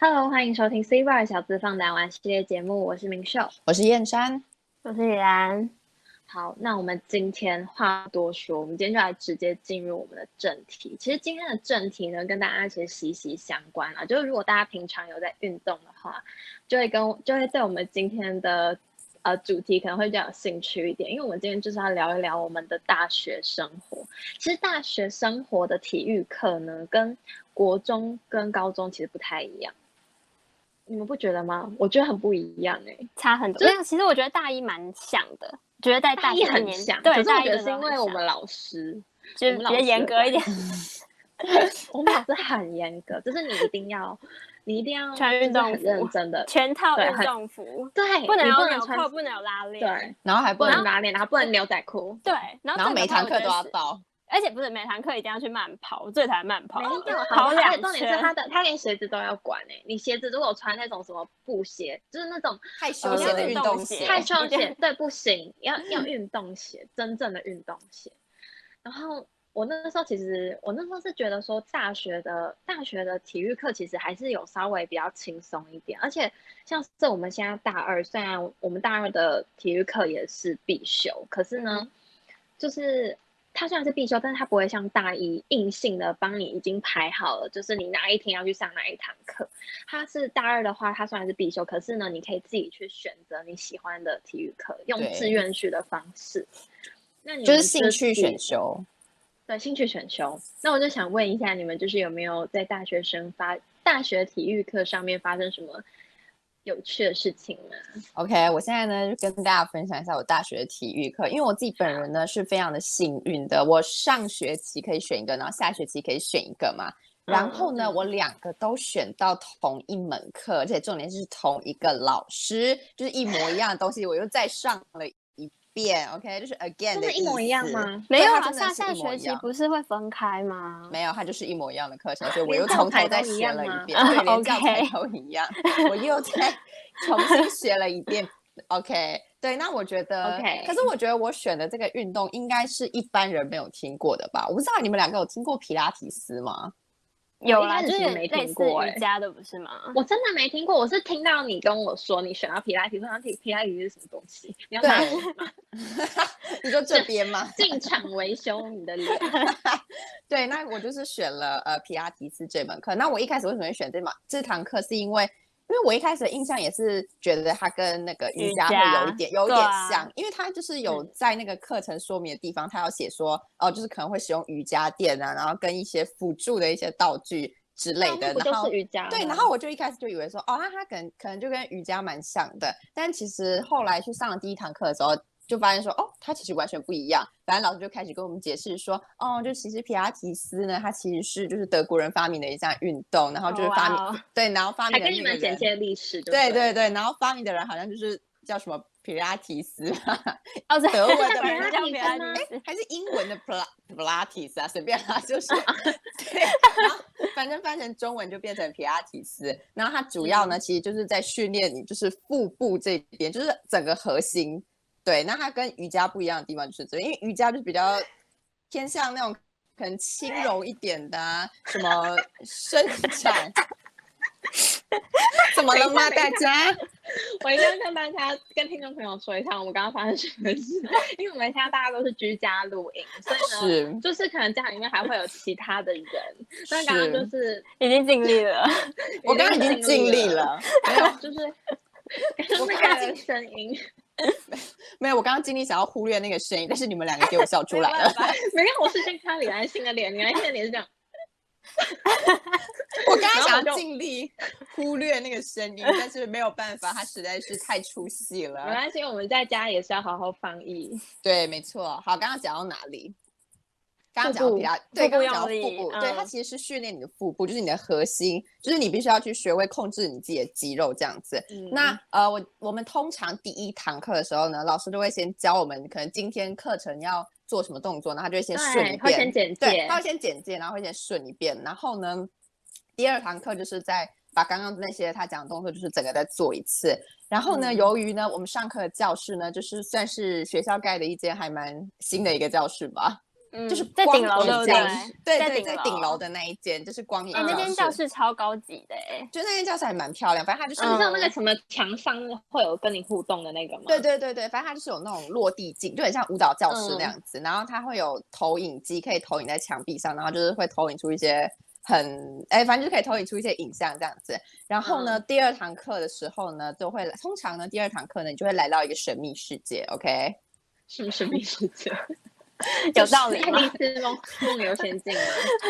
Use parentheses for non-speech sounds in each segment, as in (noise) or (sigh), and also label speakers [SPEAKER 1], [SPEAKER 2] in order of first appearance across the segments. [SPEAKER 1] Hello，欢迎收听 C Bar 小资放胆玩系列节目，我是明秀。
[SPEAKER 2] 我是燕山。
[SPEAKER 3] 我是李兰，
[SPEAKER 1] 好，那我们今天话不多说，我们今天就来直接进入我们的正题。其实今天的正题呢，跟大家其实息息相关啊。就是如果大家平常有在运动的话，就会跟就会对我们今天的呃主题可能会比较有兴趣一点，因为我们今天就是要聊一聊我们的大学生活。其实大学生活的体育课呢，跟国中跟高中其实不太一样，你们不觉得吗？我觉得很不一样哎、
[SPEAKER 3] 差很多。
[SPEAKER 1] 就
[SPEAKER 3] 没有，其实我觉得大一蛮像的，觉得在
[SPEAKER 1] 大
[SPEAKER 3] 学
[SPEAKER 1] 一
[SPEAKER 3] 的
[SPEAKER 1] 很
[SPEAKER 3] 年
[SPEAKER 1] 像，
[SPEAKER 3] 对，
[SPEAKER 1] 可是
[SPEAKER 3] 大
[SPEAKER 1] 我
[SPEAKER 3] 一
[SPEAKER 1] 觉得
[SPEAKER 3] 的
[SPEAKER 1] 是因
[SPEAKER 3] 时候
[SPEAKER 1] 为
[SPEAKER 3] 很
[SPEAKER 1] 我们
[SPEAKER 3] 像
[SPEAKER 1] 老
[SPEAKER 3] (laughs)
[SPEAKER 1] 师，
[SPEAKER 3] 就
[SPEAKER 1] 我
[SPEAKER 3] 比
[SPEAKER 1] 们
[SPEAKER 3] 较
[SPEAKER 1] 老师
[SPEAKER 3] 严
[SPEAKER 1] 的
[SPEAKER 3] 格一点，
[SPEAKER 1] 我们老师很严格，就是你一定要，你一定要
[SPEAKER 3] 穿
[SPEAKER 1] 就是
[SPEAKER 3] 运动
[SPEAKER 1] 很认
[SPEAKER 3] 服
[SPEAKER 1] 真的， (laughs)
[SPEAKER 3] 全套
[SPEAKER 1] 对
[SPEAKER 3] 运
[SPEAKER 1] 很
[SPEAKER 3] 动服，
[SPEAKER 1] 对，
[SPEAKER 3] 不能
[SPEAKER 1] 你
[SPEAKER 3] 有
[SPEAKER 1] 不
[SPEAKER 3] 纽
[SPEAKER 1] 能穿
[SPEAKER 3] 扣，不能有拉链，
[SPEAKER 1] 对，
[SPEAKER 2] 然后还不
[SPEAKER 1] 不能
[SPEAKER 2] 能，
[SPEAKER 1] 拉链，然后不能牛仔
[SPEAKER 3] (laughs)
[SPEAKER 1] 裤，
[SPEAKER 3] 对，然
[SPEAKER 2] 然
[SPEAKER 3] 后
[SPEAKER 2] 后
[SPEAKER 3] 最
[SPEAKER 2] 每
[SPEAKER 3] 可怕
[SPEAKER 2] 堂
[SPEAKER 3] 我
[SPEAKER 2] 课
[SPEAKER 3] 觉
[SPEAKER 2] 都
[SPEAKER 3] 得
[SPEAKER 2] 要
[SPEAKER 3] 是，
[SPEAKER 2] 到。
[SPEAKER 3] 而且不是每堂课一定要去慢跑，我最讨厌慢跑
[SPEAKER 1] 没
[SPEAKER 3] 了，
[SPEAKER 1] 有，好
[SPEAKER 3] 跑
[SPEAKER 1] 吧而
[SPEAKER 3] 两
[SPEAKER 1] 且重点是
[SPEAKER 3] 圈
[SPEAKER 1] 他的，他连鞋子都要管哎、你鞋子如果穿那种什么布鞋，就是那种
[SPEAKER 2] 害羞
[SPEAKER 1] 呃
[SPEAKER 2] 鞋的运动
[SPEAKER 3] 对
[SPEAKER 2] 鞋，
[SPEAKER 1] 太
[SPEAKER 3] 运动
[SPEAKER 1] 创
[SPEAKER 3] 一定
[SPEAKER 1] 鞋，对，不行，要要运动鞋，真正的运动鞋。然后我那时候其实，我那时候是觉得说，大学的大学的体育课其实还是有稍微比较轻松一点，而且像是我们现在大二，虽然我们大二的体育课也是必修，可是呢，就是它虽然是必修，但是它不会像大一硬性的帮你已经排好了，就是你哪一天要去上哪一堂课。它是大二的话，它虽然是必修，可是呢，你可以自己去选择你喜欢的体育课，用
[SPEAKER 2] 对
[SPEAKER 1] 志愿序的方式。那你
[SPEAKER 2] 就是
[SPEAKER 1] 们
[SPEAKER 2] 兴
[SPEAKER 1] 自己
[SPEAKER 2] 趣选修。
[SPEAKER 1] 对，兴趣选修。那我就想问一下，你们就是有没有在大学生发大学体育课上面发生什么有趣的事情呢？
[SPEAKER 2] OK，我现在呢就跟大家分享一下我大学的体育课，因为我自己本人呢是非常的幸运的，我上学期可以选一个，然后下学期可以选一个嘛。然后呢，
[SPEAKER 1] 嗯
[SPEAKER 2] 我两个都选到同一门课，而且重点是同一个老师，就是一模一样的东西，我又再上了一遍。OK，就是 again
[SPEAKER 1] 真
[SPEAKER 2] 的
[SPEAKER 1] 一模
[SPEAKER 2] 意
[SPEAKER 1] 一样
[SPEAKER 2] 思？
[SPEAKER 1] 吗？
[SPEAKER 3] 没有
[SPEAKER 2] 对它
[SPEAKER 3] 啊，
[SPEAKER 2] 真的
[SPEAKER 3] 下
[SPEAKER 2] 是
[SPEAKER 3] 下
[SPEAKER 2] 一模
[SPEAKER 3] 学
[SPEAKER 2] 一
[SPEAKER 3] 期
[SPEAKER 2] 样
[SPEAKER 3] 不是会分开吗？
[SPEAKER 2] 没有，它就是一模一样的课程，所以我
[SPEAKER 1] 连
[SPEAKER 2] 又
[SPEAKER 1] 教
[SPEAKER 2] 从
[SPEAKER 1] 材
[SPEAKER 2] 头再
[SPEAKER 1] 都一
[SPEAKER 2] 学
[SPEAKER 1] 样
[SPEAKER 2] 了
[SPEAKER 1] 吗
[SPEAKER 2] 一遍，
[SPEAKER 1] (laughs)
[SPEAKER 2] 对，连
[SPEAKER 3] OK
[SPEAKER 2] 教材都一样，我又再重新学了一遍。OK，对，那我觉得
[SPEAKER 1] OK
[SPEAKER 2] 可是我觉得我选的这个运动应该是一般人没有听过的吧？我不知道你们两个有听过皮拉提
[SPEAKER 1] (laughs)
[SPEAKER 2] 斯吗？
[SPEAKER 3] 有
[SPEAKER 1] 一
[SPEAKER 3] 啦，
[SPEAKER 1] 开
[SPEAKER 3] 就
[SPEAKER 1] 始
[SPEAKER 3] 是有
[SPEAKER 1] 没
[SPEAKER 3] 类
[SPEAKER 1] 听
[SPEAKER 3] 似
[SPEAKER 1] 过欸
[SPEAKER 3] 瑜伽的，不是吗？
[SPEAKER 1] 我真的没听过，我是听到你跟我说你选到皮拉提，我想皮皮拉提是什么东西？你要骂我吗？
[SPEAKER 2] (laughs) 你说这边吗？
[SPEAKER 1] (laughs) 进场维修你的
[SPEAKER 2] (laughs)
[SPEAKER 1] 脸，
[SPEAKER 2] 对，那我就是选了呃皮拉提斯这门课。那我一开始为什么会选这门这堂课，是因为因为我一开始的印象也是觉得它跟那个瑜
[SPEAKER 3] 瑜
[SPEAKER 2] 伽会有
[SPEAKER 3] 伽
[SPEAKER 2] 一点有一
[SPEAKER 3] 对
[SPEAKER 2] 点
[SPEAKER 3] 啊
[SPEAKER 2] 像，因为它就是有
[SPEAKER 1] 嗯
[SPEAKER 2] 在那个课程说明的地方，它有写说哦、就是可能会使用瑜伽垫啊，然后跟一些辅助的一些道具之类
[SPEAKER 1] 那
[SPEAKER 2] 的，
[SPEAKER 1] 不
[SPEAKER 2] 然
[SPEAKER 1] 就
[SPEAKER 2] 后
[SPEAKER 1] 是瑜伽吗？
[SPEAKER 2] 对，然后我就一开始就以为说，哦，那它可能可能就跟瑜伽蛮像的，但其实后来去上了第一堂课的时候，就发现说，哦，它其实完全不一样。反正老师就开始跟我们解释说，哦，就其实皮拉提斯呢，它其实是就是德国人发明的一项运动，然后就是发明、
[SPEAKER 3] 哇哦
[SPEAKER 2] 对，然后发
[SPEAKER 1] 还
[SPEAKER 2] 明的
[SPEAKER 1] 跟
[SPEAKER 2] 那
[SPEAKER 1] 你
[SPEAKER 2] 个
[SPEAKER 1] 们简
[SPEAKER 2] 人，
[SPEAKER 1] 介历史就
[SPEAKER 2] 对
[SPEAKER 1] 对
[SPEAKER 2] 对对，然后发明的人好像就是叫什么皮拉提斯啊吧，
[SPEAKER 3] 哦，对
[SPEAKER 2] 德文的
[SPEAKER 3] 叫
[SPEAKER 2] 皮拉
[SPEAKER 3] 别人叫
[SPEAKER 1] 提
[SPEAKER 3] 别
[SPEAKER 1] 斯
[SPEAKER 3] 人
[SPEAKER 1] 吗
[SPEAKER 3] 名字
[SPEAKER 2] 哎还是英文的 pla pilates 啊，随便啦、就是
[SPEAKER 1] (laughs)
[SPEAKER 2] 对，然后反正翻成中文就变成皮拉提斯。然后它主要
[SPEAKER 1] 嗯
[SPEAKER 2] 呢，其实就是在训练你就是腹部这边，就是整个核心。对，那它跟瑜伽不一样的地方就是这边，因为瑜伽就比较偏向那种可能轻柔一点的、啊，什么伸
[SPEAKER 1] (laughs)
[SPEAKER 2] 展。怎么了吗，大家？
[SPEAKER 1] 我一定要跟大家、跟听众朋友说一下，我们刚刚发生什么事。 (laughs) 因为我们现在大家都是居家录音，所以呢，
[SPEAKER 2] 是
[SPEAKER 1] 就是可能家里面还会有其他的人。嗯那刚刚就是
[SPEAKER 3] 已经尽力了，
[SPEAKER 2] 我刚刚已经尽力，了。
[SPEAKER 1] 没有，就是刚刚那个声音，
[SPEAKER 2] 没有，我刚刚尽力想要忽略那个声音，但是你们两个给我笑出来
[SPEAKER 3] 没
[SPEAKER 2] 了
[SPEAKER 3] 办。法
[SPEAKER 1] 没有，我是先看李兰心的脸，李兰心的脸是这样，
[SPEAKER 2] 我刚
[SPEAKER 1] 然
[SPEAKER 2] 刚
[SPEAKER 1] 后 (laughs) 我
[SPEAKER 2] 想
[SPEAKER 1] 就
[SPEAKER 2] 要尽力 (laughs) 忽略那个声音，但是没有办法，它实在是太出戏
[SPEAKER 1] 没
[SPEAKER 2] 了。
[SPEAKER 1] 关系，我们在家也是要好好防疫。
[SPEAKER 2] 对，没错。好，刚刚讲到哪里？刚刚
[SPEAKER 1] 腹
[SPEAKER 2] 讲到
[SPEAKER 1] 部
[SPEAKER 2] 比较对，
[SPEAKER 3] 腹部
[SPEAKER 2] 刚刚讲到
[SPEAKER 3] 用
[SPEAKER 2] 腹
[SPEAKER 3] 力
[SPEAKER 2] 部，对，它
[SPEAKER 3] 嗯
[SPEAKER 2] 其实是训练你的腹部，就是你的核心，就是你必须要去学会控制你自己的肌肉这样子。
[SPEAKER 1] 嗯
[SPEAKER 2] 那呃，我我们通常第一堂课的时候呢，老师都会先教我们可能今天课程要做什么动作，然后他就会先顺一
[SPEAKER 1] 对，会
[SPEAKER 2] 遍
[SPEAKER 1] 先，简
[SPEAKER 2] 对，
[SPEAKER 1] 介
[SPEAKER 2] 他，会先简介，然后会先顺一遍，然后呢，第二堂课就是在把刚刚那些他讲的动作，就是整个再做一次。然后呢，
[SPEAKER 1] 嗯
[SPEAKER 2] 由于呢，我们上课的教室呢，就是算是学校盖的一间还蛮新的一个教室吧，
[SPEAKER 3] 嗯
[SPEAKER 2] 就是
[SPEAKER 3] 在顶
[SPEAKER 2] 光
[SPEAKER 3] 楼，对
[SPEAKER 2] 影
[SPEAKER 3] 不
[SPEAKER 2] 间对
[SPEAKER 3] 对？在
[SPEAKER 2] 对，在顶楼
[SPEAKER 3] 的，
[SPEAKER 2] 的那一间就是光影
[SPEAKER 3] 哎，那间教
[SPEAKER 2] 教，
[SPEAKER 3] 室超高级的，
[SPEAKER 2] (laughs)
[SPEAKER 3] 哎，
[SPEAKER 2] 就那间教室还蛮漂亮，反正它就是
[SPEAKER 1] 是像那个
[SPEAKER 3] 嗯
[SPEAKER 1] 什么墙上会有跟你互动的那个吗？
[SPEAKER 2] 对对对对，反正它就是有那种落地镜，就很像舞蹈教室那
[SPEAKER 1] 嗯
[SPEAKER 2] 样子。然后它会有投影机，可以投影在墙壁上，然后就是会投影出一些很哎，反正就可以投影出一些影像这样子。然后
[SPEAKER 1] 嗯
[SPEAKER 2] 呢，第二堂课的时候呢，都会通常呢，第二堂课呢，你就会来到一个神秘世界，OK？
[SPEAKER 1] (laughs) 是不是秘世界？
[SPEAKER 3] 有道理
[SPEAKER 1] 爱
[SPEAKER 3] 吗？
[SPEAKER 1] 丽丝梦梦游仙境吗？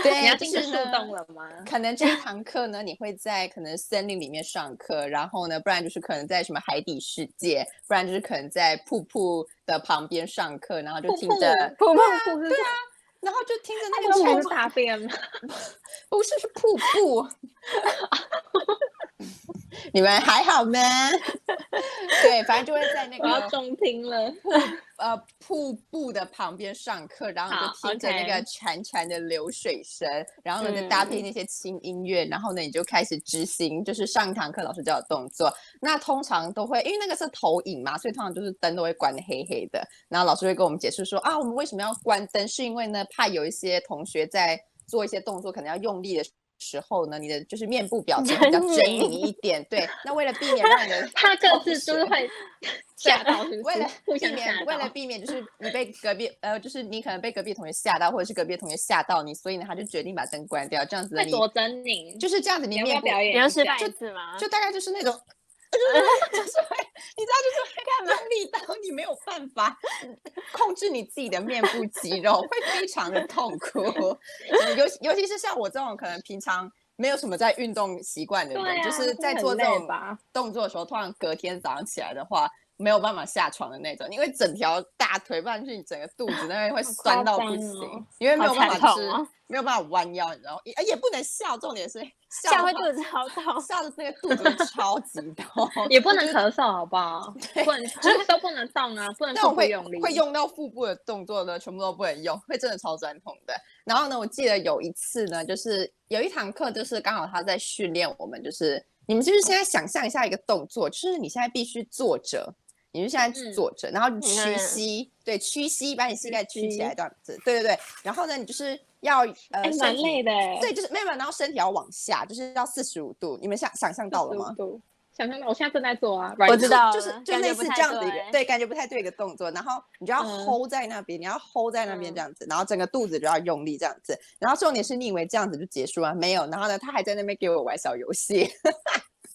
[SPEAKER 2] 对，
[SPEAKER 1] 你要
[SPEAKER 2] 就
[SPEAKER 1] 进去
[SPEAKER 2] 是
[SPEAKER 1] 树
[SPEAKER 2] 呢
[SPEAKER 1] 洞了吗？
[SPEAKER 2] 可能这一堂课呢，你会在可能森林里面上课，然后呢，不然就是可能在什么海底世界，不然就是可能在瀑布的旁边上课，然后就
[SPEAKER 1] 瀑
[SPEAKER 2] 听
[SPEAKER 1] 布
[SPEAKER 2] 着，
[SPEAKER 3] 瀑布
[SPEAKER 2] 啊
[SPEAKER 3] 瀑布是
[SPEAKER 2] 然后就听着那
[SPEAKER 1] 那
[SPEAKER 2] 个
[SPEAKER 1] 个
[SPEAKER 2] 冲
[SPEAKER 1] 不是擦边吗？
[SPEAKER 2] 不是，是瀑布。 (laughs) 你们还好 (laughs) 吗？对，反正就会在那
[SPEAKER 1] 我要
[SPEAKER 2] 个
[SPEAKER 1] 中听
[SPEAKER 2] (laughs)
[SPEAKER 1] 了。
[SPEAKER 2] 呃瀑布的旁边上课，然后你
[SPEAKER 3] 好
[SPEAKER 2] 就听着那个
[SPEAKER 3] OK
[SPEAKER 2] 潺潺的流水声，然后呢再
[SPEAKER 3] 嗯
[SPEAKER 2] 搭配那些轻音乐，然后呢你就开始执行，就是上一堂课老师教的动作。那通常都会因为那个是投影嘛，所以通常就是灯都会关的黑黑的。然后老师会跟我们解释说啊，我们为什么要关灯，是因为呢怕有一些同学在做一些动作可能要用力的时候呢，你的就是面部表情比较狰
[SPEAKER 3] 狰
[SPEAKER 2] 狞一点。对，那为了避免让你的
[SPEAKER 1] 他各自就是会吓到，是不
[SPEAKER 2] 为
[SPEAKER 1] 是
[SPEAKER 2] 了？
[SPEAKER 1] 互
[SPEAKER 2] 避
[SPEAKER 1] 相吓
[SPEAKER 2] 免，为了
[SPEAKER 1] 到。
[SPEAKER 2] 避免就是你被隔壁呃，就是你可能被隔壁同学吓到，或者是隔壁同学吓到你，所以呢，他就决定把灯关掉，这样子呢
[SPEAKER 1] 会
[SPEAKER 2] 你
[SPEAKER 1] 多狰狞，
[SPEAKER 2] 就是这样子，你
[SPEAKER 1] 你要不要
[SPEAKER 2] 面部
[SPEAKER 1] 表
[SPEAKER 3] 你
[SPEAKER 1] 演
[SPEAKER 3] 要
[SPEAKER 1] 一
[SPEAKER 3] 示
[SPEAKER 1] 下
[SPEAKER 3] 范？一次吗？
[SPEAKER 2] 就大概就是那种。就是 (laughs) 会，你知道，就是会看到力道，你没有办法控制你自己的面部肌肉，会非常的痛苦。嗯尤其尤其是像我这种可能平常没有什么在运动习惯的人，
[SPEAKER 1] 对啊
[SPEAKER 2] 就是在
[SPEAKER 1] 会
[SPEAKER 2] 做
[SPEAKER 1] 很
[SPEAKER 2] 这
[SPEAKER 1] 累
[SPEAKER 2] 种
[SPEAKER 1] 吧
[SPEAKER 2] 动作的时候，突然隔天早上起来的话，没有办法下床的那种，因为整条大腿，不然就是你整个肚子那边会酸到不
[SPEAKER 1] 张
[SPEAKER 2] 行，
[SPEAKER 1] 哦
[SPEAKER 2] 因为没
[SPEAKER 3] 好
[SPEAKER 2] 有办
[SPEAKER 3] 惨
[SPEAKER 2] 法就
[SPEAKER 3] 痛
[SPEAKER 2] 是、
[SPEAKER 3] 哦
[SPEAKER 2] 没有办法弯腰，你知道吗，也也不能笑，重点是笑
[SPEAKER 3] 下
[SPEAKER 2] 的
[SPEAKER 3] 回
[SPEAKER 2] 话
[SPEAKER 3] 肚子好痛。
[SPEAKER 2] 笑的那个肚子超级痛，
[SPEAKER 1] 也不能咳嗽，好不
[SPEAKER 2] (laughs)
[SPEAKER 1] 好？不能，就是都不能动啊，不能
[SPEAKER 2] 那种
[SPEAKER 1] 腹部
[SPEAKER 2] 会
[SPEAKER 1] 用力。
[SPEAKER 2] 会用到腹部的动作呢，全部都不能用，会真的超酸痛的。然后呢，我记得有一次呢，就是有一堂课，就是刚好他在训练我们，就是你们就是现在想象一下一个动作，就是你现在必须坐着。你就现在
[SPEAKER 1] 嗯
[SPEAKER 2] 坐着，然后你
[SPEAKER 3] 你看
[SPEAKER 2] 屈膝，对，屈膝把你膝盖屈起
[SPEAKER 1] 屈
[SPEAKER 2] 来这样子，对对对。然后呢，你就是要呃，
[SPEAKER 1] 哎，
[SPEAKER 2] 身
[SPEAKER 1] 蛮
[SPEAKER 2] 体
[SPEAKER 1] 累的哎。
[SPEAKER 2] 对，就是没有，没有然后身体要往下，就是要四十五度。你们想想
[SPEAKER 1] (laughs)
[SPEAKER 2] 象到了吗？
[SPEAKER 1] 度。想象到我现在正在做啊，
[SPEAKER 3] 我
[SPEAKER 1] right
[SPEAKER 3] 知
[SPEAKER 1] now
[SPEAKER 3] 道
[SPEAKER 2] 就是
[SPEAKER 3] 了
[SPEAKER 2] 就
[SPEAKER 3] 感觉
[SPEAKER 2] 类
[SPEAKER 3] 不
[SPEAKER 2] 似
[SPEAKER 3] 太
[SPEAKER 2] 这样子一个
[SPEAKER 3] 对
[SPEAKER 2] 对，感觉不太对一个动作，然后你就要
[SPEAKER 1] 嗯
[SPEAKER 2] hold 在那边，你要 hold 在那边
[SPEAKER 3] 嗯
[SPEAKER 2] 这样子，然后整个肚子就要用力这样子，然后重点是你以为这样子就结束啊？没有，然后呢，他还在那边给我玩小游戏，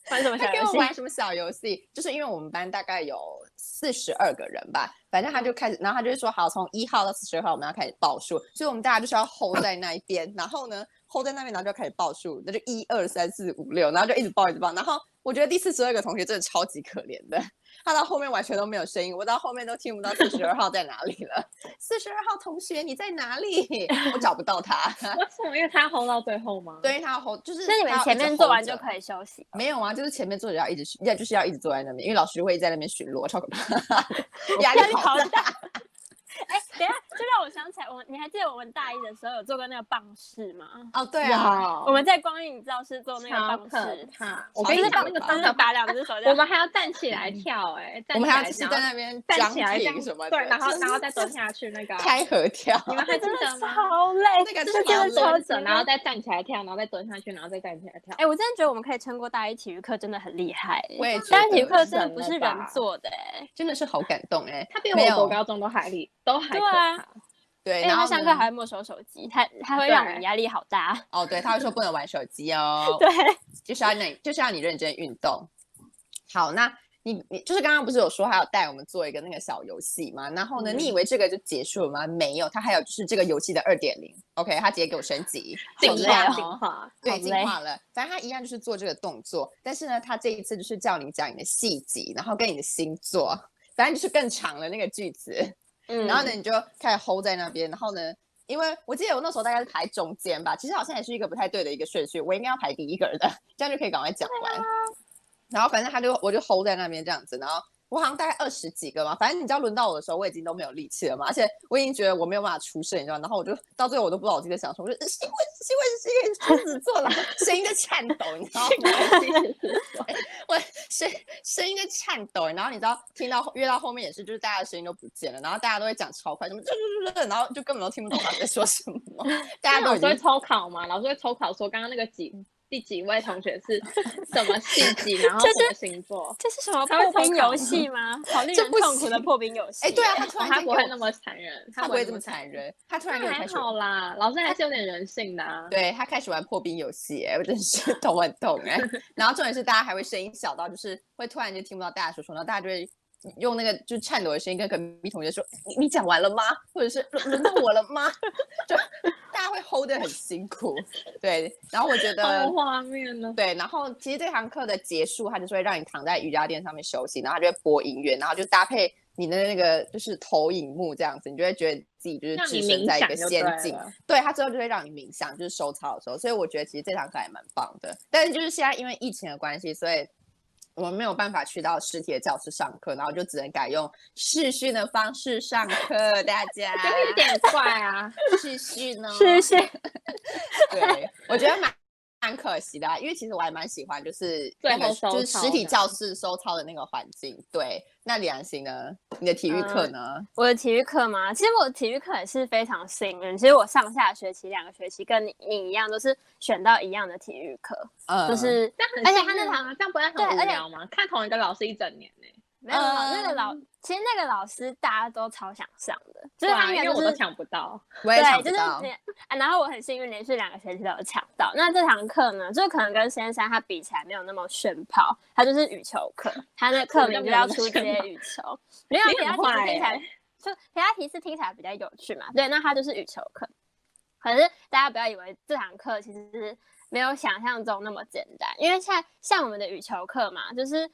[SPEAKER 3] 玩什么
[SPEAKER 2] (laughs) 他
[SPEAKER 3] 小
[SPEAKER 2] 给
[SPEAKER 3] 游
[SPEAKER 2] 我
[SPEAKER 3] 戏？
[SPEAKER 2] 玩什么小游戏？就是因为我们班大概有四十二个人吧，反正他就开始，然后他就说好，从一号到四十二号我们要开始报数，所以我们大家就是要 hold 在那一边，然后呢 hold 在那边，然后就开始报数，那就一二三四五六，然后就一直报一直报，然后我觉得第四十二个同学真的超级可怜的。他到后面完全都没有声音，我到后面都听不到四十二号在哪里了。四十二号同学，你在哪里？ (laughs) 我找不到他。 (laughs)
[SPEAKER 1] (laughs) 为什么？因为他 hold 到最后吗？，
[SPEAKER 2] 对，他 hold 就是
[SPEAKER 3] 那你
[SPEAKER 2] 他
[SPEAKER 3] 们
[SPEAKER 2] 要
[SPEAKER 3] 前
[SPEAKER 2] 一直
[SPEAKER 3] 面做
[SPEAKER 2] hold
[SPEAKER 3] 完就
[SPEAKER 2] 着
[SPEAKER 3] 可以休息。
[SPEAKER 2] 没有啊，就是前面坐着要一直去要就是要一直坐在那边，因为老师会在那边巡逻，超可怕，压
[SPEAKER 3] 压
[SPEAKER 2] 力
[SPEAKER 3] 力
[SPEAKER 2] 好
[SPEAKER 3] 好
[SPEAKER 2] (laughs) 大。
[SPEAKER 3] 哎，等一下，就让我想起来，我你还记得我们大一的时候有做过那个棒式吗？
[SPEAKER 2] 哦，对啊，
[SPEAKER 1] 哇，
[SPEAKER 3] 我们在光影教室做那
[SPEAKER 1] 超
[SPEAKER 3] 个棒
[SPEAKER 1] 可
[SPEAKER 3] 式，
[SPEAKER 1] 怕！
[SPEAKER 2] 我
[SPEAKER 1] 我
[SPEAKER 2] 跟
[SPEAKER 1] 跟
[SPEAKER 2] 你
[SPEAKER 3] 就
[SPEAKER 1] 你
[SPEAKER 3] 是
[SPEAKER 1] 讲，那个
[SPEAKER 2] 讲
[SPEAKER 3] 棒就
[SPEAKER 1] 真
[SPEAKER 3] 是
[SPEAKER 1] 的，
[SPEAKER 3] 打两只手这
[SPEAKER 1] 我
[SPEAKER 3] 样。
[SPEAKER 1] 们还要站起来跳，哎，
[SPEAKER 2] 嗯我
[SPEAKER 1] 站
[SPEAKER 2] 们
[SPEAKER 1] 起
[SPEAKER 2] 还
[SPEAKER 1] 来然后
[SPEAKER 2] 要就是在那边
[SPEAKER 1] 站
[SPEAKER 2] 张
[SPEAKER 1] 起来这
[SPEAKER 2] 挺
[SPEAKER 1] 样，
[SPEAKER 2] 什么的，
[SPEAKER 1] 对，然后
[SPEAKER 2] 就是
[SPEAKER 1] 然后再蹲下去那个啊，
[SPEAKER 2] (laughs) 开合跳，
[SPEAKER 1] 你们还记
[SPEAKER 3] 真
[SPEAKER 1] 得
[SPEAKER 3] 的
[SPEAKER 1] 吗？
[SPEAKER 3] 超累，
[SPEAKER 2] 那个
[SPEAKER 1] 就是这样
[SPEAKER 2] 蛮
[SPEAKER 1] 蹲着，
[SPEAKER 3] 累
[SPEAKER 1] 然后再站起来跳，然后再蹲下去，然后再站起来跳
[SPEAKER 3] 哎、。我真的觉得我们可以撑过大一体育课，真的很厉害、欸。
[SPEAKER 2] 我也觉
[SPEAKER 3] 大一体育
[SPEAKER 2] 得
[SPEAKER 3] 课真的
[SPEAKER 1] 忍
[SPEAKER 3] 不
[SPEAKER 1] 了
[SPEAKER 3] 是人
[SPEAKER 1] 吧
[SPEAKER 3] 做的、欸，
[SPEAKER 2] 真的是好感动哎。
[SPEAKER 1] 他比
[SPEAKER 2] 没
[SPEAKER 1] 我
[SPEAKER 2] 有
[SPEAKER 1] 国高中都还厉，都还可
[SPEAKER 3] 对啊
[SPEAKER 1] 怕。
[SPEAKER 2] 对，
[SPEAKER 3] 哎，而且
[SPEAKER 2] 然后
[SPEAKER 3] 他上
[SPEAKER 2] 呢
[SPEAKER 3] 课还会没收手机，他他会让我们
[SPEAKER 1] 对
[SPEAKER 3] 压力好
[SPEAKER 2] (laughs)
[SPEAKER 3] 大。
[SPEAKER 2] 哦，对，他会说不能玩手机哦，
[SPEAKER 3] (laughs) 对，
[SPEAKER 2] 就是要你就是要你认真运动。好，那你你就是刚刚不是有说还有带我们做一个那个小游戏吗？然后呢，你以为这个就结束了吗？没有，它还有就是这个游戏的二点零，OK，它直接给我升级，
[SPEAKER 1] 进
[SPEAKER 3] 好累
[SPEAKER 1] 化
[SPEAKER 2] 啊
[SPEAKER 3] 哦
[SPEAKER 1] 进化， (laughs)
[SPEAKER 2] 对，
[SPEAKER 3] 好
[SPEAKER 2] 进
[SPEAKER 3] 累
[SPEAKER 2] 化了。反正他一样就是做这个动作，但是呢，他这一次就是叫你讲你的细节，然后跟你的星座，反正就是更长了那个句子。
[SPEAKER 3] 嗯
[SPEAKER 2] 然后呢，你就开始 hold 在那边，然后呢。因为我记得我那时候大概是排中间吧，其实好像也是一个不太对的一个顺序，我应该要排第一个的，这样就可以赶快讲完。然后反正他就我就 hold 在那边这样子，然后我好像大概二十几个嘛，反正你知道轮到我的时候，我已经都没有力气了嘛，而且我已经觉得我没有办法出声，你知道，然后我就到最后我都不知道我自己在想什么，我就因为是因为是因为狮子座了，声音在颤抖，你知道吗？我声声音在颤抖，欸然后你知道听到越到后面也是，就是大家的声音都不见了，然后大家都会讲超快，什么 (laughs) 这这这，然后就根本都听不懂他们在说什么，大家
[SPEAKER 1] 那
[SPEAKER 2] 都
[SPEAKER 1] 老
[SPEAKER 2] 已
[SPEAKER 1] 师会
[SPEAKER 2] 经
[SPEAKER 1] 抽考嘛？老师会抽考说刚刚那个几第几位同学是什么系
[SPEAKER 2] (laughs)
[SPEAKER 1] 几，然后
[SPEAKER 3] 就
[SPEAKER 1] 什么星座？
[SPEAKER 3] 这是什么
[SPEAKER 1] 他会
[SPEAKER 3] 破冰
[SPEAKER 1] 偷考
[SPEAKER 3] 游戏吗？好令
[SPEAKER 2] 这
[SPEAKER 3] 人
[SPEAKER 2] 不
[SPEAKER 3] 痛苦的
[SPEAKER 2] 行
[SPEAKER 3] 破冰游戏。
[SPEAKER 2] 哎，对啊，他突
[SPEAKER 1] 哦
[SPEAKER 2] 然
[SPEAKER 1] 他
[SPEAKER 2] 间
[SPEAKER 1] 不
[SPEAKER 2] 给
[SPEAKER 1] 会
[SPEAKER 2] 我
[SPEAKER 1] 那么残忍，
[SPEAKER 2] 他不会这么
[SPEAKER 1] 么
[SPEAKER 2] 残。忍，他突然给
[SPEAKER 1] 那
[SPEAKER 2] 我
[SPEAKER 1] 啊还
[SPEAKER 2] 开始
[SPEAKER 1] 好啦，老师还是有点人性的啊。
[SPEAKER 2] 对他开始玩破冰游戏、哎，我真是 (laughs) 头很痛
[SPEAKER 1] (laughs)
[SPEAKER 2] 哎、然后重点是大家还会声音小到，就是会突然就听不到大家说什么，然后大家就会用那个就是颤抖的声音跟隔壁同学说：“你你讲完了吗？”或者是轮轮到我了吗？ (laughs) 就大家会 hold 得很辛苦。对，然后我觉得
[SPEAKER 1] 好画面呢。
[SPEAKER 2] 对，然后其实这堂课的结束，它就是会让你躺在瑜伽垫上面休息，然后它就会播音乐，然后就搭配你的那个就是投影幕这样子，你就会觉得自己就是
[SPEAKER 1] 让
[SPEAKER 2] 置
[SPEAKER 1] 你
[SPEAKER 2] 身
[SPEAKER 1] 冥
[SPEAKER 2] 在一
[SPEAKER 1] 想
[SPEAKER 2] 个
[SPEAKER 1] 就
[SPEAKER 2] 仙
[SPEAKER 1] 对
[SPEAKER 2] 境
[SPEAKER 1] 了。
[SPEAKER 2] 对，它最后就会让你冥想，就是收操的时候。所以我觉得其实这堂课还蛮棒的，但是就是现在因为疫情的关系，所以。我们没有办法去到实体的教室上课，然后就只能改用视讯的方式上课。大
[SPEAKER 3] (laughs)
[SPEAKER 2] 家
[SPEAKER 1] 就有点怪啊，
[SPEAKER 2] (laughs) 视讯哦，
[SPEAKER 3] 是是，
[SPEAKER 2] 对，我觉得蛮蛮可惜的、啊，因为其实我还蛮喜欢，就是
[SPEAKER 1] 最
[SPEAKER 2] 那个
[SPEAKER 1] 后收
[SPEAKER 2] 就是
[SPEAKER 1] 操
[SPEAKER 2] 实体
[SPEAKER 1] 的
[SPEAKER 2] 教室收操的那个环境。对，那李安心呢？你的体育课
[SPEAKER 3] 嗯
[SPEAKER 2] 呢？
[SPEAKER 3] (laughs) 我的体育课吗？其实我的体育课也是非常幸运。其实我上下学期两个学期跟你你一样，都是选到一样的体育课，
[SPEAKER 2] 嗯，
[SPEAKER 3] 就是
[SPEAKER 1] 但很
[SPEAKER 3] 而且
[SPEAKER 1] 幸
[SPEAKER 3] 他那
[SPEAKER 1] 运
[SPEAKER 3] 堂
[SPEAKER 1] 啊，这样不会
[SPEAKER 3] 对
[SPEAKER 1] 很无
[SPEAKER 3] 而且
[SPEAKER 1] 聊吗？看同一个老师一整年呢、
[SPEAKER 3] 没有没有那个
[SPEAKER 2] 嗯
[SPEAKER 3] 老，其实那个老师大家都超想上的，就
[SPEAKER 1] 对
[SPEAKER 3] 是
[SPEAKER 1] 啊，
[SPEAKER 3] 他应
[SPEAKER 1] 因
[SPEAKER 3] 该
[SPEAKER 1] 为
[SPEAKER 3] 就
[SPEAKER 1] 我都
[SPEAKER 3] 是。
[SPEAKER 1] 抢不到。
[SPEAKER 2] 嗯我也想
[SPEAKER 3] 对，就
[SPEAKER 2] 不
[SPEAKER 3] 是
[SPEAKER 2] 到，
[SPEAKER 3] 连、啊，然后我很幸运，连续两个学期都有抢到。那这堂课呢，就可能跟先生他比起来没有那么炫炮，他就是羽球课，他的课
[SPEAKER 1] (laughs) 我就
[SPEAKER 3] 名就
[SPEAKER 1] 没
[SPEAKER 3] 叫
[SPEAKER 1] 有那么
[SPEAKER 3] 出
[SPEAKER 1] 炫
[SPEAKER 3] 街
[SPEAKER 1] 炮
[SPEAKER 3] 羽球。没有，
[SPEAKER 1] 你
[SPEAKER 3] 皮
[SPEAKER 1] 很
[SPEAKER 3] 拉提斯
[SPEAKER 1] 坏
[SPEAKER 3] 听起来
[SPEAKER 1] 欸
[SPEAKER 3] 就皮拉提斯听起来比较有趣嘛。对，那它就是羽球课。可是大家不要以为这堂课其实是没有想象中那么简单，因为像像我们的羽球课嘛，就是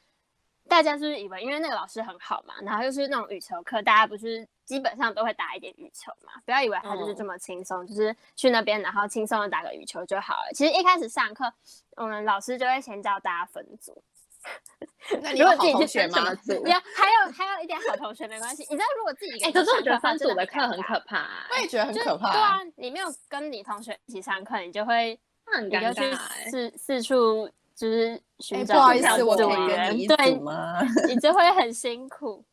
[SPEAKER 3] 大家就是以为因为那个老师很好嘛，然后又是那种羽球课，大家不是基本上都会打一点羽球嘛，不要以为他就是
[SPEAKER 1] 嗯
[SPEAKER 3] 这么轻松，就是去那边然后轻松的打个羽球就好了。其实一开始上课，我们老师就会先教大家分组，
[SPEAKER 2] 那你
[SPEAKER 3] 如
[SPEAKER 2] 有
[SPEAKER 3] 果
[SPEAKER 2] 好
[SPEAKER 3] 自己
[SPEAKER 2] 同
[SPEAKER 3] 去
[SPEAKER 2] 学
[SPEAKER 1] 分什
[SPEAKER 2] 吗
[SPEAKER 1] 么？组？
[SPEAKER 3] 有还有还有一点好同学没关系，你知道如果自己一
[SPEAKER 1] 嗯
[SPEAKER 3] 个
[SPEAKER 1] 哎、
[SPEAKER 3] 人
[SPEAKER 1] 可是我
[SPEAKER 3] 上
[SPEAKER 1] 觉得
[SPEAKER 3] 课的话
[SPEAKER 1] 分
[SPEAKER 3] 真
[SPEAKER 1] 组的
[SPEAKER 3] 的
[SPEAKER 1] 课很
[SPEAKER 3] 尴尬
[SPEAKER 1] 可怕、欸
[SPEAKER 2] 我，也觉得很
[SPEAKER 3] 就
[SPEAKER 2] 可怕。
[SPEAKER 3] 对啊，你没有跟你同学一起上课，你就会
[SPEAKER 1] 那很
[SPEAKER 3] 你
[SPEAKER 1] 尴
[SPEAKER 3] 就去
[SPEAKER 1] 尬、欸。
[SPEAKER 3] 四四处就是
[SPEAKER 2] 哎，
[SPEAKER 3] 寻
[SPEAKER 2] 不
[SPEAKER 3] 找
[SPEAKER 2] 好意
[SPEAKER 3] 不同
[SPEAKER 2] 思，
[SPEAKER 3] 的
[SPEAKER 2] 我可
[SPEAKER 3] 组
[SPEAKER 2] 以跟
[SPEAKER 3] 员
[SPEAKER 2] 你一
[SPEAKER 3] 对
[SPEAKER 2] 组吗？
[SPEAKER 3] 你就会很辛苦。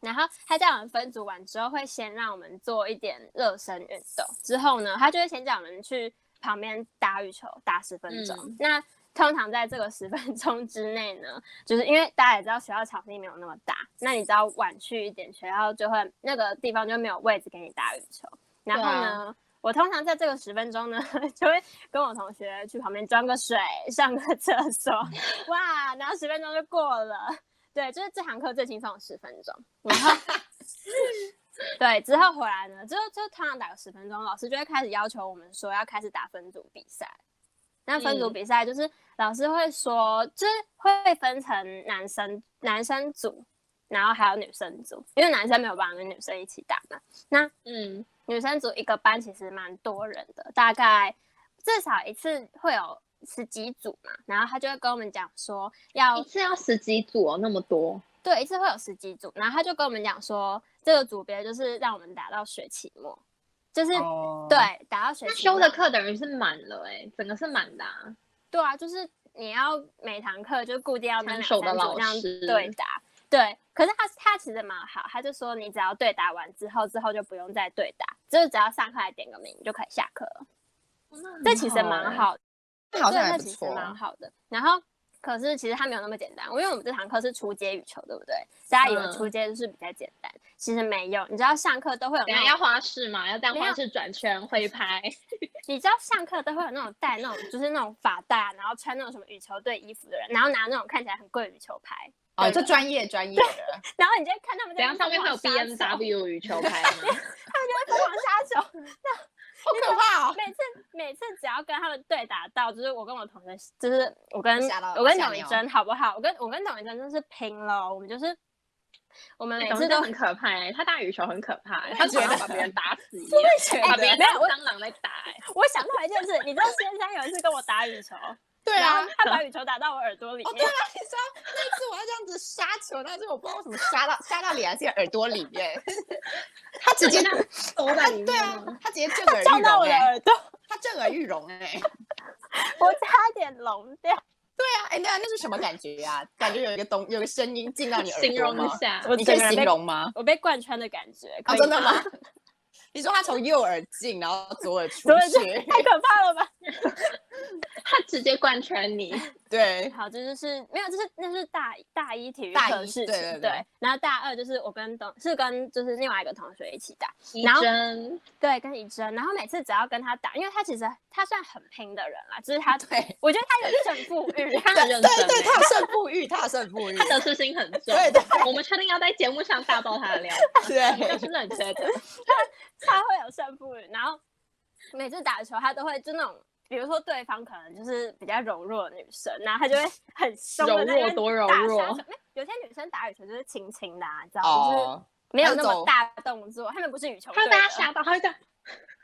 [SPEAKER 3] 然后他叫我们分组完之后，会先让我们做一点热身运动，之后呢，他就会先叫我们去旁边打羽球，打十分钟。
[SPEAKER 1] 嗯
[SPEAKER 3] 那通常在这个十分钟之内呢， (laughs) 就是因为大家也知道学校场地没有那么大，那你只要晚去一点，学校就会那个地方就没有位置给你打羽球。然后呢，我通常在这个十分钟呢， (laughs) 就会跟我同学去旁边装个水，上个厕所， (laughs) 哇，然后十分钟就过了。对，就是这堂课最轻松的十分钟，然后对之后回来呢，就就通常打个十分钟，老师就会开始要求我们说要开始打分组比赛。那分组
[SPEAKER 1] 嗯
[SPEAKER 3] 比赛就是老师会说，就是会分成男生男生组，然后还有女生组，因为男生没有办法跟女生一起打嘛。
[SPEAKER 1] 嗯，
[SPEAKER 3] 女生组一个班其实蛮多人的，大概至少一次会有十几组嘛。然后他就会跟我们讲说要
[SPEAKER 1] 一次要十几组哦，那么多。
[SPEAKER 3] 对，一次会有十几组，然后他就跟我们讲说，这个组别就是让我们打到学期末，就是、
[SPEAKER 2] 哦
[SPEAKER 3] 对打到学
[SPEAKER 1] 那
[SPEAKER 3] 期末
[SPEAKER 1] 修的课等于是满了哎、整个是满的、啊。
[SPEAKER 3] 对啊，就是你要每堂课就固定要跟
[SPEAKER 1] 看
[SPEAKER 3] 两三
[SPEAKER 1] 手
[SPEAKER 3] 组
[SPEAKER 1] 的老
[SPEAKER 3] 这样
[SPEAKER 1] 师
[SPEAKER 3] 对打，对。可是他他其实蛮好，他就说你只要对打完之后，之后就不用再对打，就是只要上课来点个名就可以下课了，
[SPEAKER 1] 哦那很
[SPEAKER 3] 这其实
[SPEAKER 1] 好
[SPEAKER 3] 蛮
[SPEAKER 1] 欸。
[SPEAKER 3] 好
[SPEAKER 2] 那好像
[SPEAKER 3] 对，那
[SPEAKER 2] 还不
[SPEAKER 3] 其实
[SPEAKER 2] 错。
[SPEAKER 1] 啊
[SPEAKER 2] 哦
[SPEAKER 3] 蛮好的。然后，可是其实它没有那么简单，因为我们这堂课是初阶羽球，对不对？大家以为
[SPEAKER 1] 嗯
[SPEAKER 3] 初阶就是比较简单，其实没有。你知道上课都会有
[SPEAKER 1] 等一下
[SPEAKER 3] 那
[SPEAKER 1] 要
[SPEAKER 3] 种，
[SPEAKER 1] 花式嘛，要这样
[SPEAKER 3] 没有
[SPEAKER 1] 花式转圈挥拍，
[SPEAKER 3] 你知道上课都会有那种戴那种就是那种发带啊，然后穿那种什么羽球队衣服的人，然后拿那种看起来很贵的羽球拍，
[SPEAKER 2] 哦，就专业专业的。
[SPEAKER 3] 然后你就会看他们
[SPEAKER 1] 等
[SPEAKER 3] 在
[SPEAKER 1] 一下上面会有 B N
[SPEAKER 3] W，
[SPEAKER 1] W 羽球拍吗？
[SPEAKER 3] 疯狂杀手。
[SPEAKER 2] 好可怕哦！
[SPEAKER 3] 每次每次只要跟他们对打到，就是我跟我同学，就是我跟
[SPEAKER 2] 吓到
[SPEAKER 3] 嗯我跟
[SPEAKER 2] 吓哦
[SPEAKER 3] 董宇
[SPEAKER 2] 尿
[SPEAKER 3] 珍好不好？我跟我跟董宇珍真是拼了，我们就是我们
[SPEAKER 1] 欸
[SPEAKER 3] (laughs) 每
[SPEAKER 1] 董
[SPEAKER 3] 次
[SPEAKER 1] 事
[SPEAKER 3] 都
[SPEAKER 1] 长很可怕欸，他打羽球很可怕欸，
[SPEAKER 2] 也
[SPEAKER 1] 他
[SPEAKER 2] 觉
[SPEAKER 1] 觉
[SPEAKER 2] 得
[SPEAKER 1] 得把别人打死一
[SPEAKER 3] (laughs)
[SPEAKER 1] 样，
[SPEAKER 2] 觉
[SPEAKER 1] 把
[SPEAKER 2] 得
[SPEAKER 1] 别人
[SPEAKER 3] 哎啊没
[SPEAKER 1] 当
[SPEAKER 3] 有我
[SPEAKER 1] 蟑螂在打欸。
[SPEAKER 3] 我想到一件事，你知道先生有一次跟我打羽球，
[SPEAKER 2] 对
[SPEAKER 3] 然
[SPEAKER 2] 啊
[SPEAKER 3] 后，他把羽球打到我耳朵里
[SPEAKER 2] 哦，对
[SPEAKER 3] 面
[SPEAKER 2] 啊，，你知道那一次我要这样子杀球，但是我不知道为什么杀到杀到脸还是耳朵里面， (laughs) 他直接
[SPEAKER 1] 那躲在里
[SPEAKER 2] 对
[SPEAKER 1] 面
[SPEAKER 2] 啊
[SPEAKER 1] 吗？，
[SPEAKER 2] 他直接震耳
[SPEAKER 3] 撞
[SPEAKER 2] 欲
[SPEAKER 3] 到
[SPEAKER 2] 聋
[SPEAKER 3] 我的
[SPEAKER 2] 哎、
[SPEAKER 3] 耳朵，
[SPEAKER 2] 他震耳欲聋哎、
[SPEAKER 3] 欸 (laughs)
[SPEAKER 2] (laughs)
[SPEAKER 3] 我差点聋掉。
[SPEAKER 2] 对啊，哎、那那是什么感觉啊？感觉有一个东，有一个声音进到你耳
[SPEAKER 1] 形
[SPEAKER 2] 朵
[SPEAKER 1] 容一
[SPEAKER 2] 吗？
[SPEAKER 1] 下，
[SPEAKER 3] 我
[SPEAKER 2] 你可以
[SPEAKER 3] 整个人
[SPEAKER 2] 形
[SPEAKER 3] 被
[SPEAKER 2] 容吗？
[SPEAKER 3] 我被贯哦穿的感觉，可
[SPEAKER 2] 啊，
[SPEAKER 3] 以
[SPEAKER 2] 真的？吗？ (laughs) 你说他从右耳进，然后左耳出
[SPEAKER 3] 左耳进
[SPEAKER 2] 去，
[SPEAKER 3] (laughs) 太可怕了吧！
[SPEAKER 1] 他直接贯穿
[SPEAKER 3] (laughs)
[SPEAKER 1] 你，
[SPEAKER 2] 对，
[SPEAKER 3] 好，这就是没有，这是那是大一大一体育
[SPEAKER 2] 大
[SPEAKER 3] 课的
[SPEAKER 2] 一
[SPEAKER 3] 事情，
[SPEAKER 2] 对对对
[SPEAKER 3] 然后大二就是我跟董是跟就是另外一个同学一起打，
[SPEAKER 1] 一
[SPEAKER 3] 然后
[SPEAKER 1] 针
[SPEAKER 3] 对，跟怡珍。然后每次只要跟他打，因为他其实他算很拼的人啦，就是 (laughs) 他，
[SPEAKER 2] 对，
[SPEAKER 3] 我觉得他有胜负欲，
[SPEAKER 1] 他很认真
[SPEAKER 2] 对对，
[SPEAKER 1] 欸，
[SPEAKER 2] 他有胜负欲，他有胜负欲，
[SPEAKER 1] 他得失心很重。
[SPEAKER 2] 对对
[SPEAKER 1] 我们确定要在节目上大爆他的料，这
[SPEAKER 2] 对
[SPEAKER 1] 是冷缺的。
[SPEAKER 3] 他会有胜负欲，然后每次打球他都会就那种，比如说对方可能就是比较柔弱的女生，然后他就会很凶
[SPEAKER 1] 柔
[SPEAKER 3] 的那
[SPEAKER 1] 弱
[SPEAKER 3] 边
[SPEAKER 1] 多柔
[SPEAKER 3] 打杀
[SPEAKER 1] 弱
[SPEAKER 3] 球没有有些女生打羽球就是轻轻的、啊，你知道吗？就是
[SPEAKER 2] 哦，
[SPEAKER 3] 没有那
[SPEAKER 2] 那种
[SPEAKER 3] 么大动作，他们不是羽球
[SPEAKER 1] 他会
[SPEAKER 3] 队的，
[SPEAKER 1] 被
[SPEAKER 3] (laughs)
[SPEAKER 1] 他吓到，他会这样，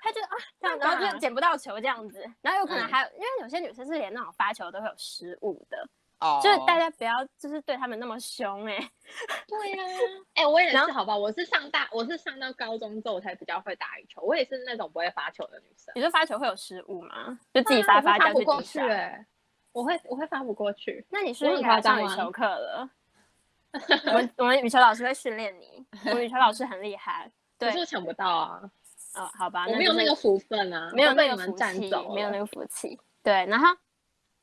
[SPEAKER 3] 他就啊这样，
[SPEAKER 1] 干
[SPEAKER 3] 然
[SPEAKER 1] 嘛
[SPEAKER 3] 后就捡不到球这样子，然后有可能
[SPEAKER 2] 嗯
[SPEAKER 3] 还有，因为有些女生是连那种发球都会有失误的，
[SPEAKER 2] 哦，
[SPEAKER 3] 就是大家不要就是对他们那么凶哎、
[SPEAKER 1] 对呀、哎、我也是
[SPEAKER 3] 然后，
[SPEAKER 1] 好吧，我是上大，我是上到高中之后我才比较会打羽球，我也是那种不会发球的女生，
[SPEAKER 3] 你说发球会有失误吗？就自己发
[SPEAKER 1] 对啊我会
[SPEAKER 3] 掉
[SPEAKER 1] 不
[SPEAKER 3] 去
[SPEAKER 1] 过
[SPEAKER 3] 底
[SPEAKER 1] 去、
[SPEAKER 3] 下。
[SPEAKER 1] 欸，我会我会发不过去，
[SPEAKER 3] 那你是
[SPEAKER 1] 我
[SPEAKER 3] 不
[SPEAKER 1] 很
[SPEAKER 3] 是应
[SPEAKER 1] 夸
[SPEAKER 3] 该
[SPEAKER 1] 张
[SPEAKER 3] 上羽
[SPEAKER 1] 吗
[SPEAKER 3] 球
[SPEAKER 1] (laughs)
[SPEAKER 3] 课了？我们我们羽球老师会训练你，我们羽球老师很厉害。
[SPEAKER 1] 可
[SPEAKER 3] 对
[SPEAKER 1] 是，我抢不到啊，
[SPEAKER 3] 哦，好吧，
[SPEAKER 1] 我
[SPEAKER 3] 那
[SPEAKER 1] 没有
[SPEAKER 3] 就
[SPEAKER 1] 那
[SPEAKER 3] 是
[SPEAKER 1] 个福分啊，
[SPEAKER 3] 没有
[SPEAKER 1] 我被
[SPEAKER 3] 那
[SPEAKER 1] 你
[SPEAKER 3] 个福
[SPEAKER 1] 们占
[SPEAKER 3] 气
[SPEAKER 1] 走，
[SPEAKER 3] 没有那
[SPEAKER 1] 了。
[SPEAKER 3] 个福气。对，然后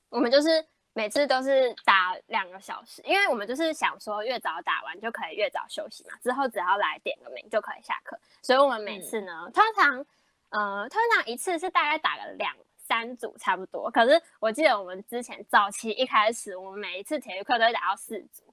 [SPEAKER 3] 我们就是每次都是打两个小时，因为我们就是想说越早打完就可以越早休息嘛，之后只要来点个名就可以下课，所以我们每次呢，
[SPEAKER 1] 嗯
[SPEAKER 3] 通常呃通常一次是大概打个两。三组差不多，可是我记得我们之前早期一开始，我们每一次体育课都会打到四组，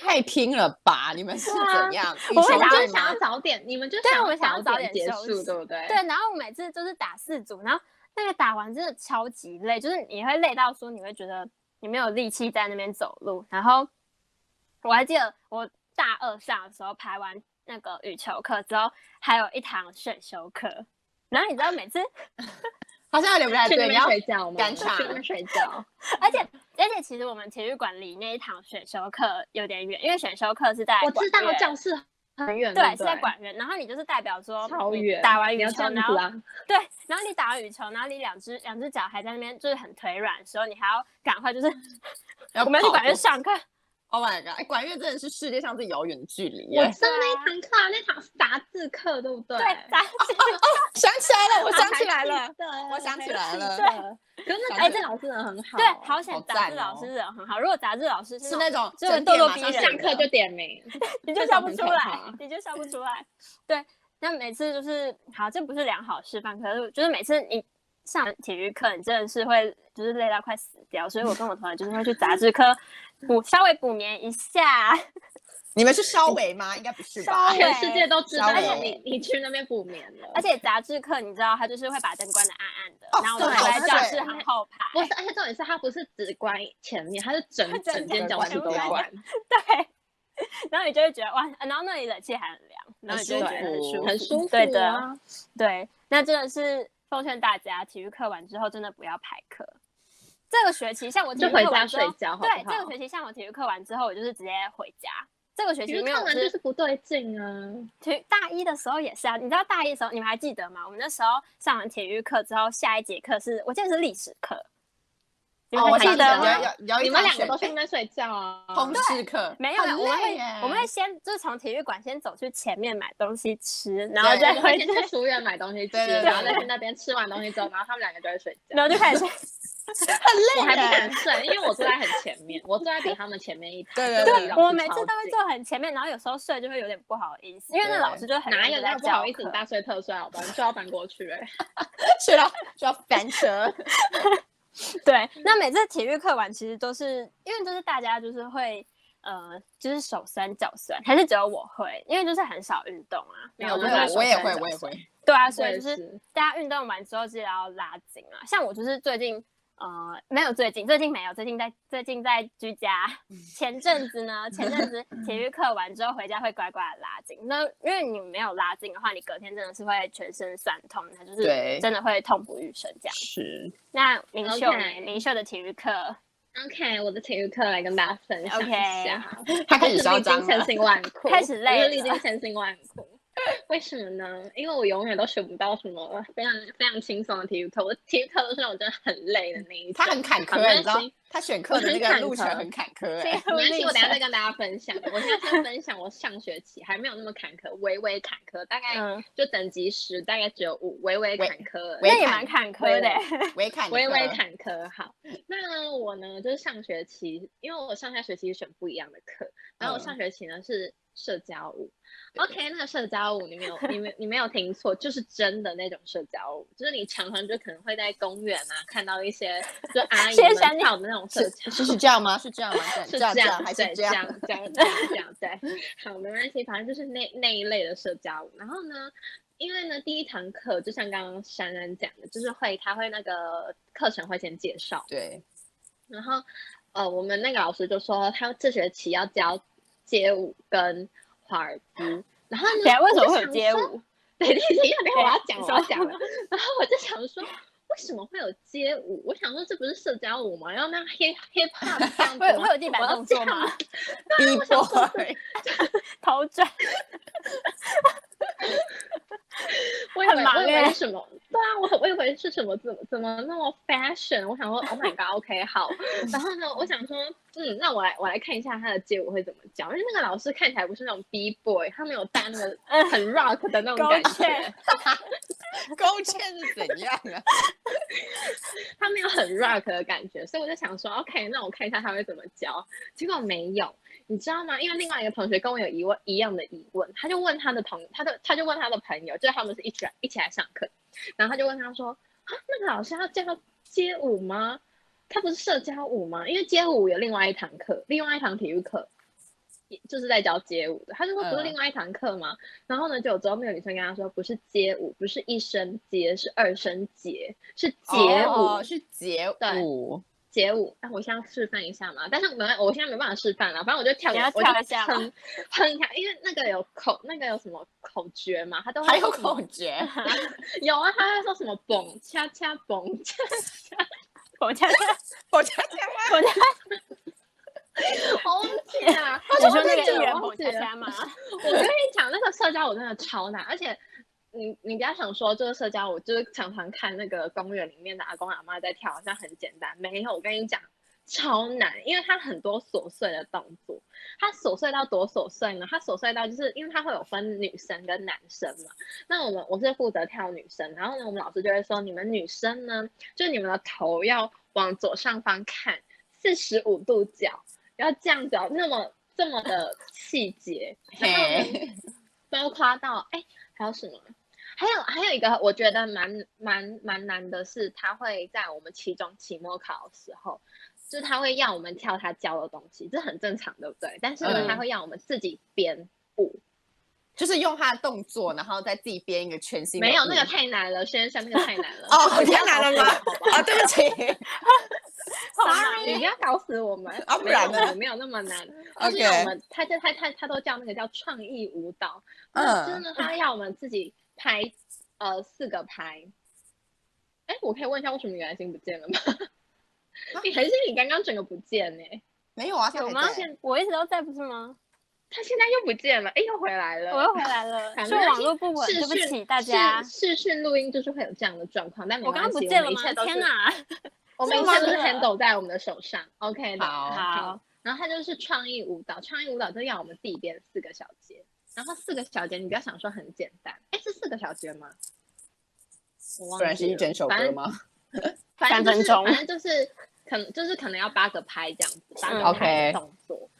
[SPEAKER 2] 太拼了吧？你们是
[SPEAKER 1] 对啊
[SPEAKER 2] 怎样？羽
[SPEAKER 3] 我
[SPEAKER 2] 球
[SPEAKER 3] 会打
[SPEAKER 1] 你
[SPEAKER 2] 队
[SPEAKER 1] 们想
[SPEAKER 2] 吗
[SPEAKER 1] 要？早点，你们就
[SPEAKER 3] 对我
[SPEAKER 1] 要
[SPEAKER 3] 们想要
[SPEAKER 1] 早
[SPEAKER 3] 早点
[SPEAKER 1] 结
[SPEAKER 3] 休
[SPEAKER 1] 束，
[SPEAKER 3] 息
[SPEAKER 1] 对不对？
[SPEAKER 3] 对，然后我每次就是打四组，然后那个打完真的超级累，就是你会累到说你会觉得你没有力气在那边走路。然后我还记得我大二上的时候排完那个羽球课之后，还有一堂选修课。然后你知
[SPEAKER 1] (laughs)
[SPEAKER 3] 道每次，
[SPEAKER 2] 好像有点不
[SPEAKER 3] 啊
[SPEAKER 2] 太
[SPEAKER 1] 去那
[SPEAKER 2] 对，你
[SPEAKER 1] 边
[SPEAKER 2] 要
[SPEAKER 1] 睡觉吗？
[SPEAKER 2] 赶场
[SPEAKER 1] 去那边睡
[SPEAKER 3] (laughs)
[SPEAKER 1] 觉，
[SPEAKER 3] 而且而且其实我们体育馆离那一堂选修课有点远，因为选修课是在
[SPEAKER 1] 我知
[SPEAKER 3] 管
[SPEAKER 1] 道
[SPEAKER 3] 院
[SPEAKER 1] 教室很远，
[SPEAKER 3] 对
[SPEAKER 1] 不
[SPEAKER 3] 是在管院，然后你就是代表说
[SPEAKER 1] 超
[SPEAKER 3] 你
[SPEAKER 1] 远，
[SPEAKER 3] 打完
[SPEAKER 1] 你
[SPEAKER 3] 羽
[SPEAKER 1] 要这
[SPEAKER 3] 球，
[SPEAKER 1] 样
[SPEAKER 3] 然后
[SPEAKER 1] 子啊，
[SPEAKER 3] 对，然后你打完羽球，然后你两只两只脚还在那边就是很腿软的时候，你还要赶快就是
[SPEAKER 2] 要
[SPEAKER 3] 我们要去管
[SPEAKER 2] 跑
[SPEAKER 3] 院上课，
[SPEAKER 2] Oh my god！哎管乐真的是世界上最遥远的距离
[SPEAKER 1] 我
[SPEAKER 2] 耶！
[SPEAKER 1] 上那一堂课啊，那堂是杂志课，对不对？
[SPEAKER 3] 对，打
[SPEAKER 2] 想起来了，我
[SPEAKER 1] 啊
[SPEAKER 2] 想起来，
[SPEAKER 1] 还
[SPEAKER 2] 了
[SPEAKER 1] 记，得
[SPEAKER 2] 我想起来了
[SPEAKER 1] 对，可是那
[SPEAKER 2] 哎
[SPEAKER 1] 杂志老师人很好，
[SPEAKER 3] 对，好
[SPEAKER 2] 好
[SPEAKER 3] 险杂
[SPEAKER 2] 赞
[SPEAKER 3] 志老
[SPEAKER 2] 哦
[SPEAKER 3] 师人很好，如果杂志老师
[SPEAKER 2] 是那
[SPEAKER 3] 那种
[SPEAKER 2] 种
[SPEAKER 3] 就是
[SPEAKER 2] 整
[SPEAKER 3] 咄
[SPEAKER 2] 点
[SPEAKER 3] 咄
[SPEAKER 2] 马
[SPEAKER 3] 逼
[SPEAKER 2] 上
[SPEAKER 3] 人
[SPEAKER 1] 上
[SPEAKER 2] 选
[SPEAKER 1] 课
[SPEAKER 2] 的
[SPEAKER 1] 就点名，
[SPEAKER 3] (laughs) 你
[SPEAKER 2] 这
[SPEAKER 3] 就笑
[SPEAKER 2] 种
[SPEAKER 3] 不
[SPEAKER 2] 很
[SPEAKER 3] 出
[SPEAKER 2] 可
[SPEAKER 3] 来
[SPEAKER 2] 怕，
[SPEAKER 3] 你就笑不出来，对，那每次就是好，这不是良好示范，可是就是每次你。上体育课，你真的是会就是累到快死掉，所以我跟我同学就是会去杂
[SPEAKER 2] (laughs)
[SPEAKER 3] 志科补稍微补眠一下。 (laughs)
[SPEAKER 2] 你们是稍微吗？应该不是吧
[SPEAKER 3] 稍？微
[SPEAKER 1] 全世界都知道
[SPEAKER 2] 稍微
[SPEAKER 1] 你你去那边补眠了，
[SPEAKER 3] 而且杂志课你知道，他就是会把灯关的暗暗的，
[SPEAKER 2] 哦
[SPEAKER 3] 然后我们
[SPEAKER 2] 对
[SPEAKER 3] 坐在
[SPEAKER 2] 对
[SPEAKER 3] 教
[SPEAKER 2] 对
[SPEAKER 3] 室很后排。
[SPEAKER 1] 不是，而且重点是他不是只关前面，他是整
[SPEAKER 3] 它整
[SPEAKER 1] 整间
[SPEAKER 3] 间
[SPEAKER 1] 教室
[SPEAKER 3] 全
[SPEAKER 1] 都
[SPEAKER 3] 部关
[SPEAKER 1] 关，
[SPEAKER 3] 对，然后你就会觉得哇，然后那里冷气还很凉，然后你就会觉得
[SPEAKER 2] 很
[SPEAKER 3] 很
[SPEAKER 2] 舒
[SPEAKER 1] 很舒
[SPEAKER 2] 服
[SPEAKER 3] 舒服，
[SPEAKER 1] 服
[SPEAKER 3] 对的，
[SPEAKER 1] 啊。
[SPEAKER 3] 对，那真的是奉劝大家，体育课完之后真的不要排课。这个学期像我体
[SPEAKER 1] 就
[SPEAKER 3] 育
[SPEAKER 1] 回家
[SPEAKER 3] 课完之
[SPEAKER 1] 睡
[SPEAKER 3] 后，
[SPEAKER 1] 觉，好不
[SPEAKER 3] 对，这个
[SPEAKER 1] 好？
[SPEAKER 3] 学期像我体育课完之后，我就是直接回家。这个学
[SPEAKER 1] 体
[SPEAKER 3] 期
[SPEAKER 1] 育
[SPEAKER 3] 没有
[SPEAKER 1] 课
[SPEAKER 3] 我
[SPEAKER 1] 完就是是不对劲啊，
[SPEAKER 3] 体育大一的时候也是啊，你知道大一的时候你们还记得吗？我们那时候上完体育课之后，下一节课是我记得是历史课，你们
[SPEAKER 2] 哦，我
[SPEAKER 3] 还
[SPEAKER 2] 想
[SPEAKER 3] 记
[SPEAKER 2] 起
[SPEAKER 3] 得
[SPEAKER 2] 来
[SPEAKER 3] 吗？
[SPEAKER 2] 了有有有
[SPEAKER 1] 你
[SPEAKER 2] 一
[SPEAKER 1] 们
[SPEAKER 2] 堂
[SPEAKER 1] 两个
[SPEAKER 2] 选
[SPEAKER 1] 都去那边睡觉啊，
[SPEAKER 2] 通识课，
[SPEAKER 3] 没有，
[SPEAKER 2] 很
[SPEAKER 3] 我们
[SPEAKER 2] 累
[SPEAKER 3] 会
[SPEAKER 2] 耶
[SPEAKER 3] 我们会先就是从体育馆先走去前面买东西吃，
[SPEAKER 2] 对
[SPEAKER 3] 然后再
[SPEAKER 1] 我
[SPEAKER 3] 回
[SPEAKER 1] 会
[SPEAKER 3] 去
[SPEAKER 1] 先，去书院买东西吃，
[SPEAKER 2] 对对对
[SPEAKER 1] 然后再去那边吃完东西之后，然后他们两个就会睡觉。
[SPEAKER 3] 然后就开始睡。
[SPEAKER 1] 我还不
[SPEAKER 2] 耶
[SPEAKER 1] 敢睡，因为我坐在很前面，我坐在比他们前面一排。
[SPEAKER 2] 对对
[SPEAKER 1] 所以
[SPEAKER 2] 对
[SPEAKER 1] 老师
[SPEAKER 3] 我每次
[SPEAKER 1] 超
[SPEAKER 3] 都会
[SPEAKER 1] 紧。
[SPEAKER 3] 坐很前面，然后有时候睡就会有点不好意思，因为那老师就很
[SPEAKER 1] 哪
[SPEAKER 3] 认
[SPEAKER 1] 有
[SPEAKER 3] 真在
[SPEAKER 1] 那不好
[SPEAKER 3] 教
[SPEAKER 1] 意思，你
[SPEAKER 3] 课。
[SPEAKER 1] 大睡特睡好吧？你睡到翻过 (laughs) 去、欸，
[SPEAKER 2] 睡到就要翻车。
[SPEAKER 3] 对，那每次体育课完其实都是因为就是大家就是会。呃，就是手酸脚酸，还是只有我会，因为就是很少运动啊，
[SPEAKER 1] 没
[SPEAKER 3] 没
[SPEAKER 1] 有
[SPEAKER 3] 有
[SPEAKER 1] 我
[SPEAKER 2] 我
[SPEAKER 3] 就
[SPEAKER 1] 也
[SPEAKER 3] 是手
[SPEAKER 2] 我也会，
[SPEAKER 3] 酸脚
[SPEAKER 2] 我也
[SPEAKER 3] 酸
[SPEAKER 2] 会。
[SPEAKER 3] 对啊，
[SPEAKER 1] 我
[SPEAKER 3] 所以
[SPEAKER 1] 也
[SPEAKER 3] 就是
[SPEAKER 1] 是
[SPEAKER 3] 大家运动完之后记得要拉筋啊。像我就是最近呃，没有最近，最近没有，最近在最近在居家。
[SPEAKER 1] 嗯
[SPEAKER 3] 前阵子呢，前阵子体育课完之后回家会乖乖的拉筋。那因为你没有拉筋的话，你隔天真的是会全身酸痛，它就是
[SPEAKER 2] 对
[SPEAKER 3] 真的会痛不欲生这样。
[SPEAKER 2] 是
[SPEAKER 3] 那明秀呢
[SPEAKER 1] OK
[SPEAKER 3] 明秀的体育课
[SPEAKER 1] OK，我的体育课来跟大家分享一
[SPEAKER 3] OK
[SPEAKER 1] 下。
[SPEAKER 2] 他开
[SPEAKER 1] 开
[SPEAKER 2] 始
[SPEAKER 1] 始
[SPEAKER 2] 嚣
[SPEAKER 1] 历
[SPEAKER 2] 张
[SPEAKER 1] 经千
[SPEAKER 2] 了，
[SPEAKER 1] 辛万苦，
[SPEAKER 3] 开始累
[SPEAKER 1] 我就
[SPEAKER 3] 了
[SPEAKER 1] 历经千辛万苦。为什么呢？因为我永远都学不到什么非常非常轻松的体育课，我的体育课都是让我真的很累的那一种。
[SPEAKER 2] 他很坎坷，
[SPEAKER 1] 好没关
[SPEAKER 2] 你知道
[SPEAKER 1] 系，
[SPEAKER 2] 他选课的那个路程很坎坷、哎
[SPEAKER 1] 没关系，我等一下再跟大家分享。我现在先分享我上学期还没有那么坎坷，微微坎坷，大概
[SPEAKER 3] 嗯，
[SPEAKER 1] 就等级十，大概只有五，微微坎坷而已。
[SPEAKER 2] 微
[SPEAKER 3] 那也蛮坎坷的、
[SPEAKER 2] 微哎坎坷，
[SPEAKER 1] 微微坎坷。好，那我呢，就是上学期，因为我上下学期选不一样的课，然后我
[SPEAKER 2] 嗯
[SPEAKER 1] 上学期呢是社交舞。
[SPEAKER 2] 对
[SPEAKER 1] OK，那个社交舞你没有，你
[SPEAKER 2] (laughs)
[SPEAKER 1] 没你没有听错，就是真的那种社交舞，就是你常常就可能会在公园啊看到一些就阿
[SPEAKER 2] (laughs)
[SPEAKER 1] 姨
[SPEAKER 3] 谢谢
[SPEAKER 1] 们
[SPEAKER 3] 闪电
[SPEAKER 1] 跳的那种社
[SPEAKER 2] 是
[SPEAKER 1] 交。
[SPEAKER 2] 是是这样吗？是这样吗？这
[SPEAKER 1] 是
[SPEAKER 2] 样
[SPEAKER 1] 这
[SPEAKER 2] 这样还
[SPEAKER 1] 样，
[SPEAKER 2] 是
[SPEAKER 1] 对，
[SPEAKER 2] 这
[SPEAKER 1] 这
[SPEAKER 2] 样？
[SPEAKER 1] 这样，这样，这样，对。 (laughs) 好，没关系，反正就是那那一类的社交舞。然后呢，因为呢，第一堂课就像刚刚珊珊讲的，就是会他会那个课程会先介绍，
[SPEAKER 2] 对，
[SPEAKER 1] 然后呃，我们那个老师就说他这学期要教街舞跟华尔兹。然后
[SPEAKER 3] 对
[SPEAKER 1] 呢
[SPEAKER 3] 啊，，为什么
[SPEAKER 1] 我
[SPEAKER 3] 会
[SPEAKER 1] 就
[SPEAKER 3] 有
[SPEAKER 1] 想
[SPEAKER 3] 街
[SPEAKER 1] 说
[SPEAKER 3] 舞？
[SPEAKER 1] (laughs) 对，对对，要等一下我要讲，我要
[SPEAKER 3] 对说
[SPEAKER 1] 讲了。然后我就想说，为什么会有街舞？我想说这不是社交舞吗？要那 hip hip hop 这样
[SPEAKER 3] (laughs) (laughs) 会
[SPEAKER 1] 子吗
[SPEAKER 3] 会有地板
[SPEAKER 1] 我要
[SPEAKER 3] 动作
[SPEAKER 1] 这样
[SPEAKER 3] 吗？ (laughs)
[SPEAKER 1] (laughs)
[SPEAKER 2] 逼
[SPEAKER 1] 想
[SPEAKER 2] 迫
[SPEAKER 1] 说
[SPEAKER 2] 而已
[SPEAKER 3] 头转，
[SPEAKER 1] 我以
[SPEAKER 3] 很
[SPEAKER 1] 为
[SPEAKER 3] 忙
[SPEAKER 1] 我以
[SPEAKER 3] 欸
[SPEAKER 1] 为是什么？对啊，我我以为是什么？怎么怎么那么 fashion？我想说，Oh my god，OK，、好。然后呢，我想说，嗯，那我来我来看一下他的街舞会怎么教，因为那个老师看起来不是那种 B boy，他没有带那个很 rock 的那种
[SPEAKER 3] 勾
[SPEAKER 1] 感
[SPEAKER 3] 芡
[SPEAKER 1] 觉，
[SPEAKER 2] 勾芡是怎样啊？
[SPEAKER 1] 他没有很 rock 的感觉，所以我就想说，OK，那我看一下他会怎么教。结果没有，你知道吗？因为另外一个同学跟我有疑问一样的疑问，他就问他的同，他的他就问他的朋友，就是他们是一起来一起来上课，然后他就问他说：“啊，那个老师要教街舞吗？他不是社交舞吗？因为街舞有另外一堂课，另外一堂体育课，也就是在教街舞的。他就说不是
[SPEAKER 2] 嗯
[SPEAKER 1] 另外一堂课吗？然后呢，就有之后那个女生跟他说，不是街舞，不是一声街，是二声节，是街舞。
[SPEAKER 2] 哦是街舞，
[SPEAKER 1] 街舞，那我现在示范一下嘛，但是没，我现在没办法示范了，反正我就跳，
[SPEAKER 3] 你要
[SPEAKER 1] 我
[SPEAKER 3] 跳
[SPEAKER 1] 就
[SPEAKER 3] 一下吗
[SPEAKER 1] 哼哼一下，因为那个有口，那个有什么口诀嘛，他都会
[SPEAKER 2] 还有
[SPEAKER 1] 说什么
[SPEAKER 2] 口诀， (laughs)
[SPEAKER 1] 有啊，他会说什么蹦恰恰蹦恰，
[SPEAKER 3] 我家
[SPEAKER 2] 我家家吗？
[SPEAKER 3] 我家，
[SPEAKER 1] 我忘记了，
[SPEAKER 3] 你
[SPEAKER 1] 我
[SPEAKER 3] 哦说
[SPEAKER 1] 忘
[SPEAKER 3] 那
[SPEAKER 1] 记
[SPEAKER 3] 个艺人
[SPEAKER 1] 了，我
[SPEAKER 3] 彭
[SPEAKER 1] 忘记
[SPEAKER 3] 佳
[SPEAKER 1] 了。(laughs)
[SPEAKER 3] 佳吗？
[SPEAKER 1] 我跟你讲，那个社交舞真的超难，而且你你不要想说这个社交舞，就是常常看那个公园里面的阿公阿妈在跳，好像很简单，没有，我跟你讲超难，因为它很多琐碎的动作，它琐碎到多琐碎呢？它琐碎到就是因为它会有分女生跟男生嘛，那我们我是负责跳女生，然后呢，我们老师就会说你们女生呢，就你们的头要往左上方看四十五度角，要这样子、哦，那么这么的细节，然后呢
[SPEAKER 2] 嘿，
[SPEAKER 1] 包括到哎、还有什么？还有还有一个我觉得蛮蛮蛮难的是，他会在我们期中期末考的时候，就是他会要我们跳他教的东西，这很正常，对不对？但是呢，
[SPEAKER 2] 嗯
[SPEAKER 1] 他会要我们自己编舞，
[SPEAKER 2] 就是用他的动作，然后再自己编一个全新的舞。
[SPEAKER 1] 没有那个太难了，先生那个太难了。
[SPEAKER 2] 哦
[SPEAKER 1] 你不要
[SPEAKER 2] 太
[SPEAKER 1] (laughs)
[SPEAKER 2] 难
[SPEAKER 1] 搞
[SPEAKER 2] 了吗
[SPEAKER 1] 死我好不好
[SPEAKER 2] 啊，对
[SPEAKER 1] (laughs)
[SPEAKER 2] 不起
[SPEAKER 3] 好难
[SPEAKER 1] 你不要搞死我们
[SPEAKER 2] 啊不然
[SPEAKER 1] 没
[SPEAKER 2] 呢
[SPEAKER 1] 有我们没有那么难。他是
[SPEAKER 2] OK
[SPEAKER 1] 要我们，他就他他他都叫那个叫创意舞蹈，
[SPEAKER 2] 嗯
[SPEAKER 1] 嗯，就是呢，他要我们自己拍呃四个拍。哎，我可以问一下为什么原来心不见了吗？ (laughs) 你还是你刚刚整个不见呢、
[SPEAKER 2] 没有啊，他
[SPEAKER 3] 有
[SPEAKER 2] 还
[SPEAKER 3] 吗
[SPEAKER 2] 在？
[SPEAKER 3] 我一直都在，不是吗？
[SPEAKER 1] 他现在又不见了，哎，又回来
[SPEAKER 3] 我
[SPEAKER 1] 了。
[SPEAKER 3] 又回来了，
[SPEAKER 1] 反
[SPEAKER 3] 是
[SPEAKER 1] 正
[SPEAKER 3] 网络不稳，
[SPEAKER 1] 视
[SPEAKER 3] 对不
[SPEAKER 1] 讯
[SPEAKER 3] 起大家。
[SPEAKER 1] 视视讯录音就是会有这样的状况，但没
[SPEAKER 3] 我刚刚不
[SPEAKER 1] 关系
[SPEAKER 3] 见了
[SPEAKER 1] 我们一
[SPEAKER 3] 吗
[SPEAKER 1] 切？都是
[SPEAKER 3] 天哪！
[SPEAKER 1] 我们一切都是
[SPEAKER 3] 是吗
[SPEAKER 1] handle 在我们的手上。OK 的，
[SPEAKER 2] 好
[SPEAKER 3] 好，
[SPEAKER 1] 然后它就是创意舞蹈，创意舞蹈就要我们自己编四个小节，然后四个小节你不要想说很简单，哎，是四个小节吗？我忘
[SPEAKER 2] 不然是
[SPEAKER 1] 记
[SPEAKER 2] 一
[SPEAKER 1] 了
[SPEAKER 2] 整首歌？吗？
[SPEAKER 1] 反正
[SPEAKER 3] 三分钟
[SPEAKER 1] 反正就是反正就是可能就是可能要八个拍这样子，八
[SPEAKER 3] 嗯
[SPEAKER 1] 个拍
[SPEAKER 2] OK
[SPEAKER 1] 的动作。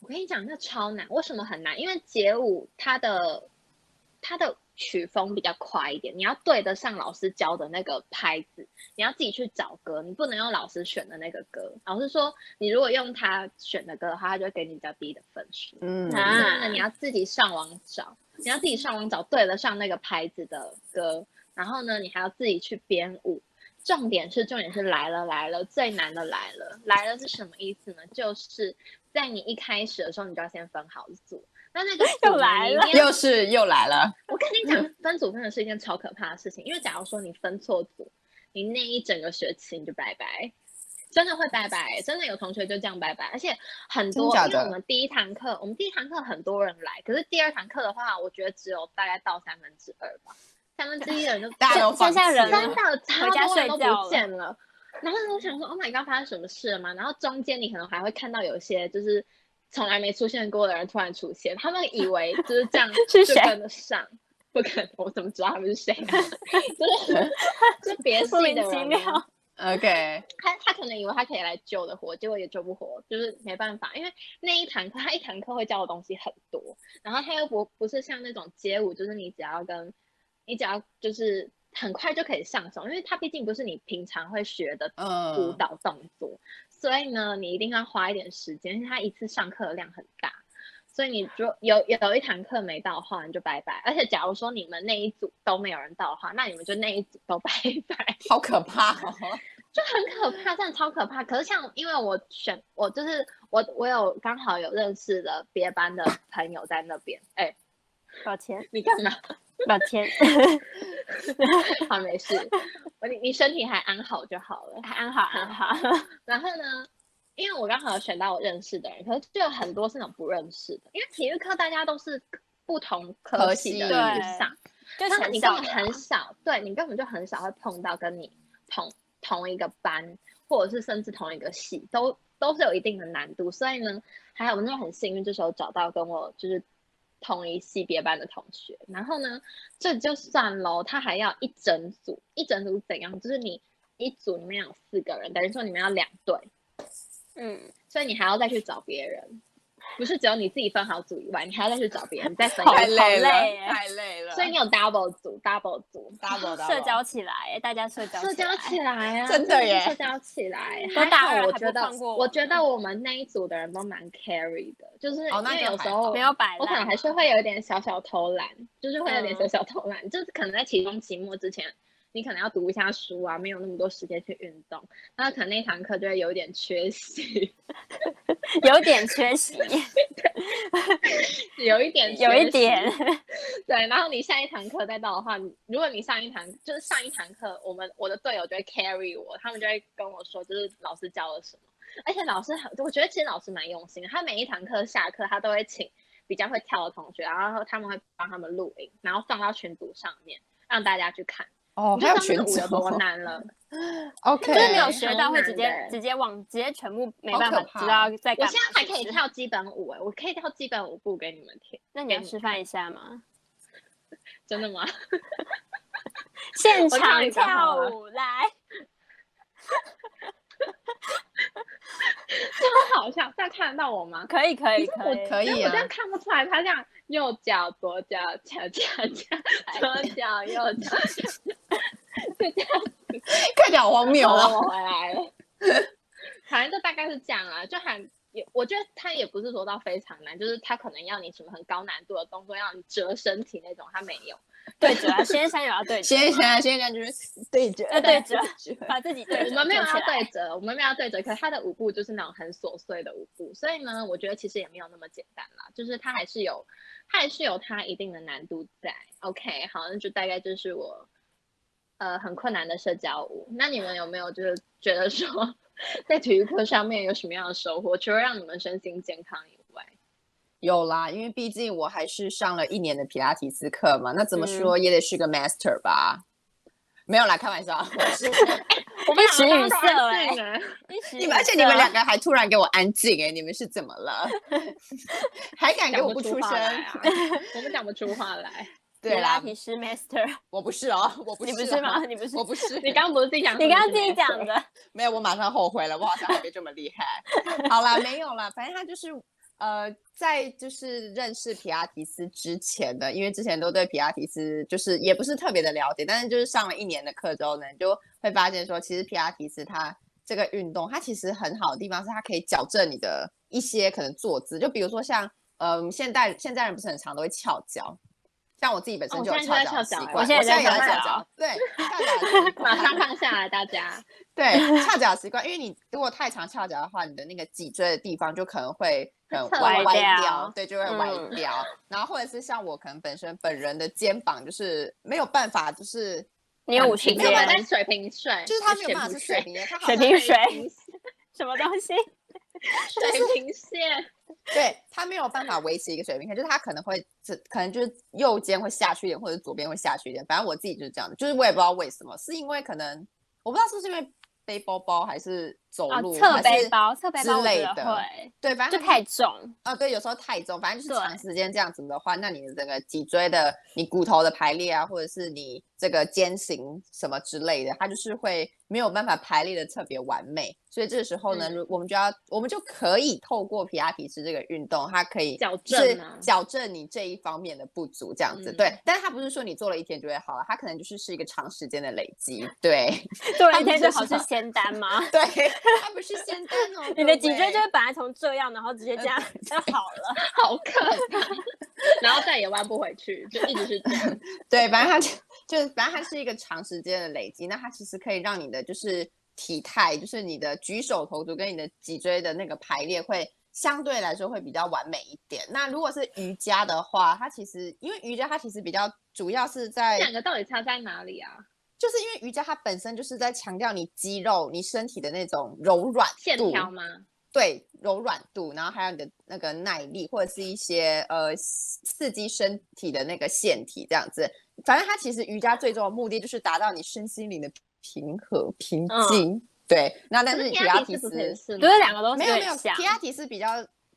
[SPEAKER 1] 我跟你讲，那超难，为什么很难？因为街舞它的它的曲风比较快一点，你要对得上老师教的那个拍子，你要自己去找歌，你不能用老师选的那个歌。老师说，你如果用他选的歌的话，他就会给你比较低的分数。
[SPEAKER 2] 嗯，
[SPEAKER 3] 啊
[SPEAKER 1] 所以呢，你要自己上网找，你要自己上网找对得上那个牌子的歌，然后呢，你还要自己去编舞，重点是重点是来了来了，最难的来了来了是什么意思呢？就是在你一开始的时候，你就要先分好组。那那个
[SPEAKER 3] 又
[SPEAKER 1] 组呢
[SPEAKER 3] 来
[SPEAKER 1] 你一
[SPEAKER 3] 了
[SPEAKER 1] 定要
[SPEAKER 2] 又是又来了，
[SPEAKER 1] 我跟你
[SPEAKER 2] 嗯
[SPEAKER 1] 讲，分组真的是一件超可怕的事情，因为假如说你分错组，你那一整个学期你就拜拜，真的会拜拜，真的有同学就这样拜拜，而且很多，
[SPEAKER 2] 真假
[SPEAKER 1] 因为
[SPEAKER 2] 的
[SPEAKER 1] 我们第一堂课，我们第一堂课很多人来，可是第二堂课的话，我觉得只有大概到三分之二吧，三分之一的人就
[SPEAKER 2] 大家
[SPEAKER 3] 剩
[SPEAKER 2] 都放
[SPEAKER 3] 剩下
[SPEAKER 2] 弃
[SPEAKER 3] 人
[SPEAKER 2] 了
[SPEAKER 1] 真的超
[SPEAKER 3] 回家
[SPEAKER 1] 多人
[SPEAKER 3] 睡
[SPEAKER 1] 都
[SPEAKER 3] 觉了
[SPEAKER 1] 不见了。然后我想说，Oh my god，发生什么事了吗？然后中间你可能还会看到有一些就是从来没出现过的人突然出现，他们以为就是这样就
[SPEAKER 3] 是谁
[SPEAKER 1] 跟得上，不可能，我怎么知道他们是谁、啊？ (laughs)
[SPEAKER 3] (laughs)
[SPEAKER 1] 就是就别系
[SPEAKER 3] 莫名
[SPEAKER 1] 的
[SPEAKER 3] 其
[SPEAKER 1] 人
[SPEAKER 3] 妙
[SPEAKER 1] 啊、
[SPEAKER 2] OK，
[SPEAKER 1] 他他可能以为他可以来救的活，结果也救不活，就是没办法，因为那一堂课他一堂课会教的东西很多，然后他又不不是像那种街舞，就是你只要跟你只要就是很快就可以上手，因为它毕竟不是你平常会学的舞
[SPEAKER 2] 嗯，
[SPEAKER 1] 蹈动作，所以呢，你一定要花一点时间，因为他一次上课的量很大，所以你如有有一堂课没到的话，你就拜拜。而且假如说你们那一组都没有人到的话，那你们就那一组都拜拜。
[SPEAKER 2] 好可怕
[SPEAKER 3] (laughs)
[SPEAKER 2] 哦，
[SPEAKER 1] 就很可怕，真的超可怕。可是像因为我选我就是我我有刚好有认识的别班的朋友在那边，哎、
[SPEAKER 3] (laughs) 抱歉，
[SPEAKER 1] 你干嘛？ (laughs)
[SPEAKER 3] 抱歉， (laughs)
[SPEAKER 1] 好，没事，我你你身体还安好就好了。
[SPEAKER 3] 还安好安好，
[SPEAKER 1] 然后呢，因为我刚好有选到我认识的人，可是就有很多是那种不认识的，因为体育课大家都是不同科
[SPEAKER 2] 科
[SPEAKER 1] 系
[SPEAKER 2] 系
[SPEAKER 1] 的人去
[SPEAKER 3] 对
[SPEAKER 1] 上，
[SPEAKER 3] (laughs) 就
[SPEAKER 1] 那
[SPEAKER 3] 想
[SPEAKER 1] 你根
[SPEAKER 3] 笑
[SPEAKER 1] 本
[SPEAKER 3] 的
[SPEAKER 1] 很少，对你根本就很少会碰到跟你同同一个班，或者是甚至同一个系，都都是有一定的难度。所以呢，还好我那时候很幸运，这时候找到跟我就是同一系别班的同学。然后呢，这就算喽，他还要一整组，一整组怎样？就是你一组里面有四个人，等于说你们要两队，
[SPEAKER 3] 嗯，
[SPEAKER 1] 所以你还要再去找别人，不是只有你自己分好组以外，你还要再去找别人，再分一
[SPEAKER 3] 好
[SPEAKER 1] 个
[SPEAKER 2] 太
[SPEAKER 1] 组。
[SPEAKER 2] 累了，
[SPEAKER 3] 好累耶
[SPEAKER 2] 太累了，
[SPEAKER 1] 所以你有 double 组，double 组，
[SPEAKER 2] double double
[SPEAKER 3] 社交起来，大家社交
[SPEAKER 1] 社交
[SPEAKER 3] 来
[SPEAKER 1] 起来啊，
[SPEAKER 2] 真的
[SPEAKER 1] 是
[SPEAKER 2] 耶
[SPEAKER 1] 社交起来。
[SPEAKER 3] 都
[SPEAKER 1] 还
[SPEAKER 3] 大
[SPEAKER 1] 好
[SPEAKER 3] 二
[SPEAKER 1] 我
[SPEAKER 3] 还
[SPEAKER 1] 觉
[SPEAKER 3] 不
[SPEAKER 1] 得
[SPEAKER 3] 放，过我
[SPEAKER 1] 我觉得我们那一组的人都蛮 carry 的，就是
[SPEAKER 2] 哦
[SPEAKER 1] 因
[SPEAKER 2] 那
[SPEAKER 1] 为
[SPEAKER 2] 就
[SPEAKER 1] 有
[SPEAKER 2] 还
[SPEAKER 1] 时
[SPEAKER 2] 好
[SPEAKER 1] 候
[SPEAKER 3] 没有摆烂，
[SPEAKER 1] 我可能还是会有一点小小偷懒，就是会有点小
[SPEAKER 3] 嗯
[SPEAKER 1] 小偷懒，就是可能在期中、期末之前，你可能要读一下书啊，没有那么多时间去运动，那可能那堂课就会有点缺席， (laughs)
[SPEAKER 3] 有点缺席，
[SPEAKER 1] 有一点，
[SPEAKER 3] 有一点。 (laughs)
[SPEAKER 1] 对，然后你下一堂课再到的话，你如果你上一堂就是上一堂课，我们我的队友就会 carry 我，他们就会跟我说，就是老师教了什么。而且老师很，我觉得其实老师蛮用心的，他每一堂课下课，他都会请比较会跳的同学，然后他们会帮他们录影，然后放到群组上面让大家去看。
[SPEAKER 2] 哦，
[SPEAKER 1] 你就
[SPEAKER 2] 还有
[SPEAKER 1] 知
[SPEAKER 2] 群
[SPEAKER 1] 道那个舞
[SPEAKER 2] 组
[SPEAKER 1] 有多
[SPEAKER 2] (laughs)
[SPEAKER 1] 难了。
[SPEAKER 2] ，OK，
[SPEAKER 3] 就是没有
[SPEAKER 1] 对
[SPEAKER 3] 学
[SPEAKER 1] 超
[SPEAKER 3] 到会
[SPEAKER 1] 难
[SPEAKER 3] 直
[SPEAKER 1] 的
[SPEAKER 3] 接直接忘，直接全部没
[SPEAKER 2] 好
[SPEAKER 3] 办
[SPEAKER 2] 可
[SPEAKER 3] 法
[SPEAKER 2] 怕
[SPEAKER 3] 知道在
[SPEAKER 1] 我
[SPEAKER 3] 干嘛。
[SPEAKER 1] 现在还可以
[SPEAKER 3] 是不是，
[SPEAKER 1] 跳基本舞、哎，我可以跳基本舞步给你们听，
[SPEAKER 3] 那你要
[SPEAKER 1] 给你
[SPEAKER 3] 示范一下吗？
[SPEAKER 1] 真的吗？
[SPEAKER 3] 现
[SPEAKER 1] (laughs) 我跳
[SPEAKER 3] 场
[SPEAKER 1] 一个好
[SPEAKER 3] 跳
[SPEAKER 1] 了
[SPEAKER 3] 舞来，
[SPEAKER 1] 真好笑，大家看得到我吗？
[SPEAKER 3] 可以可以
[SPEAKER 1] 可是
[SPEAKER 3] 可
[SPEAKER 1] 我
[SPEAKER 3] 以，
[SPEAKER 2] 可
[SPEAKER 1] 因
[SPEAKER 2] 以
[SPEAKER 1] 为我
[SPEAKER 2] 啊
[SPEAKER 1] 这，样看不出来，他这样右脚、左脚、恰恰恰，左脚、右脚，就这样。
[SPEAKER 2] 看起来好荒谬
[SPEAKER 1] 好了，
[SPEAKER 2] 哦。
[SPEAKER 1] 我回来了。 (laughs) 反正就大概是这样啊，就很也，我觉得他也不是说到非常难，就是他可能要你什么很高难度的动作，要你折身体那种，他没有。
[SPEAKER 3] 对折啊，先生有要
[SPEAKER 1] (laughs)
[SPEAKER 3] 对折
[SPEAKER 2] 现在现
[SPEAKER 3] 吗，
[SPEAKER 2] 在现在就是对折
[SPEAKER 3] 呃，对折
[SPEAKER 2] 折，
[SPEAKER 3] 把自己对
[SPEAKER 1] 我
[SPEAKER 3] 折
[SPEAKER 1] 们没有
[SPEAKER 3] 做起
[SPEAKER 1] 要
[SPEAKER 3] 来
[SPEAKER 1] 对折，我们没有要对折，可是他的舞步就是那种很琐碎的舞步，所以呢，我觉得其实也没有那么简单啦，就是他还是有，他还是有他一定的难度在。OK，好，那就大概就是我，呃，很困难的社交舞。那你们有没有就是觉得说，在体育课上面有什么样的收获？除了让你们身心健康以外，
[SPEAKER 2] 有啦，因为毕竟我还是上了一年的皮拉提斯课嘛，那怎么
[SPEAKER 3] 嗯
[SPEAKER 2] 说也得是个 master 吧？没有啦，开玩笑。啊
[SPEAKER 3] (laughs)
[SPEAKER 2] 我是
[SPEAKER 3] 我被时语塞了
[SPEAKER 1] 哎、
[SPEAKER 3] 哎，
[SPEAKER 1] 欸，
[SPEAKER 3] 一
[SPEAKER 2] (laughs)
[SPEAKER 3] 时
[SPEAKER 2] 你
[SPEAKER 3] 语
[SPEAKER 2] 们，而且你们
[SPEAKER 3] 塞
[SPEAKER 2] 两个还突然给我安静，哎，你们是怎么了？ (laughs) 还敢给
[SPEAKER 1] 讲
[SPEAKER 2] 我不
[SPEAKER 1] 出
[SPEAKER 2] 出
[SPEAKER 1] 话来
[SPEAKER 2] 声？
[SPEAKER 1] 啊，我们讲不出话来。
[SPEAKER 3] (laughs)
[SPEAKER 2] 对
[SPEAKER 3] 皮拉
[SPEAKER 2] 啦，
[SPEAKER 3] 提师 master，
[SPEAKER 2] 我不是哦，我不
[SPEAKER 3] 你
[SPEAKER 2] 是，
[SPEAKER 3] 不是吗？？ (laughs) 你不是
[SPEAKER 2] 我不是，
[SPEAKER 1] 你刚刚不是自己讲，
[SPEAKER 3] 你刚刚自己讲的，
[SPEAKER 2] 没有，我马上后悔了，我好像还没这么厉害。好啦，没有啦，反正他就是呃，在就是认识皮亚提斯之前的，因为之前都对皮亚提斯就是也不是特别的了解，但是就是上了一年的课之后呢，你就会发现说，其实皮亚提斯它这个运动，它其实很好的地方是它可以矫正你的一些可能坐姿，就比如说像嗯、呃，现代现代人不是很常都会翘脚，像我自己本身
[SPEAKER 1] 哦
[SPEAKER 2] 就有
[SPEAKER 1] 我现在就在
[SPEAKER 2] 翘
[SPEAKER 1] 翘脚
[SPEAKER 2] 习
[SPEAKER 1] 欸
[SPEAKER 2] 惯，
[SPEAKER 1] 我
[SPEAKER 3] 现在
[SPEAKER 2] 我
[SPEAKER 3] 也在
[SPEAKER 2] 也在
[SPEAKER 3] 翘
[SPEAKER 2] 翘
[SPEAKER 3] 脚
[SPEAKER 2] 脚，
[SPEAKER 1] (laughs)
[SPEAKER 2] 对，翘脚的习
[SPEAKER 1] (laughs) 马
[SPEAKER 2] 惯
[SPEAKER 1] 上放下来，大家。
[SPEAKER 3] (laughs)
[SPEAKER 2] 对，翘脚习惯，因为你如果太常翘脚的话，你的那个脊椎的地方就可能会
[SPEAKER 1] 会
[SPEAKER 2] 很
[SPEAKER 1] 侧
[SPEAKER 2] 歪
[SPEAKER 3] 歪
[SPEAKER 2] 掉，
[SPEAKER 3] 掉
[SPEAKER 2] 对，就会歪
[SPEAKER 3] 嗯
[SPEAKER 2] 掉。然后或者是像我可能本身本人的肩膀就是没有办法，就是
[SPEAKER 3] 你有五十
[SPEAKER 1] 没有办
[SPEAKER 3] 肩
[SPEAKER 1] 法，是水平睡，
[SPEAKER 2] 就是它没有办
[SPEAKER 1] 水
[SPEAKER 2] 法是
[SPEAKER 1] 平
[SPEAKER 2] 水
[SPEAKER 1] 睡，
[SPEAKER 2] 平的，它好
[SPEAKER 3] 水
[SPEAKER 2] 像
[SPEAKER 3] 平水
[SPEAKER 1] 平
[SPEAKER 3] 什么东西？
[SPEAKER 1] 水平线，
[SPEAKER 2] 对它没有办法维持一个水平线，就是它可能会这可能就是右肩会下去一点，或者左边会下去一点。反正我自己就是这样的，就是我也不知道为什么，是因为可能我不知道是不是因为背包包还是走
[SPEAKER 3] 哦
[SPEAKER 2] 路、，
[SPEAKER 3] 侧
[SPEAKER 2] 还
[SPEAKER 3] 背
[SPEAKER 2] 是
[SPEAKER 3] 包，侧背
[SPEAKER 2] 之
[SPEAKER 3] 包我
[SPEAKER 2] 类
[SPEAKER 3] 觉
[SPEAKER 2] 的
[SPEAKER 3] 得会，
[SPEAKER 2] 对，反
[SPEAKER 3] 就
[SPEAKER 2] 正它
[SPEAKER 3] 太重。
[SPEAKER 2] 哦，对，有时候太重，反正就是
[SPEAKER 3] 对
[SPEAKER 2] 长时间这样子的话，那你的整个脊椎的、你骨头的排列啊，或者是你这个肩型什么之类的，它就是会没有办法排列的特别完美。所以这个时候呢，
[SPEAKER 1] 嗯
[SPEAKER 2] 如我们就要，我们就可以透过皮拉提斯这个运动，它可以
[SPEAKER 1] 矫
[SPEAKER 2] 就是
[SPEAKER 1] 正啊
[SPEAKER 2] 矫正你这一方面的不足，这样子。对
[SPEAKER 1] 嗯，
[SPEAKER 2] 但是它不是说你做了一天就会好啊了，它可能就是是一个长时间的累积。对 (laughs)
[SPEAKER 3] 做
[SPEAKER 2] 他
[SPEAKER 3] 了一
[SPEAKER 2] 们
[SPEAKER 3] 天
[SPEAKER 2] 就
[SPEAKER 3] 就好
[SPEAKER 2] 是
[SPEAKER 3] 是
[SPEAKER 2] 把
[SPEAKER 3] 仙丹吗？
[SPEAKER 2] 对，它不是仙丹哦
[SPEAKER 3] (laughs) ，你
[SPEAKER 2] 各
[SPEAKER 3] 的脊
[SPEAKER 2] 位
[SPEAKER 3] 椎就会本来从这样，然后直接这样就好了。
[SPEAKER 1] 好可怕， (laughs) 然后再也弯不回去，就一直是这样。
[SPEAKER 2] 对，反正它就就是，反正它是一个长时间的累积。那它其实可以让你的就是体态，就是你的举手投足跟你的脊椎的那个排列会相对来说会比较完美一点。那如果是瑜伽的话，它其实因为瑜伽它其实比较主要是
[SPEAKER 1] 这
[SPEAKER 2] 在，
[SPEAKER 1] 两个到底差在哪里啊？
[SPEAKER 2] 就是因为瑜伽它本身就是在强调你肌肉、你身体的那种柔软
[SPEAKER 1] 线
[SPEAKER 2] 度，
[SPEAKER 1] 条吗？
[SPEAKER 2] 对柔软度，然后还有你的那个耐力，或者是一些呃刺刺激身体的那个腺体这样子。反正它其实瑜伽最终的目的就是达到你身心灵的平和平
[SPEAKER 3] 嗯
[SPEAKER 2] 静。对，那但
[SPEAKER 1] 可
[SPEAKER 2] 是
[SPEAKER 1] 是
[SPEAKER 2] 皮
[SPEAKER 1] 皮
[SPEAKER 2] 拉
[SPEAKER 1] 拉
[SPEAKER 2] 提
[SPEAKER 1] 提
[SPEAKER 2] 斯
[SPEAKER 1] 斯不是是吗
[SPEAKER 3] 不哦是两个都是
[SPEAKER 2] 没有没有，
[SPEAKER 3] 像
[SPEAKER 2] 皮拉提斯比较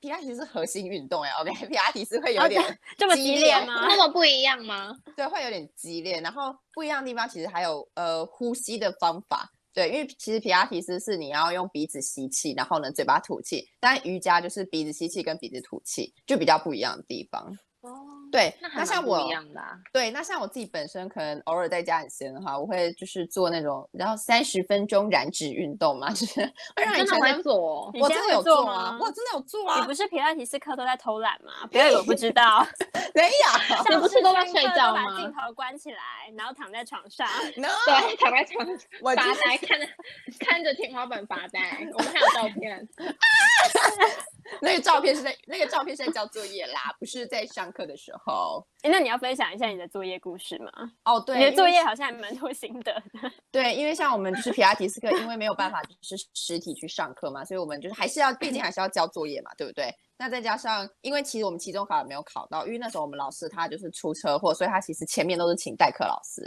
[SPEAKER 2] 皮拉提斯是核心运动哎，OK，皮拉提斯会有
[SPEAKER 3] 哦
[SPEAKER 2] 点、
[SPEAKER 3] 这么
[SPEAKER 2] 激
[SPEAKER 3] 激
[SPEAKER 2] 烈
[SPEAKER 3] 烈
[SPEAKER 1] 哦
[SPEAKER 3] 吗？
[SPEAKER 1] 那么不一样吗？
[SPEAKER 2] 对，会有点激烈。然后不一样的地方其实还有呃呼吸的方法，对，因为其实皮拉提斯是你要用鼻子吸气，然后呢嘴巴吐气，但瑜伽就是鼻子吸气跟鼻子吐气，就比较不一样的地方。
[SPEAKER 1] 哦，
[SPEAKER 2] 对，
[SPEAKER 1] 那
[SPEAKER 2] 那
[SPEAKER 1] 还蛮
[SPEAKER 2] 像
[SPEAKER 1] 不
[SPEAKER 2] 我
[SPEAKER 1] 一样的啊。
[SPEAKER 2] 对，那像我自己本身可能偶尔在家很闲的话，我会就是做那种然后三十分钟燃脂运动嘛，就是会让你
[SPEAKER 1] 真的
[SPEAKER 2] 全
[SPEAKER 1] 会
[SPEAKER 2] 身。
[SPEAKER 1] 做哦，
[SPEAKER 3] 你
[SPEAKER 2] 我
[SPEAKER 3] 现
[SPEAKER 2] 真
[SPEAKER 3] 在
[SPEAKER 2] 的
[SPEAKER 3] 会
[SPEAKER 2] 有
[SPEAKER 3] 做
[SPEAKER 2] 啊
[SPEAKER 3] 吗，
[SPEAKER 2] 我真的有做
[SPEAKER 3] 你
[SPEAKER 2] 啊
[SPEAKER 3] 不，是皮拉提斯课都在偷懒吗？不要以为我不知道，
[SPEAKER 2] 没有
[SPEAKER 3] (laughs) 上
[SPEAKER 1] 不是
[SPEAKER 3] 次
[SPEAKER 1] 都在
[SPEAKER 3] 上
[SPEAKER 1] 睡
[SPEAKER 3] 课
[SPEAKER 1] 觉
[SPEAKER 3] 把
[SPEAKER 1] 吗
[SPEAKER 3] 镜头关起来，然后躺在床上。
[SPEAKER 2] ，no，
[SPEAKER 1] 对，躺在床上
[SPEAKER 2] 我就
[SPEAKER 1] 发呆，看着看着天花板发呆。我们还有照片，
[SPEAKER 2] 那个照片是在那个照片是在交作业啦，不是在上课的时候。
[SPEAKER 3] 诶那你要分享一下你的作业故事吗？
[SPEAKER 2] 哦，对，
[SPEAKER 3] 你的
[SPEAKER 2] 因
[SPEAKER 3] 作
[SPEAKER 2] 为
[SPEAKER 3] 业好像还蛮多心得的。
[SPEAKER 2] 对，因为像我们就是皮拉提斯课，因为没有办法就是实体去上课嘛，所以我们就是还是要，毕竟还是要交作业嘛，对不对？那再加上，因为其实我们期中考也没有考到，因为那时候我们老师他就是出车祸，所以他其实前面都是请代课老师，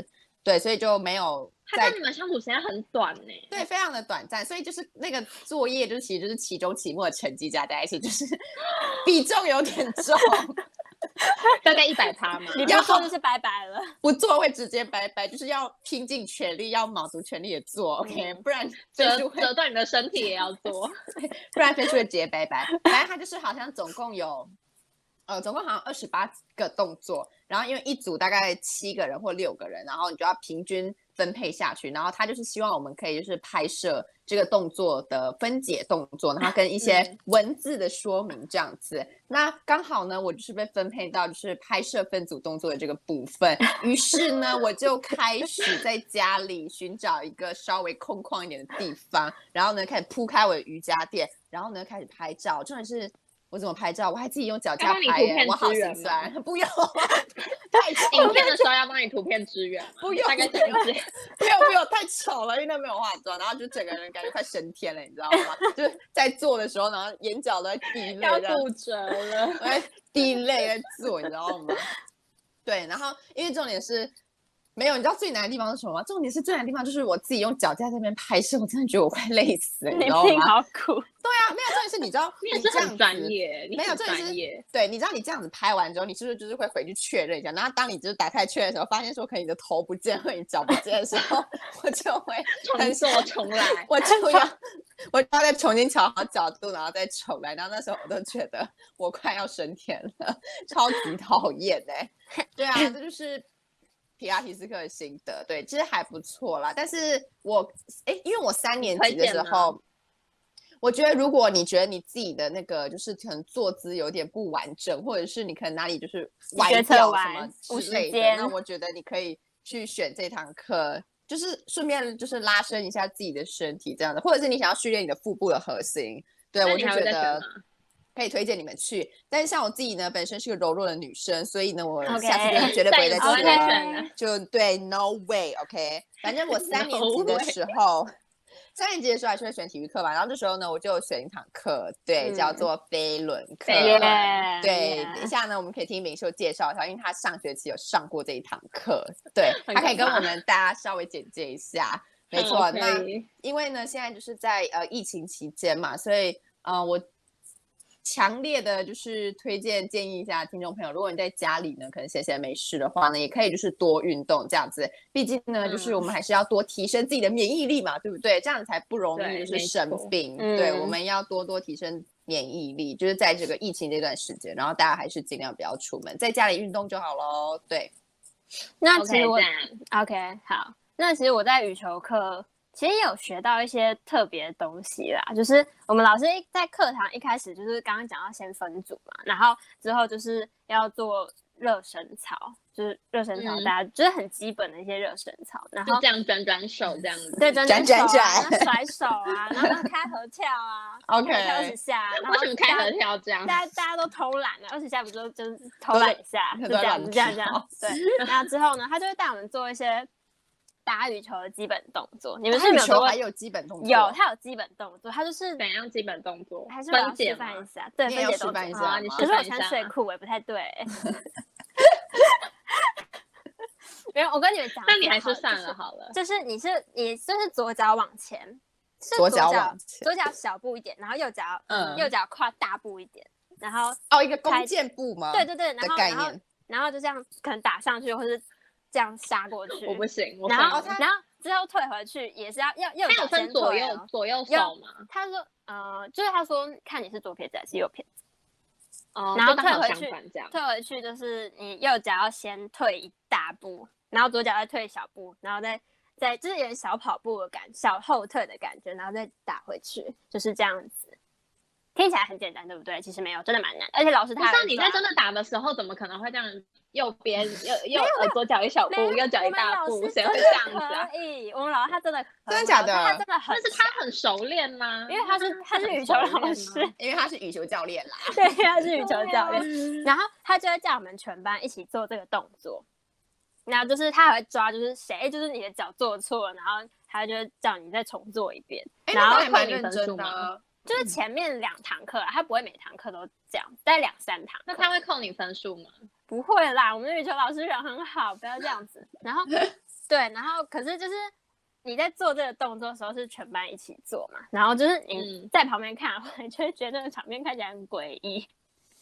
[SPEAKER 2] 对，所以就没有
[SPEAKER 1] 他
[SPEAKER 2] 在
[SPEAKER 1] 跟你们相处时间很短呢。
[SPEAKER 2] 对，非常的短暂，所以就是那个作业，就是其实就是期中、期末的成绩加在一起，就是 (laughs) 比重有点重，
[SPEAKER 1] 大概一百趴
[SPEAKER 2] (laughs)
[SPEAKER 1] 嘛。
[SPEAKER 3] 你不
[SPEAKER 2] 要
[SPEAKER 3] 做就是拜拜了。
[SPEAKER 2] 不做会直接拜拜，就是要拼尽全力，要卯足全力的做，OK，、不
[SPEAKER 3] 嗯
[SPEAKER 2] 然分
[SPEAKER 1] 折
[SPEAKER 2] 数会
[SPEAKER 1] 折断你的身体也要做，
[SPEAKER 2] 不然飞出会直接拜拜。反正他就是好像总共有，呃，总共好像二十八个动作，然后因为一组大概七个人或六个人，然后你就要平均分配下去。然后他就是希望我们可以就是拍摄这个动作的分解动作，然后跟一些
[SPEAKER 1] 嗯
[SPEAKER 2] 文字的说明这样子。那刚好呢，我就是被分配到就是拍摄分组动作的这个部分，于是呢，我就开始在家里寻找一个稍微空旷一点的地方，然后呢，开始铺开我的瑜伽垫，然后呢，开始拍照。重点是我怎么拍照？我还自己用脚架
[SPEAKER 1] 要帮你
[SPEAKER 2] 拍、
[SPEAKER 1] 图
[SPEAKER 2] 耶，
[SPEAKER 1] 片
[SPEAKER 2] 我好
[SPEAKER 1] 支
[SPEAKER 2] 心
[SPEAKER 1] 援
[SPEAKER 2] 酸， (laughs) 不用，太
[SPEAKER 1] (laughs)
[SPEAKER 2] 丑
[SPEAKER 1] 影片的时候要帮你图片支援嘛，
[SPEAKER 2] 不用
[SPEAKER 1] 大概是这样。
[SPEAKER 2] 没有没有太丑了，因为那没有化妆，然后就整个人感觉快升天了，你知道吗？ (laughs) 就是在做的时候，然后眼角都在滴泪，
[SPEAKER 1] 要
[SPEAKER 2] (laughs) 这样
[SPEAKER 1] 骨折了，
[SPEAKER 2] 我在滴泪在做，你知道吗？对，然后因为重点是没有，你知道最难的地方是什么吗？重点是最难的地方就是我自己用脚架在那边拍摄，我真的觉得我快累死了，你
[SPEAKER 3] (laughs) 你
[SPEAKER 2] 知道
[SPEAKER 3] 命
[SPEAKER 2] 吗？
[SPEAKER 3] 好苦，
[SPEAKER 2] 对啊，没有重点是你知道
[SPEAKER 1] (laughs) (laughs) 你也
[SPEAKER 2] 这
[SPEAKER 1] 是
[SPEAKER 2] 样
[SPEAKER 1] 很
[SPEAKER 2] 子
[SPEAKER 1] 专业，你
[SPEAKER 2] 没有
[SPEAKER 1] 很
[SPEAKER 2] 这也是
[SPEAKER 1] 专业。
[SPEAKER 2] 对，你知道你这样子拍完之后，你是不是就是会回去确认一下？然后当你就是打开确认的时候，发现说可能你的头不见或者你脚不见的时候， (laughs) 我就会。
[SPEAKER 1] 重做重来
[SPEAKER 2] 我就要我就要再重新调好角度，然后再重来。然后那时候我都觉得我快要升天了，
[SPEAKER 1] (laughs)
[SPEAKER 2] 超级讨厌哎、对啊，这就是皮拉提斯课的心得。对，其实还不错啦。但是我哎，因为我三年级
[SPEAKER 1] 推
[SPEAKER 2] 的
[SPEAKER 1] 荐
[SPEAKER 2] 时
[SPEAKER 1] 吗
[SPEAKER 2] 候，我觉得如果你觉得你自己的那个就是可能坐姿有点不完整，或者是你可能哪里就是歪
[SPEAKER 3] 学侧
[SPEAKER 2] 掉什
[SPEAKER 3] 弯
[SPEAKER 2] 么
[SPEAKER 3] 无
[SPEAKER 2] 之
[SPEAKER 3] 时
[SPEAKER 2] 类的，
[SPEAKER 3] 间
[SPEAKER 2] 那我觉得你可以去选这堂课，就是顺便就是拉伸一下自己的身体这样的，或者是你想要训练你的腹部的核心。 (laughs) 对，
[SPEAKER 1] 那
[SPEAKER 2] 我
[SPEAKER 1] 你
[SPEAKER 2] 就
[SPEAKER 1] 还
[SPEAKER 2] 觉
[SPEAKER 1] 会再选
[SPEAKER 2] 得
[SPEAKER 1] 吗
[SPEAKER 2] 可以推荐你们去。但是像我自己呢，本身是个柔弱的女生，所以呢，嗯我
[SPEAKER 3] OK
[SPEAKER 2] 下次
[SPEAKER 1] (laughs)
[SPEAKER 2] 就绝对不
[SPEAKER 1] 再
[SPEAKER 2] 会再
[SPEAKER 1] 也不
[SPEAKER 2] 去
[SPEAKER 1] 会
[SPEAKER 2] 了
[SPEAKER 1] 再选了
[SPEAKER 2] 就对，no way，OK、反正我三年
[SPEAKER 1] (laughs) No
[SPEAKER 2] 级的
[SPEAKER 1] way
[SPEAKER 2] 时候，三年级的时候还是会选体育课嘛。然后这时候呢，我就选一堂课，对，
[SPEAKER 3] 嗯
[SPEAKER 2] 叫做飞轮课。
[SPEAKER 1] 飞轮
[SPEAKER 3] 耶
[SPEAKER 2] 对
[SPEAKER 3] 耶
[SPEAKER 2] 等一下呢，我们可以听明秀介绍一下，因为她上学期有上过这一堂课，对，
[SPEAKER 1] (laughs) 很
[SPEAKER 2] 她可以
[SPEAKER 1] 可
[SPEAKER 2] 跟
[SPEAKER 1] 怕
[SPEAKER 2] 我们大家稍微简介一下。没
[SPEAKER 1] 嗯
[SPEAKER 2] 错，
[SPEAKER 1] 可
[SPEAKER 2] 那
[SPEAKER 1] 以
[SPEAKER 2] 因为呢，现在就是在呃疫情期间嘛，所以呃我强烈的就是推荐建议一下听众朋友，如果你在家里呢，可能闲闲没事的话呢，也可以就是多运动这样子。毕竟呢，就是我
[SPEAKER 3] 嗯
[SPEAKER 2] 们还是要多提升自己的免疫力嘛，对不对？这样才不容易
[SPEAKER 1] 对
[SPEAKER 2] 就是
[SPEAKER 1] 没
[SPEAKER 2] 生
[SPEAKER 1] 错
[SPEAKER 2] 病。
[SPEAKER 3] 嗯
[SPEAKER 2] 对，我们要多多提升。免疫力就是在这个疫情这段时间，然后大家还是尽量不要出门，在家里运动就好喽。对，
[SPEAKER 3] (laughs) 那其实
[SPEAKER 1] OK，
[SPEAKER 3] 我
[SPEAKER 1] 赞
[SPEAKER 3] OK 好，那其实我在羽球课其实也有学到一些特别的东西啦，就是我们老师一在课堂一开始就是刚刚讲到先分组嘛，然后之后就是要做热身操，就是热身操，
[SPEAKER 1] 嗯
[SPEAKER 3] 大家就是很基本的一些热身操，然
[SPEAKER 1] 就
[SPEAKER 3] 后
[SPEAKER 1] 这样转转手这样子。
[SPEAKER 3] 对，转
[SPEAKER 2] 转
[SPEAKER 3] 手啊，
[SPEAKER 2] 转
[SPEAKER 3] 然后甩手啊，然后开合跳啊
[SPEAKER 2] OK
[SPEAKER 3] 开合跳二十下啊，然
[SPEAKER 1] 为
[SPEAKER 3] 后
[SPEAKER 1] 什么开
[SPEAKER 3] 大
[SPEAKER 1] 合跳这样？
[SPEAKER 3] 大家大家都偷懒啊了，二十下不就就是偷懒一下，
[SPEAKER 2] 都
[SPEAKER 3] 就
[SPEAKER 2] 在
[SPEAKER 3] 这样
[SPEAKER 2] 都
[SPEAKER 3] 子
[SPEAKER 2] 在
[SPEAKER 3] 这样
[SPEAKER 2] 乱
[SPEAKER 3] 这样。对，然后之后呢，他就会带我们做一些打羽球的基本动作。你们是
[SPEAKER 2] 羽
[SPEAKER 3] 没有
[SPEAKER 2] 球
[SPEAKER 3] 做过
[SPEAKER 2] 还？有基本动作，
[SPEAKER 3] 有，他有基本动作，他就是
[SPEAKER 1] 怎样基本动作？
[SPEAKER 3] 还是我要
[SPEAKER 1] 分解
[SPEAKER 3] 示范一
[SPEAKER 1] 吗？
[SPEAKER 3] 下，对，
[SPEAKER 2] 你也
[SPEAKER 3] 分
[SPEAKER 2] 要
[SPEAKER 3] 解
[SPEAKER 2] 示
[SPEAKER 3] 动
[SPEAKER 2] 范一
[SPEAKER 3] 作。
[SPEAKER 2] 下
[SPEAKER 1] 好啊，你
[SPEAKER 2] 吗
[SPEAKER 1] 示
[SPEAKER 3] 可是我
[SPEAKER 1] 范一
[SPEAKER 3] 穿
[SPEAKER 1] 下
[SPEAKER 3] 睡
[SPEAKER 1] 啊。
[SPEAKER 3] 裤，我也不太对。 (laughs) 没有，我跟你们讲，
[SPEAKER 1] 那你还
[SPEAKER 3] 是
[SPEAKER 1] 是算了好了。
[SPEAKER 3] 就是你是你就是左脚往前，是
[SPEAKER 2] 左脚
[SPEAKER 3] 脚
[SPEAKER 2] 往前
[SPEAKER 3] 左脚小步一点，然后右脚
[SPEAKER 2] 嗯
[SPEAKER 3] 右脚跨大步一点，然后
[SPEAKER 2] 哦，一个弓
[SPEAKER 3] 开
[SPEAKER 2] 箭步吗？
[SPEAKER 3] 对对对，然
[SPEAKER 2] 的
[SPEAKER 3] 后
[SPEAKER 2] 概
[SPEAKER 3] 然后
[SPEAKER 2] 念。
[SPEAKER 3] 然后就这样可能打上去，或是这样杀过去，
[SPEAKER 1] 我不行，我
[SPEAKER 3] 然后哦
[SPEAKER 1] 放
[SPEAKER 2] 他
[SPEAKER 3] 然后之后退回去也是要要右
[SPEAKER 1] 他
[SPEAKER 3] 脚
[SPEAKER 1] 有分
[SPEAKER 3] 先
[SPEAKER 1] 左
[SPEAKER 3] 退
[SPEAKER 1] 右
[SPEAKER 3] 哦。
[SPEAKER 1] 左右手吗？
[SPEAKER 3] 他说呃，就是他说看你是左撇子还是右撇子，
[SPEAKER 1] 哦
[SPEAKER 3] 然后
[SPEAKER 1] 就刚好
[SPEAKER 3] 退回
[SPEAKER 1] 相
[SPEAKER 3] 去
[SPEAKER 1] 反这样。
[SPEAKER 3] 退回去就是你右脚要先退一大步，然后左脚再退一小步，然后再再就是有点小跑步的感，小后退的感觉，然后再打回去，就是这样子。听起来很简单，对不对？其实没有，真的蛮难。而且老师
[SPEAKER 1] 不
[SPEAKER 3] 他
[SPEAKER 1] 是
[SPEAKER 3] 还
[SPEAKER 1] 啊
[SPEAKER 3] 会
[SPEAKER 1] 你
[SPEAKER 3] 抓
[SPEAKER 1] 在真的打的时候，怎么可能会这样？右边
[SPEAKER 3] (laughs)
[SPEAKER 1] 右右呃左脚一小步
[SPEAKER 3] 没有，
[SPEAKER 1] 右脚
[SPEAKER 3] 我
[SPEAKER 1] 一
[SPEAKER 3] 们
[SPEAKER 1] 大
[SPEAKER 3] 老
[SPEAKER 1] 步，
[SPEAKER 3] 师
[SPEAKER 1] 谁会
[SPEAKER 3] 真
[SPEAKER 1] 这
[SPEAKER 3] 的
[SPEAKER 1] 样子啊？
[SPEAKER 3] 可以，我们老师他真的可以
[SPEAKER 2] 真的假
[SPEAKER 3] 我觉得他
[SPEAKER 2] 的
[SPEAKER 3] 真的很
[SPEAKER 1] 但是他很熟练吗？
[SPEAKER 3] 因为他是他是
[SPEAKER 1] 很
[SPEAKER 3] 羽
[SPEAKER 1] 熟
[SPEAKER 3] 球老
[SPEAKER 1] 练啊
[SPEAKER 3] 师，
[SPEAKER 1] 吗
[SPEAKER 2] 因为他是羽球教练啦。
[SPEAKER 3] 对，他是羽球教练，
[SPEAKER 1] 嗯
[SPEAKER 3] 然后他就会叫我们全班一起做这个动作，然后就是他还会抓，就是谁就是你的脚做错了，然后他就会叫你再重做一遍，
[SPEAKER 2] 哎，
[SPEAKER 3] 然
[SPEAKER 2] 那
[SPEAKER 3] 后
[SPEAKER 2] 他还蛮
[SPEAKER 1] 扣你
[SPEAKER 2] 认
[SPEAKER 1] 分
[SPEAKER 2] 真
[SPEAKER 1] 数
[SPEAKER 2] 的
[SPEAKER 1] 吗
[SPEAKER 2] 啊。
[SPEAKER 3] 就是前面两堂课啊，他不会每堂课都这样，大概两三堂课。
[SPEAKER 1] 那他会扣你分数吗？
[SPEAKER 3] 不会啦，我们的羽球老师人很好，不要这样 (laughs) 子。然后，对，然后可是就是你在做这个动作的时候是全班一起做嘛，然后就是你
[SPEAKER 1] 嗯
[SPEAKER 3] 在旁边看的话，你就会觉得那个场面看起来很诡异，嗯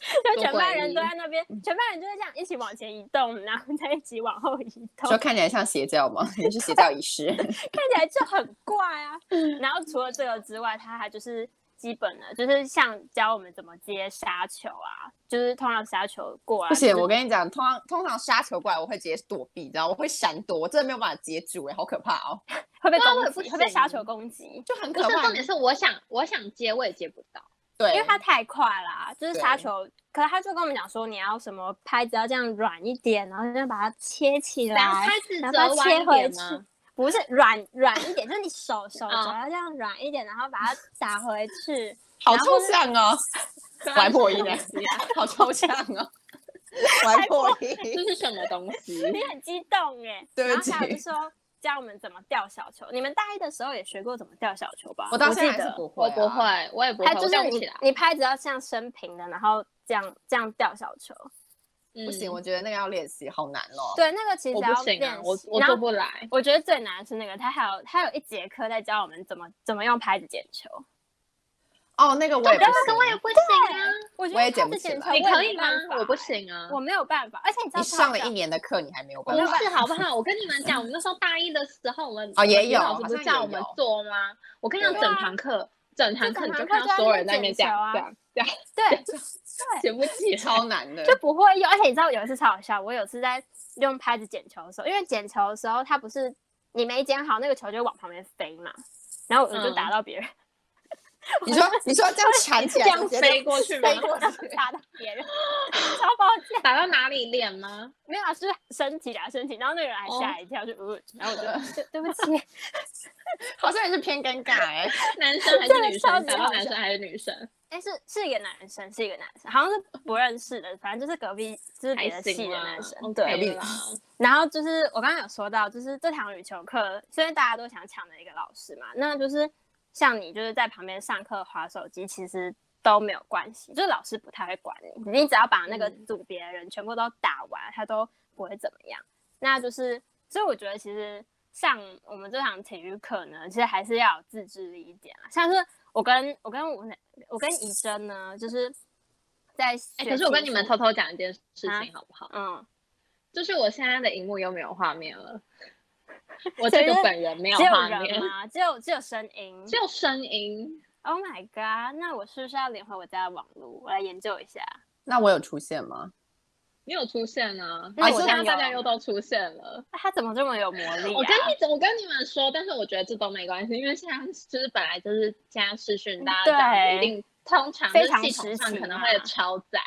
[SPEAKER 3] 就
[SPEAKER 1] 多
[SPEAKER 3] 全班
[SPEAKER 1] 诡
[SPEAKER 3] 人都
[SPEAKER 1] 异
[SPEAKER 3] 在那边，全班人就是这样一起往前移动，然后再一起往后移动
[SPEAKER 2] 说，啊看起来像邪教吗？你是邪教仪式？
[SPEAKER 3] 看起来就很怪啊。
[SPEAKER 2] 嗯
[SPEAKER 3] 然后除了这个之外，他还就是基本的，就是像教我们怎么接杀球啊，就是通常杀球过来、
[SPEAKER 2] 不
[SPEAKER 3] 就
[SPEAKER 2] 行，
[SPEAKER 3] 是
[SPEAKER 2] 我跟你讲，通常通常杀球过来，我会直接躲避，然后我会闪躲，我真的没有办法接住，哎，好可怕哦，
[SPEAKER 3] 会被
[SPEAKER 1] 对啊我也
[SPEAKER 3] 攻
[SPEAKER 1] 不
[SPEAKER 3] 击，会被
[SPEAKER 1] 行
[SPEAKER 3] 杀球攻击。
[SPEAKER 2] 就很
[SPEAKER 1] 不
[SPEAKER 2] 可
[SPEAKER 1] 是，
[SPEAKER 2] 怕
[SPEAKER 1] 重。点是我想我想接，我也接不到。
[SPEAKER 2] 对，
[SPEAKER 3] 因为它太快啦，就是杀
[SPEAKER 2] 对
[SPEAKER 3] 球。可是他就跟我们讲说，你要什么拍子要这样软一点，然后这样把它切起
[SPEAKER 1] 然后
[SPEAKER 3] 来，
[SPEAKER 1] 开始
[SPEAKER 3] 然后
[SPEAKER 1] 折
[SPEAKER 3] 把它
[SPEAKER 1] 弯
[SPEAKER 3] 啊切
[SPEAKER 1] 一
[SPEAKER 3] 回
[SPEAKER 1] 点啊
[SPEAKER 3] 去
[SPEAKER 1] 吗？。
[SPEAKER 3] 不是软软一点，就是你手手肘
[SPEAKER 1] 哦
[SPEAKER 3] 要这样软一点，然后把它打回去。
[SPEAKER 2] 好
[SPEAKER 3] 然
[SPEAKER 2] 抽
[SPEAKER 3] 后
[SPEAKER 2] 象哦，
[SPEAKER 1] 对啊
[SPEAKER 2] 玩破
[SPEAKER 1] 这
[SPEAKER 2] 音
[SPEAKER 1] 是
[SPEAKER 2] 哎
[SPEAKER 1] 什么东西啊，
[SPEAKER 2] 好抽象哦，玩破音
[SPEAKER 1] (laughs) 这。是什么东
[SPEAKER 3] (laughs)
[SPEAKER 1] 西？
[SPEAKER 3] 你很激动耶。
[SPEAKER 2] 对不
[SPEAKER 3] 然后还有
[SPEAKER 2] 起
[SPEAKER 3] 就说教我们怎么吊小球，你们大一的时候也学过怎么吊小球吧？
[SPEAKER 2] 我到现在
[SPEAKER 3] 记
[SPEAKER 2] 还是
[SPEAKER 3] 得
[SPEAKER 2] 不会，啊
[SPEAKER 1] 我不。会，我也不会，
[SPEAKER 3] 它就
[SPEAKER 1] 我
[SPEAKER 3] 是
[SPEAKER 1] 吊不
[SPEAKER 3] 你
[SPEAKER 1] 起来。
[SPEAKER 3] 你拍子要像生平的，然后这样这样吊小球。
[SPEAKER 1] 嗯
[SPEAKER 2] 不行，我觉得那个要练习，好难哦。
[SPEAKER 3] 对，那个其实
[SPEAKER 1] 我
[SPEAKER 3] 要
[SPEAKER 1] 不行
[SPEAKER 3] 练
[SPEAKER 1] 啊，我
[SPEAKER 3] 习
[SPEAKER 1] 我
[SPEAKER 3] 然后
[SPEAKER 1] 做不来。
[SPEAKER 3] 我觉得最难的是那个，他还有他有一节课在教我们怎么怎么用拍子捡球。
[SPEAKER 2] 哦，那个我也不
[SPEAKER 1] 但是我也
[SPEAKER 2] 行。
[SPEAKER 1] 不行啊，
[SPEAKER 3] 我觉
[SPEAKER 2] 我也
[SPEAKER 3] 得
[SPEAKER 2] 捡
[SPEAKER 3] 拍
[SPEAKER 2] 不
[SPEAKER 3] 子
[SPEAKER 2] 起
[SPEAKER 3] 捡球
[SPEAKER 2] 来
[SPEAKER 3] 我
[SPEAKER 1] 你
[SPEAKER 3] 也
[SPEAKER 1] 可
[SPEAKER 3] 没
[SPEAKER 1] 以吗
[SPEAKER 3] 办？法
[SPEAKER 1] 我不，行啊，
[SPEAKER 3] 我没有办法。而且你知道
[SPEAKER 2] 你
[SPEAKER 3] 超
[SPEAKER 2] 上了
[SPEAKER 3] 好笑
[SPEAKER 2] 一年的课，你还没有
[SPEAKER 1] 不
[SPEAKER 2] 办法。
[SPEAKER 1] 是好不好？我跟你们讲，我们那时候大一的时候，我们
[SPEAKER 2] 哦也
[SPEAKER 1] 我们
[SPEAKER 2] 有
[SPEAKER 1] 老师不
[SPEAKER 2] 好像
[SPEAKER 1] 是叫
[SPEAKER 2] 也
[SPEAKER 1] 我们
[SPEAKER 2] 有
[SPEAKER 1] 做吗？我跟你讲，
[SPEAKER 2] 对
[SPEAKER 1] 整
[SPEAKER 3] 啊
[SPEAKER 1] 堂课，整堂
[SPEAKER 3] 就
[SPEAKER 1] 课你
[SPEAKER 3] 整
[SPEAKER 1] 就
[SPEAKER 3] 堂
[SPEAKER 1] 看
[SPEAKER 3] 课
[SPEAKER 1] 到
[SPEAKER 3] 就
[SPEAKER 1] 所有
[SPEAKER 3] 在
[SPEAKER 1] 人
[SPEAKER 3] 那
[SPEAKER 1] 在那边这
[SPEAKER 3] 捡球
[SPEAKER 1] 样
[SPEAKER 3] 啊
[SPEAKER 1] 这样这样， (laughs)
[SPEAKER 3] 对对，
[SPEAKER 1] 捡不起来。
[SPEAKER 2] 超难 (laughs) 的，
[SPEAKER 3] 就不会用。而且你知道有一次超好笑，我有次在用拍子捡球的时候，因为捡球的时候它不是你没捡好，那个球就往旁边飞嘛，然后我就
[SPEAKER 1] 嗯
[SPEAKER 2] (laughs)
[SPEAKER 3] 打到别人。
[SPEAKER 2] 你说你说这样缠
[SPEAKER 1] 这
[SPEAKER 2] 起来，
[SPEAKER 1] 样飞过去吗？
[SPEAKER 2] 飞过去
[SPEAKER 3] 打到
[SPEAKER 2] (laughs)
[SPEAKER 3] 别人，超抱歉，
[SPEAKER 1] 打到哪里脸吗？
[SPEAKER 3] 没有啊，是身体啊身体，然后那个人还吓一跳，就呃，然后我就对对不起，
[SPEAKER 2] 哦 (laughs) 好像也是偏尴尬哎、
[SPEAKER 1] 男生还是女
[SPEAKER 3] 真的超
[SPEAKER 1] 生？
[SPEAKER 3] 级
[SPEAKER 1] 打到
[SPEAKER 3] 好
[SPEAKER 1] 男
[SPEAKER 3] 笑
[SPEAKER 1] 生还是女生？
[SPEAKER 3] 哎，是是一个男生，是一个男生，好像是不认识的，反正就是隔壁就是别
[SPEAKER 1] 还
[SPEAKER 3] 的系
[SPEAKER 1] 行
[SPEAKER 3] 的
[SPEAKER 1] 啦
[SPEAKER 3] 男生，对，
[SPEAKER 1] ，OK 啦。
[SPEAKER 3] 然后就是我刚刚有说到，就是这堂羽球课，虽然大家都想抢的一个老师嘛，那就是像你就是在旁边上课划手机，其实都没有关系，就是老师不太会管你，你只要把那个
[SPEAKER 1] 嗯
[SPEAKER 3] 组别的人全部都打完，他都不会怎么样。那就是，所以我觉得其实上我们这堂体育课呢，其实还是要有自制力一点啊。像是我跟我跟我我跟怡珍呢，就是在
[SPEAKER 1] 哎，
[SPEAKER 3] 学
[SPEAKER 1] 可是我跟
[SPEAKER 3] 技
[SPEAKER 1] 你们
[SPEAKER 3] 术
[SPEAKER 1] 偷偷讲一件事情
[SPEAKER 3] 啊
[SPEAKER 1] 好不好？
[SPEAKER 3] 嗯，
[SPEAKER 1] 就是我现在的荧幕又没有画面了，我
[SPEAKER 3] 所
[SPEAKER 1] 这
[SPEAKER 3] 以
[SPEAKER 1] 个
[SPEAKER 3] 是
[SPEAKER 1] 本人没有
[SPEAKER 3] 只有
[SPEAKER 1] 画面
[SPEAKER 3] 人，吗？只有只有声音，
[SPEAKER 1] 只有声音。
[SPEAKER 3] Oh my god！那我是不是要连回我家的网络，我来研究一下？
[SPEAKER 2] (laughs) 那我有出现吗？
[SPEAKER 1] 你有出现啊？
[SPEAKER 3] 那
[SPEAKER 1] 那
[SPEAKER 2] 我
[SPEAKER 1] 我
[SPEAKER 2] 现
[SPEAKER 1] 现
[SPEAKER 2] 在
[SPEAKER 1] 在大
[SPEAKER 3] 有
[SPEAKER 1] 家又都出现了。
[SPEAKER 3] 啊他怎么这么有魔力、啊？
[SPEAKER 1] 我跟你我跟你们说，但是我觉得这都没关系，因为现在就是本来就是现在视讯，大家这样子
[SPEAKER 3] 嗯对
[SPEAKER 1] 一定通常
[SPEAKER 3] 非
[SPEAKER 1] 就是
[SPEAKER 3] 常
[SPEAKER 1] 系统
[SPEAKER 3] 时
[SPEAKER 1] 上
[SPEAKER 3] 期
[SPEAKER 1] 可能
[SPEAKER 3] 嘛
[SPEAKER 1] 会超载，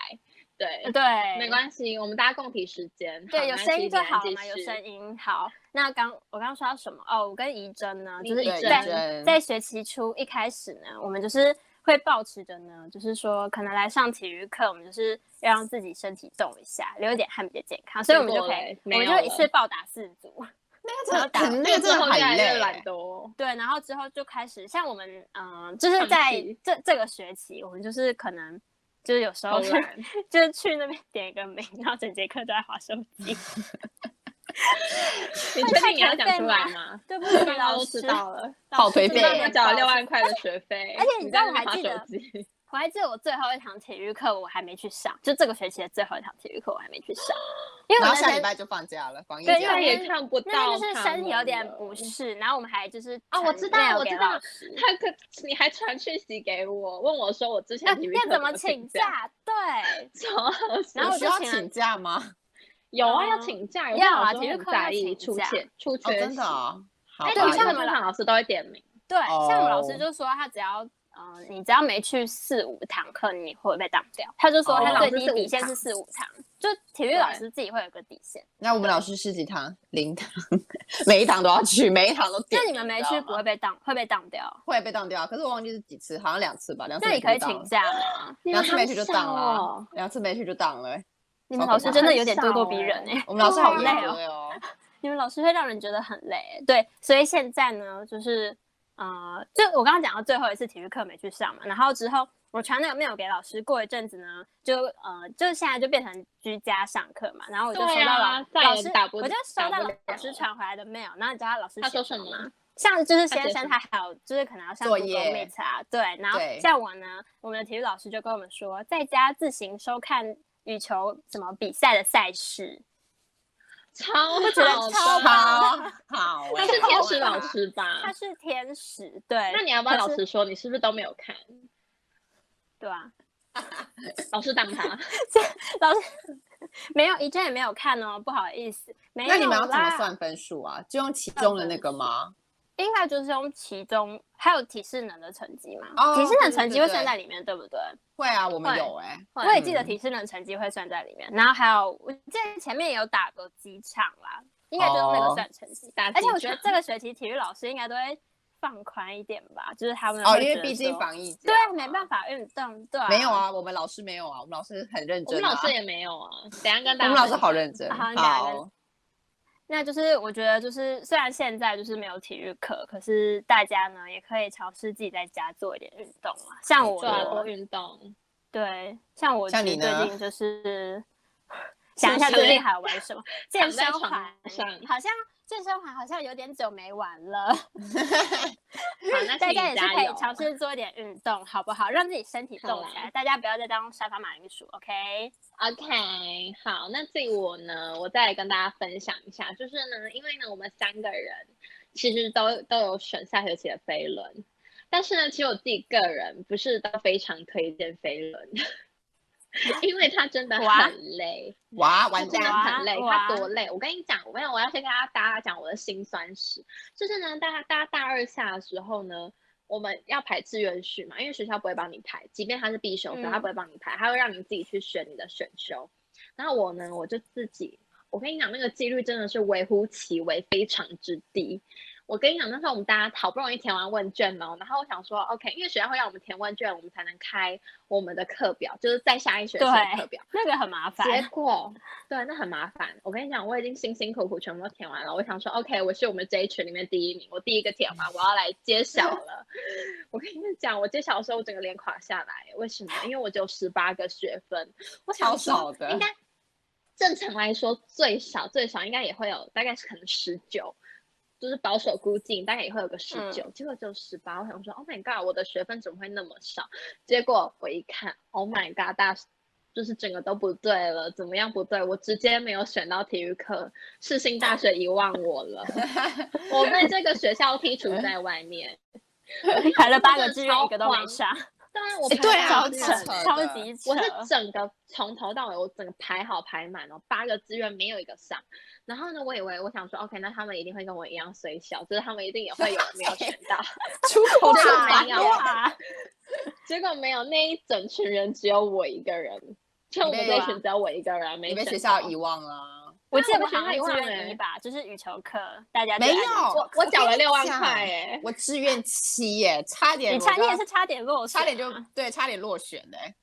[SPEAKER 1] 对，
[SPEAKER 3] 对，
[SPEAKER 1] 没关系，我们大家共体时间。
[SPEAKER 3] 对，有声音就好了嘛，有
[SPEAKER 1] 音。
[SPEAKER 3] 声音好。那刚我刚刚说到什么？哦，我跟怡珍呢，
[SPEAKER 1] 你
[SPEAKER 3] 就是
[SPEAKER 1] 对怡
[SPEAKER 3] 在
[SPEAKER 2] 珍
[SPEAKER 3] 在学期初一开始呢，我们就是会保持着呢，就是说可能来上体育课，我们就是要让自己身体动一下，流一点汗比较健康，所以我们就可
[SPEAKER 1] 结
[SPEAKER 3] 以
[SPEAKER 1] 果嘞，
[SPEAKER 3] 我
[SPEAKER 1] 没
[SPEAKER 3] 们
[SPEAKER 1] 有
[SPEAKER 3] 就一次
[SPEAKER 1] 了
[SPEAKER 3] 暴打四组。
[SPEAKER 2] 真
[SPEAKER 3] 然后
[SPEAKER 2] 的
[SPEAKER 3] 打
[SPEAKER 2] 很那个
[SPEAKER 1] 之
[SPEAKER 2] 真
[SPEAKER 1] 后
[SPEAKER 2] 的
[SPEAKER 1] 越来
[SPEAKER 2] 很
[SPEAKER 1] 越懒
[SPEAKER 2] 累。
[SPEAKER 3] (laughs)
[SPEAKER 1] 惰，
[SPEAKER 3] 对，然后之后就开始像我们，嗯、就是
[SPEAKER 1] 放
[SPEAKER 3] 在
[SPEAKER 1] 弃
[SPEAKER 3] 这这个学期，我们就是可能就是有时
[SPEAKER 1] 好
[SPEAKER 3] 候是
[SPEAKER 1] 懒。
[SPEAKER 3] 就是去那边点一个名，然后整节课都在划手
[SPEAKER 1] (laughs)
[SPEAKER 3] 机。
[SPEAKER 1] 你确定你要讲出来吗？
[SPEAKER 3] (laughs) 对啊不
[SPEAKER 1] 大
[SPEAKER 3] 起，
[SPEAKER 1] 家
[SPEAKER 3] 老
[SPEAKER 1] 都
[SPEAKER 3] 师
[SPEAKER 1] 啊知，道了，
[SPEAKER 2] 好啊颓
[SPEAKER 1] 你
[SPEAKER 2] 废
[SPEAKER 1] 知道
[SPEAKER 3] 知道
[SPEAKER 1] 我
[SPEAKER 3] 我
[SPEAKER 1] 们
[SPEAKER 3] 缴
[SPEAKER 1] 缴
[SPEAKER 3] 了
[SPEAKER 1] 了六
[SPEAKER 3] 6万
[SPEAKER 1] 万块的学费，
[SPEAKER 3] 啊而且你知道
[SPEAKER 1] 在那
[SPEAKER 3] 我还
[SPEAKER 1] 边划
[SPEAKER 3] 记得
[SPEAKER 1] 手机，
[SPEAKER 3] 我还记得我最后一堂体育课我还没去上，就这个学期的最后一堂体育课我还没去上，因为我
[SPEAKER 2] 欸然后
[SPEAKER 3] 那
[SPEAKER 2] 下礼
[SPEAKER 3] 天
[SPEAKER 2] 拜就放假了，防疫
[SPEAKER 1] (laughs)
[SPEAKER 3] 对因为
[SPEAKER 2] 假
[SPEAKER 1] 再
[SPEAKER 3] 我
[SPEAKER 2] 了。
[SPEAKER 1] 也看不到他们
[SPEAKER 3] 那
[SPEAKER 1] 了。
[SPEAKER 3] 天就是身体有点不适，然后我们还就是
[SPEAKER 1] 啊我
[SPEAKER 3] 传
[SPEAKER 1] 知道
[SPEAKER 3] mail
[SPEAKER 1] 我
[SPEAKER 3] 给
[SPEAKER 1] 知道
[SPEAKER 3] 老师
[SPEAKER 1] 他可你还传讯息给我，问我说我之前
[SPEAKER 3] 要
[SPEAKER 1] 体育
[SPEAKER 3] 要
[SPEAKER 1] 课
[SPEAKER 3] 怎么请
[SPEAKER 1] 假？
[SPEAKER 3] 假？对，
[SPEAKER 1] 超好
[SPEAKER 3] (laughs)
[SPEAKER 1] 笑
[SPEAKER 3] 然后我
[SPEAKER 2] 需
[SPEAKER 3] 就
[SPEAKER 2] 要
[SPEAKER 3] 请了
[SPEAKER 2] 请假吗？
[SPEAKER 1] 有啊，要
[SPEAKER 3] 嗯
[SPEAKER 1] 请假，有
[SPEAKER 3] 要
[SPEAKER 1] 老
[SPEAKER 3] 啊
[SPEAKER 1] 师
[SPEAKER 3] 体育
[SPEAKER 1] 很
[SPEAKER 3] 课
[SPEAKER 1] 在
[SPEAKER 3] 要
[SPEAKER 1] 意
[SPEAKER 3] 请
[SPEAKER 1] 出
[SPEAKER 3] 假
[SPEAKER 1] 欠出
[SPEAKER 2] 哦，
[SPEAKER 1] 缺
[SPEAKER 2] 真的
[SPEAKER 1] 席
[SPEAKER 2] 哦，好
[SPEAKER 1] 哎，
[SPEAKER 3] 对
[SPEAKER 1] 体育
[SPEAKER 2] 吧
[SPEAKER 3] 像
[SPEAKER 1] 课
[SPEAKER 3] 我
[SPEAKER 1] 通
[SPEAKER 3] 们
[SPEAKER 1] 常老师都会点名，
[SPEAKER 3] 对，像我老师
[SPEAKER 2] 哦
[SPEAKER 3] 就说他只要，呃，你只要没去四五堂课，你会被当掉。他就说
[SPEAKER 2] 哦
[SPEAKER 3] 他最
[SPEAKER 1] 老师
[SPEAKER 3] 低
[SPEAKER 1] 是五
[SPEAKER 3] 底线
[SPEAKER 1] 堂
[SPEAKER 3] 是四五堂，就体育老
[SPEAKER 1] 对
[SPEAKER 3] 师自己会有个底线。
[SPEAKER 2] 那我们老师是几堂？零堂， (laughs) 每一堂都要去，每一堂都点
[SPEAKER 3] 那
[SPEAKER 2] 名。
[SPEAKER 3] 你们没
[SPEAKER 2] 知道
[SPEAKER 3] 去
[SPEAKER 2] 吗
[SPEAKER 3] 不会被当，会被当掉。
[SPEAKER 2] 会被当掉，可是我忘记是几次，好像两次吧，两次
[SPEAKER 3] 那
[SPEAKER 2] 没
[SPEAKER 3] 你
[SPEAKER 2] 去
[SPEAKER 3] 可以
[SPEAKER 2] 就当
[SPEAKER 3] 请
[SPEAKER 2] 了，
[SPEAKER 3] 假吗？
[SPEAKER 1] 你
[SPEAKER 2] 两
[SPEAKER 1] 们
[SPEAKER 2] 次没
[SPEAKER 1] 好
[SPEAKER 2] 去就当
[SPEAKER 1] 少
[SPEAKER 2] 了
[SPEAKER 1] 哦
[SPEAKER 2] 啊，，两次没去就当了欸。
[SPEAKER 3] 你们
[SPEAKER 2] 好
[SPEAKER 3] 老
[SPEAKER 2] 可怕
[SPEAKER 3] 师真的
[SPEAKER 1] 很
[SPEAKER 3] 有点咄
[SPEAKER 1] 少
[SPEAKER 3] 咄逼
[SPEAKER 1] 欸
[SPEAKER 3] 人哎、
[SPEAKER 2] 我们老师好
[SPEAKER 3] 对
[SPEAKER 2] 累
[SPEAKER 3] 啊
[SPEAKER 2] 哦，
[SPEAKER 3] 你们老师会让人觉得很累，对，所以现在呢，就是呃，就我刚刚讲到最后一次体育课没去上嘛，然后之后我传那个 mail 给老师，过一阵子呢，就呃，就现在就变成居家上课嘛，然后我就收
[SPEAKER 1] 对
[SPEAKER 3] 到老、
[SPEAKER 1] 啊再也
[SPEAKER 3] 老师
[SPEAKER 1] 打，不
[SPEAKER 3] 我就收
[SPEAKER 1] 打
[SPEAKER 3] 到
[SPEAKER 1] 不
[SPEAKER 3] 老师
[SPEAKER 1] 了
[SPEAKER 3] 传回来的 mail，然后你知道他老师
[SPEAKER 1] 他
[SPEAKER 3] 写
[SPEAKER 1] 说什么
[SPEAKER 3] 吗？像就是
[SPEAKER 1] 他
[SPEAKER 3] 先
[SPEAKER 1] 写什么
[SPEAKER 3] 生他还有就是可能要上
[SPEAKER 2] 作
[SPEAKER 3] Google
[SPEAKER 2] 业
[SPEAKER 3] Meet 啊，对，然后
[SPEAKER 2] 对
[SPEAKER 3] 像我呢，我们的体育老师就跟我们说，在家自行收看羽球什么比赛的赛事，
[SPEAKER 1] 超
[SPEAKER 3] 我觉得
[SPEAKER 1] 好 (laughs) 的
[SPEAKER 2] 哦好
[SPEAKER 3] 超棒
[SPEAKER 2] 好
[SPEAKER 1] 他
[SPEAKER 2] 欸，
[SPEAKER 1] 是
[SPEAKER 3] 好
[SPEAKER 1] 天使
[SPEAKER 2] 好
[SPEAKER 1] 老
[SPEAKER 2] 啊，
[SPEAKER 1] 师
[SPEAKER 3] 他
[SPEAKER 1] 吧？
[SPEAKER 3] 是天使，对，
[SPEAKER 1] 嗯那你要不要
[SPEAKER 3] 可
[SPEAKER 1] 老
[SPEAKER 3] 是
[SPEAKER 1] 师说你是不是都没有看？
[SPEAKER 3] 对啊，
[SPEAKER 1] 老师当
[SPEAKER 2] (laughs)
[SPEAKER 1] 他，
[SPEAKER 3] 老师没有，一阵也没有看哦，不好意思，没有
[SPEAKER 2] 那你们要怎么
[SPEAKER 3] 啦？
[SPEAKER 2] 算分数啊？就用其中的那个吗？
[SPEAKER 3] 应该就是用其中还有体适能的成绩嘛，
[SPEAKER 2] 哦
[SPEAKER 3] 体适
[SPEAKER 2] 对
[SPEAKER 3] 能
[SPEAKER 2] 对
[SPEAKER 3] 成绩
[SPEAKER 2] 对
[SPEAKER 3] 会
[SPEAKER 2] 对
[SPEAKER 3] 算在里面，对不对？
[SPEAKER 2] 会啊，我们
[SPEAKER 3] 会
[SPEAKER 2] 有哎，
[SPEAKER 3] 我也记得
[SPEAKER 2] 嗯
[SPEAKER 3] 体适能成绩会算在里面，然后还有我记得前面也有打过几场啦，应该就是那个
[SPEAKER 2] 哦
[SPEAKER 3] 算成绩。
[SPEAKER 1] 打
[SPEAKER 3] 而且
[SPEAKER 1] 几
[SPEAKER 3] 我觉得
[SPEAKER 1] 场
[SPEAKER 3] 这个学期体育老师应该都会放宽一点吧，就是他们
[SPEAKER 2] 哦，
[SPEAKER 3] 会
[SPEAKER 2] 因为
[SPEAKER 3] 觉得
[SPEAKER 2] 毕竟
[SPEAKER 3] 说
[SPEAKER 2] 防疫假
[SPEAKER 3] 对啊
[SPEAKER 2] 嘛，
[SPEAKER 3] 没办法运动，对、
[SPEAKER 2] 没有。啊，我们老师没有啊，我们老师很认
[SPEAKER 1] 我
[SPEAKER 2] 真
[SPEAKER 1] 们
[SPEAKER 2] 啊，
[SPEAKER 1] 老师也没有啊。等一下跟大
[SPEAKER 2] 我
[SPEAKER 1] 家分享，
[SPEAKER 2] 们老师好认真，
[SPEAKER 3] 好你等下跟
[SPEAKER 2] 好，
[SPEAKER 3] 那就是我觉得就是虽然现在就是没有体育课，可是大家呢也可以尝试自己在家做一点运动啊，像
[SPEAKER 2] 哦
[SPEAKER 3] 我
[SPEAKER 1] 对啊，多
[SPEAKER 3] 呢，
[SPEAKER 1] 运动。
[SPEAKER 3] 对，像我
[SPEAKER 2] 像
[SPEAKER 3] 其实
[SPEAKER 2] 你呢
[SPEAKER 3] 最
[SPEAKER 1] (laughs)
[SPEAKER 3] 近就是。
[SPEAKER 2] 是不
[SPEAKER 3] 想一下
[SPEAKER 2] 是
[SPEAKER 3] 最近还有玩什么？健
[SPEAKER 1] 躺在
[SPEAKER 3] 身
[SPEAKER 1] 床
[SPEAKER 3] 环
[SPEAKER 1] 上
[SPEAKER 3] 好像健身环好像有点久没玩了，
[SPEAKER 1] 好，那
[SPEAKER 3] 大
[SPEAKER 1] 请
[SPEAKER 3] 家也是
[SPEAKER 1] 加
[SPEAKER 3] 可以
[SPEAKER 1] 油
[SPEAKER 3] 尝试做一点运动，好不好？让自己身体动
[SPEAKER 1] 好
[SPEAKER 3] 起
[SPEAKER 1] 啦
[SPEAKER 3] 来，大家不要再当沙发马铃薯，OK？
[SPEAKER 1] OK，好，那这个我呢，我再来跟大家分享一下，就是呢，因为呢，我们三个人其实都都有选下学期的飞轮，但是呢，其实我自己个人不是都非常推荐飞轮， (laughs) 因为它真的
[SPEAKER 3] 哇
[SPEAKER 1] 很累，
[SPEAKER 2] 哇，
[SPEAKER 1] 它
[SPEAKER 2] 完
[SPEAKER 1] 真
[SPEAKER 2] 蛋
[SPEAKER 1] 的很
[SPEAKER 2] 了，
[SPEAKER 1] 累，
[SPEAKER 3] 哇
[SPEAKER 1] 它多累！我跟你讲，我没有，我要先跟大家大家讲我的辛酸史，就是呢，大家大家大二下的时候呢，我们要排志愿序嘛，因为学校不会帮你排，即便它是必修课，它不会帮你排，它会让你自己去选你的选修。然后我呢，我就自己，我跟你讲，那个几率真的是微乎其微，非常之低。我跟你讲，那时候我们大家好不容易填完问卷嘛，然后我想说，OK，因为学校会让我们填问卷，我们才能开我们的课表，就是在下一学期的课表。
[SPEAKER 3] 那个很麻烦。
[SPEAKER 1] 结果，对，那很麻烦。我跟你讲，我已经辛辛苦苦全部都填完了。我想说，OK，我是我们这一群里面第一名，我第一个填完，我要来揭晓了。 (laughs) 我跟你们讲，我揭晓的时候，我整个脸垮下来。为什么？因为我只有十八个学分，我想
[SPEAKER 2] 超少
[SPEAKER 1] 说，
[SPEAKER 2] 的
[SPEAKER 1] 应该正常来说最少最少应该也会有大概是可能十九。就是保守估计，大概也会有个十
[SPEAKER 2] 嗯
[SPEAKER 1] 九、结果只有十八。我想说，Oh my god，我的学分怎么会那么少？结果我一看，Oh my god，大就是整个都不对了，怎么样不对？我直接没有选到体育课，世新大学遗忘我
[SPEAKER 2] (laughs)
[SPEAKER 1] 了，我被这个学校剔除在外面。
[SPEAKER 3] 排了八个
[SPEAKER 1] 真的
[SPEAKER 3] 志愿，
[SPEAKER 1] 超
[SPEAKER 3] 一个都没
[SPEAKER 1] 慌
[SPEAKER 3] 上，
[SPEAKER 1] 当然我
[SPEAKER 2] 哎
[SPEAKER 1] 排
[SPEAKER 2] 对
[SPEAKER 1] 到
[SPEAKER 2] 啊
[SPEAKER 3] 超
[SPEAKER 1] 第
[SPEAKER 2] 这
[SPEAKER 1] 二
[SPEAKER 2] 样
[SPEAKER 3] 扯
[SPEAKER 2] 扯的，
[SPEAKER 3] 超级扯。
[SPEAKER 1] 我是
[SPEAKER 2] (laughs)
[SPEAKER 1] 整个从头到尾，我整个排好排满哦，八个志愿没有一个上。然后呢，我以为我想说，OK，那他们一定会跟我一样虽小，就是他们一定也会有没有选
[SPEAKER 2] (laughs)
[SPEAKER 1] 到。
[SPEAKER 2] 出口
[SPEAKER 1] 这
[SPEAKER 2] 就
[SPEAKER 1] 个
[SPEAKER 3] 啊
[SPEAKER 2] 白
[SPEAKER 1] 没有
[SPEAKER 3] 哇
[SPEAKER 1] 结果没有，那一整群人只有我一个人，就我们
[SPEAKER 2] 对
[SPEAKER 1] 这
[SPEAKER 2] 啊
[SPEAKER 1] 群只有我一记得人没
[SPEAKER 2] 你被
[SPEAKER 1] 选
[SPEAKER 2] 学校
[SPEAKER 1] 到
[SPEAKER 2] 遗忘了。啊
[SPEAKER 3] 我记得我
[SPEAKER 1] 我
[SPEAKER 3] 好
[SPEAKER 1] 学校
[SPEAKER 3] 像志
[SPEAKER 1] 遗忘
[SPEAKER 3] 愿
[SPEAKER 1] 欸
[SPEAKER 3] 一吧，就是羽球课，大家就
[SPEAKER 2] 没
[SPEAKER 3] 按
[SPEAKER 2] 有
[SPEAKER 1] 我
[SPEAKER 2] 我
[SPEAKER 1] 我
[SPEAKER 2] 跟
[SPEAKER 1] 缴了
[SPEAKER 2] 你
[SPEAKER 1] 六万
[SPEAKER 2] 讲
[SPEAKER 1] 块哎、
[SPEAKER 2] 我
[SPEAKER 3] (laughs)
[SPEAKER 2] 志愿七耶，差点
[SPEAKER 3] 你
[SPEAKER 2] 我
[SPEAKER 3] 差，
[SPEAKER 2] 就
[SPEAKER 3] 你也
[SPEAKER 2] 要
[SPEAKER 3] 是差点落选
[SPEAKER 2] 差
[SPEAKER 3] 啊，
[SPEAKER 2] 点就对，差点落选嘞。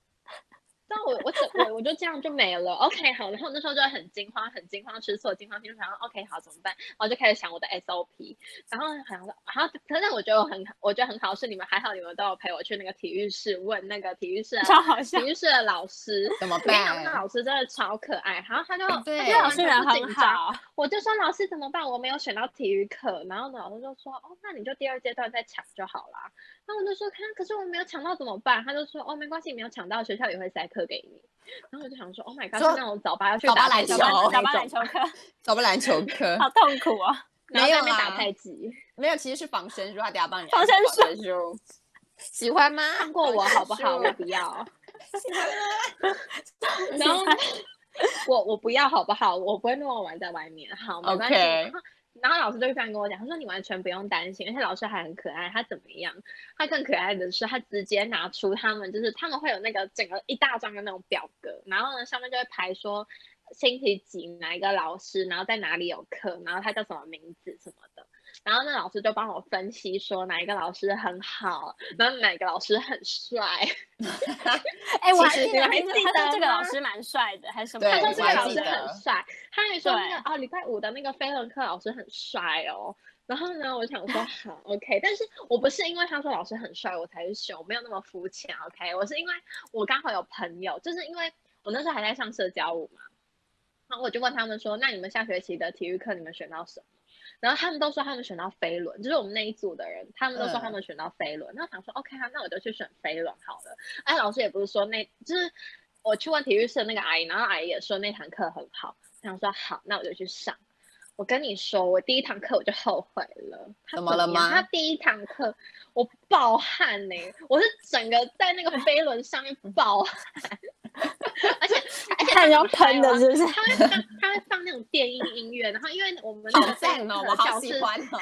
[SPEAKER 1] 但我我整我我就这样就没了。OK，好，然后那时候就很惊慌，很惊慌失措，惊慌失措，然后 OK，好怎么办？然后就开始想我的 SOP，然后好像然后可是我觉得我很我觉得很好，是你们还好，你们都有陪我去那个体育室问那个体育室的
[SPEAKER 3] 超好
[SPEAKER 1] 体
[SPEAKER 3] 笑。
[SPEAKER 1] 育室的老师。
[SPEAKER 2] 怎么
[SPEAKER 1] 我跟你讲，那个
[SPEAKER 2] 办？
[SPEAKER 1] 老师真的超可爱，然后他就
[SPEAKER 2] 对
[SPEAKER 1] 他
[SPEAKER 3] 因
[SPEAKER 1] 就
[SPEAKER 3] 为老
[SPEAKER 1] 完
[SPEAKER 3] 师
[SPEAKER 1] 全
[SPEAKER 3] 人
[SPEAKER 1] 不
[SPEAKER 3] 很
[SPEAKER 1] 紧张，
[SPEAKER 3] 好，
[SPEAKER 1] 我就说老师怎么办？我没有选到体育课，然后呢，老师就说哦，那你就第二阶段再抢就好啦。然后我就说，看，可是我没有抢到怎么办？他就说哦，没关系，你没有抢到，学校也会塞课给你。然后我就想说，Oh my god，
[SPEAKER 2] 说
[SPEAKER 1] 是那种早八要去
[SPEAKER 2] 早八
[SPEAKER 1] 打
[SPEAKER 2] 篮
[SPEAKER 1] 球
[SPEAKER 2] 球
[SPEAKER 1] 那
[SPEAKER 2] 早
[SPEAKER 1] 种，
[SPEAKER 3] 打篮球课
[SPEAKER 2] 找不篮
[SPEAKER 3] (laughs)
[SPEAKER 2] 球课
[SPEAKER 3] 好痛苦哦。
[SPEAKER 1] 然后在那
[SPEAKER 2] 没有啊
[SPEAKER 1] 边打
[SPEAKER 2] 啦
[SPEAKER 1] 太极，
[SPEAKER 2] 没有，其实是防身术，他等下帮你
[SPEAKER 3] 防
[SPEAKER 2] 按
[SPEAKER 3] 身
[SPEAKER 2] 防身术。喜欢吗？
[SPEAKER 1] 放过我好不好？
[SPEAKER 3] 是
[SPEAKER 1] 我不
[SPEAKER 2] (laughs)
[SPEAKER 1] 要。然后我我不要好不好？我不会那么晚在外面，好，没关系。然
[SPEAKER 2] OK
[SPEAKER 1] 后然后老师就这样跟我讲，他说你完全不用担心，而且老师还很可爱。他怎么样？他更可爱的是，他直接拿出他们就是他们会有那个整个一大张的那种表格，然后呢上面就会排说星期几哪一个老师，然后在哪里有课，然后他叫什么名字什么的。然后那老师就帮我分析说哪一个老师很好，然后哪个老师很帅，
[SPEAKER 3] 哎，我还
[SPEAKER 1] 其实
[SPEAKER 3] 记
[SPEAKER 1] 你
[SPEAKER 3] 得
[SPEAKER 1] 还
[SPEAKER 3] 听说
[SPEAKER 1] 记
[SPEAKER 3] 他说
[SPEAKER 1] 得
[SPEAKER 3] 这个老
[SPEAKER 1] 吗
[SPEAKER 3] 师蛮帅的，还是什么
[SPEAKER 2] 对
[SPEAKER 3] 的？
[SPEAKER 1] 他说这
[SPEAKER 2] 我还
[SPEAKER 1] 个老
[SPEAKER 2] 记
[SPEAKER 1] 师
[SPEAKER 2] 得
[SPEAKER 1] 很帅，他还说那
[SPEAKER 3] 对
[SPEAKER 1] 个哦，礼拜五的那个飞轮课老师很帅哦。然后呢，我想
[SPEAKER 2] (laughs)
[SPEAKER 1] 说好 OK，但是我不是因为他说老师很帅我才去选，我没有那么肤浅 OK，我是因为我刚好有朋友，就是因为我那时候还在上社交舞嘛，然后我就问他们说，那你们下学期的体育课你们选到什么？然后他们都说他们选到飞轮，就是我们那一组的人，他们都说他
[SPEAKER 2] 嗯
[SPEAKER 1] 们选到飞轮。那我想说 OK 啊，那我就去选飞轮好了。哎，老师也不是说那，就是我去问体育室的那个阿姨，然后阿姨也说那堂课很好，我想说好，那我就去上。我跟你说，我第一堂课我就后悔了。他
[SPEAKER 2] 怎么了
[SPEAKER 1] 样
[SPEAKER 2] 吗
[SPEAKER 1] 他第一堂课我爆汗呢、我是整个在那个飞轮上面爆汗，而且而且
[SPEAKER 3] 看人
[SPEAKER 1] 要
[SPEAKER 3] 家喷的，是不是？
[SPEAKER 1] 哦他会放他会放那种电音音乐，然后因为我们那
[SPEAKER 2] 好
[SPEAKER 1] 个飞
[SPEAKER 2] 赞
[SPEAKER 1] 轮
[SPEAKER 2] 哦，
[SPEAKER 1] 课
[SPEAKER 3] (laughs)
[SPEAKER 2] 我
[SPEAKER 1] 的
[SPEAKER 2] 好
[SPEAKER 1] 教
[SPEAKER 2] 喜
[SPEAKER 1] 室
[SPEAKER 2] 欢哦，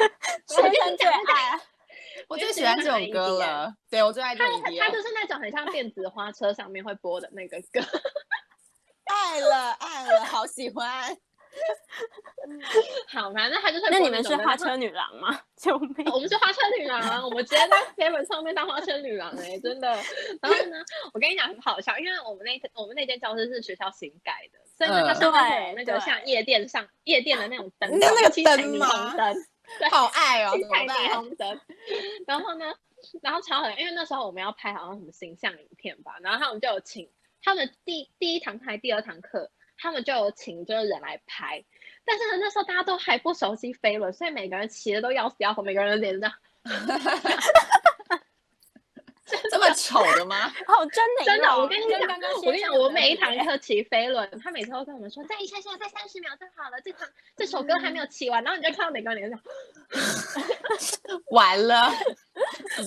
[SPEAKER 3] 学生最爱啊，
[SPEAKER 2] 我最喜欢这首歌了。对，我最爱这
[SPEAKER 1] 他
[SPEAKER 2] 首歌，
[SPEAKER 1] 他就是那种很像电子花车上面会播的那个歌， (laughs)
[SPEAKER 2] 爱了爱了，好喜欢。
[SPEAKER 1] 好，反正他就是会
[SPEAKER 3] 那
[SPEAKER 1] 播
[SPEAKER 3] 你们
[SPEAKER 1] 种
[SPEAKER 3] 是
[SPEAKER 1] 的
[SPEAKER 3] 花
[SPEAKER 1] 然后
[SPEAKER 3] 车女郎吗？救命！
[SPEAKER 1] (laughs) 我们是花车女郎，我们直接在 seven 上面当花车女郎哎、真的。然后呢，我跟你讲很好笑，因为我们那我们那间教室是学校新改的，所以呢，它
[SPEAKER 2] 嗯
[SPEAKER 1] 上面有那个
[SPEAKER 3] 对对
[SPEAKER 1] 像夜店上夜店的那种灯，
[SPEAKER 2] 你看那个
[SPEAKER 1] 七彩
[SPEAKER 2] 灯
[SPEAKER 1] 霓
[SPEAKER 2] 吗
[SPEAKER 1] 虹
[SPEAKER 2] (laughs)
[SPEAKER 1] 灯，
[SPEAKER 2] 好爱哦，
[SPEAKER 1] 七
[SPEAKER 2] 怎
[SPEAKER 1] 彩
[SPEAKER 2] 么
[SPEAKER 1] 霓
[SPEAKER 2] 办？
[SPEAKER 1] 虹灯。然后呢，然后超好笑，因为那时候我们要拍好像什么形象影片吧，然后他们就有请他们第第一堂拍第二堂课，他们就有请就是人来拍。但是呢，那时候大家都还不熟悉飞轮，所以每个人骑的都要死要活，每个人的脸都这样
[SPEAKER 2] 这么丑的吗？ (laughs)
[SPEAKER 3] 哦，真的
[SPEAKER 1] 真的
[SPEAKER 3] 有
[SPEAKER 1] 我跟你
[SPEAKER 3] 跟
[SPEAKER 1] 讲
[SPEAKER 3] 刚刚
[SPEAKER 1] 我跟你
[SPEAKER 3] 先
[SPEAKER 1] 讲，
[SPEAKER 3] 生有
[SPEAKER 1] 我
[SPEAKER 3] 的
[SPEAKER 1] 每一
[SPEAKER 3] 比
[SPEAKER 1] 堂课骑飞轮，他每次都跟我们说，再一下下，再三十秒就好了。这堂这首歌还没有骑完，然后你就看到每个人脸上
[SPEAKER 2] 完
[SPEAKER 1] (laughs)
[SPEAKER 2] 了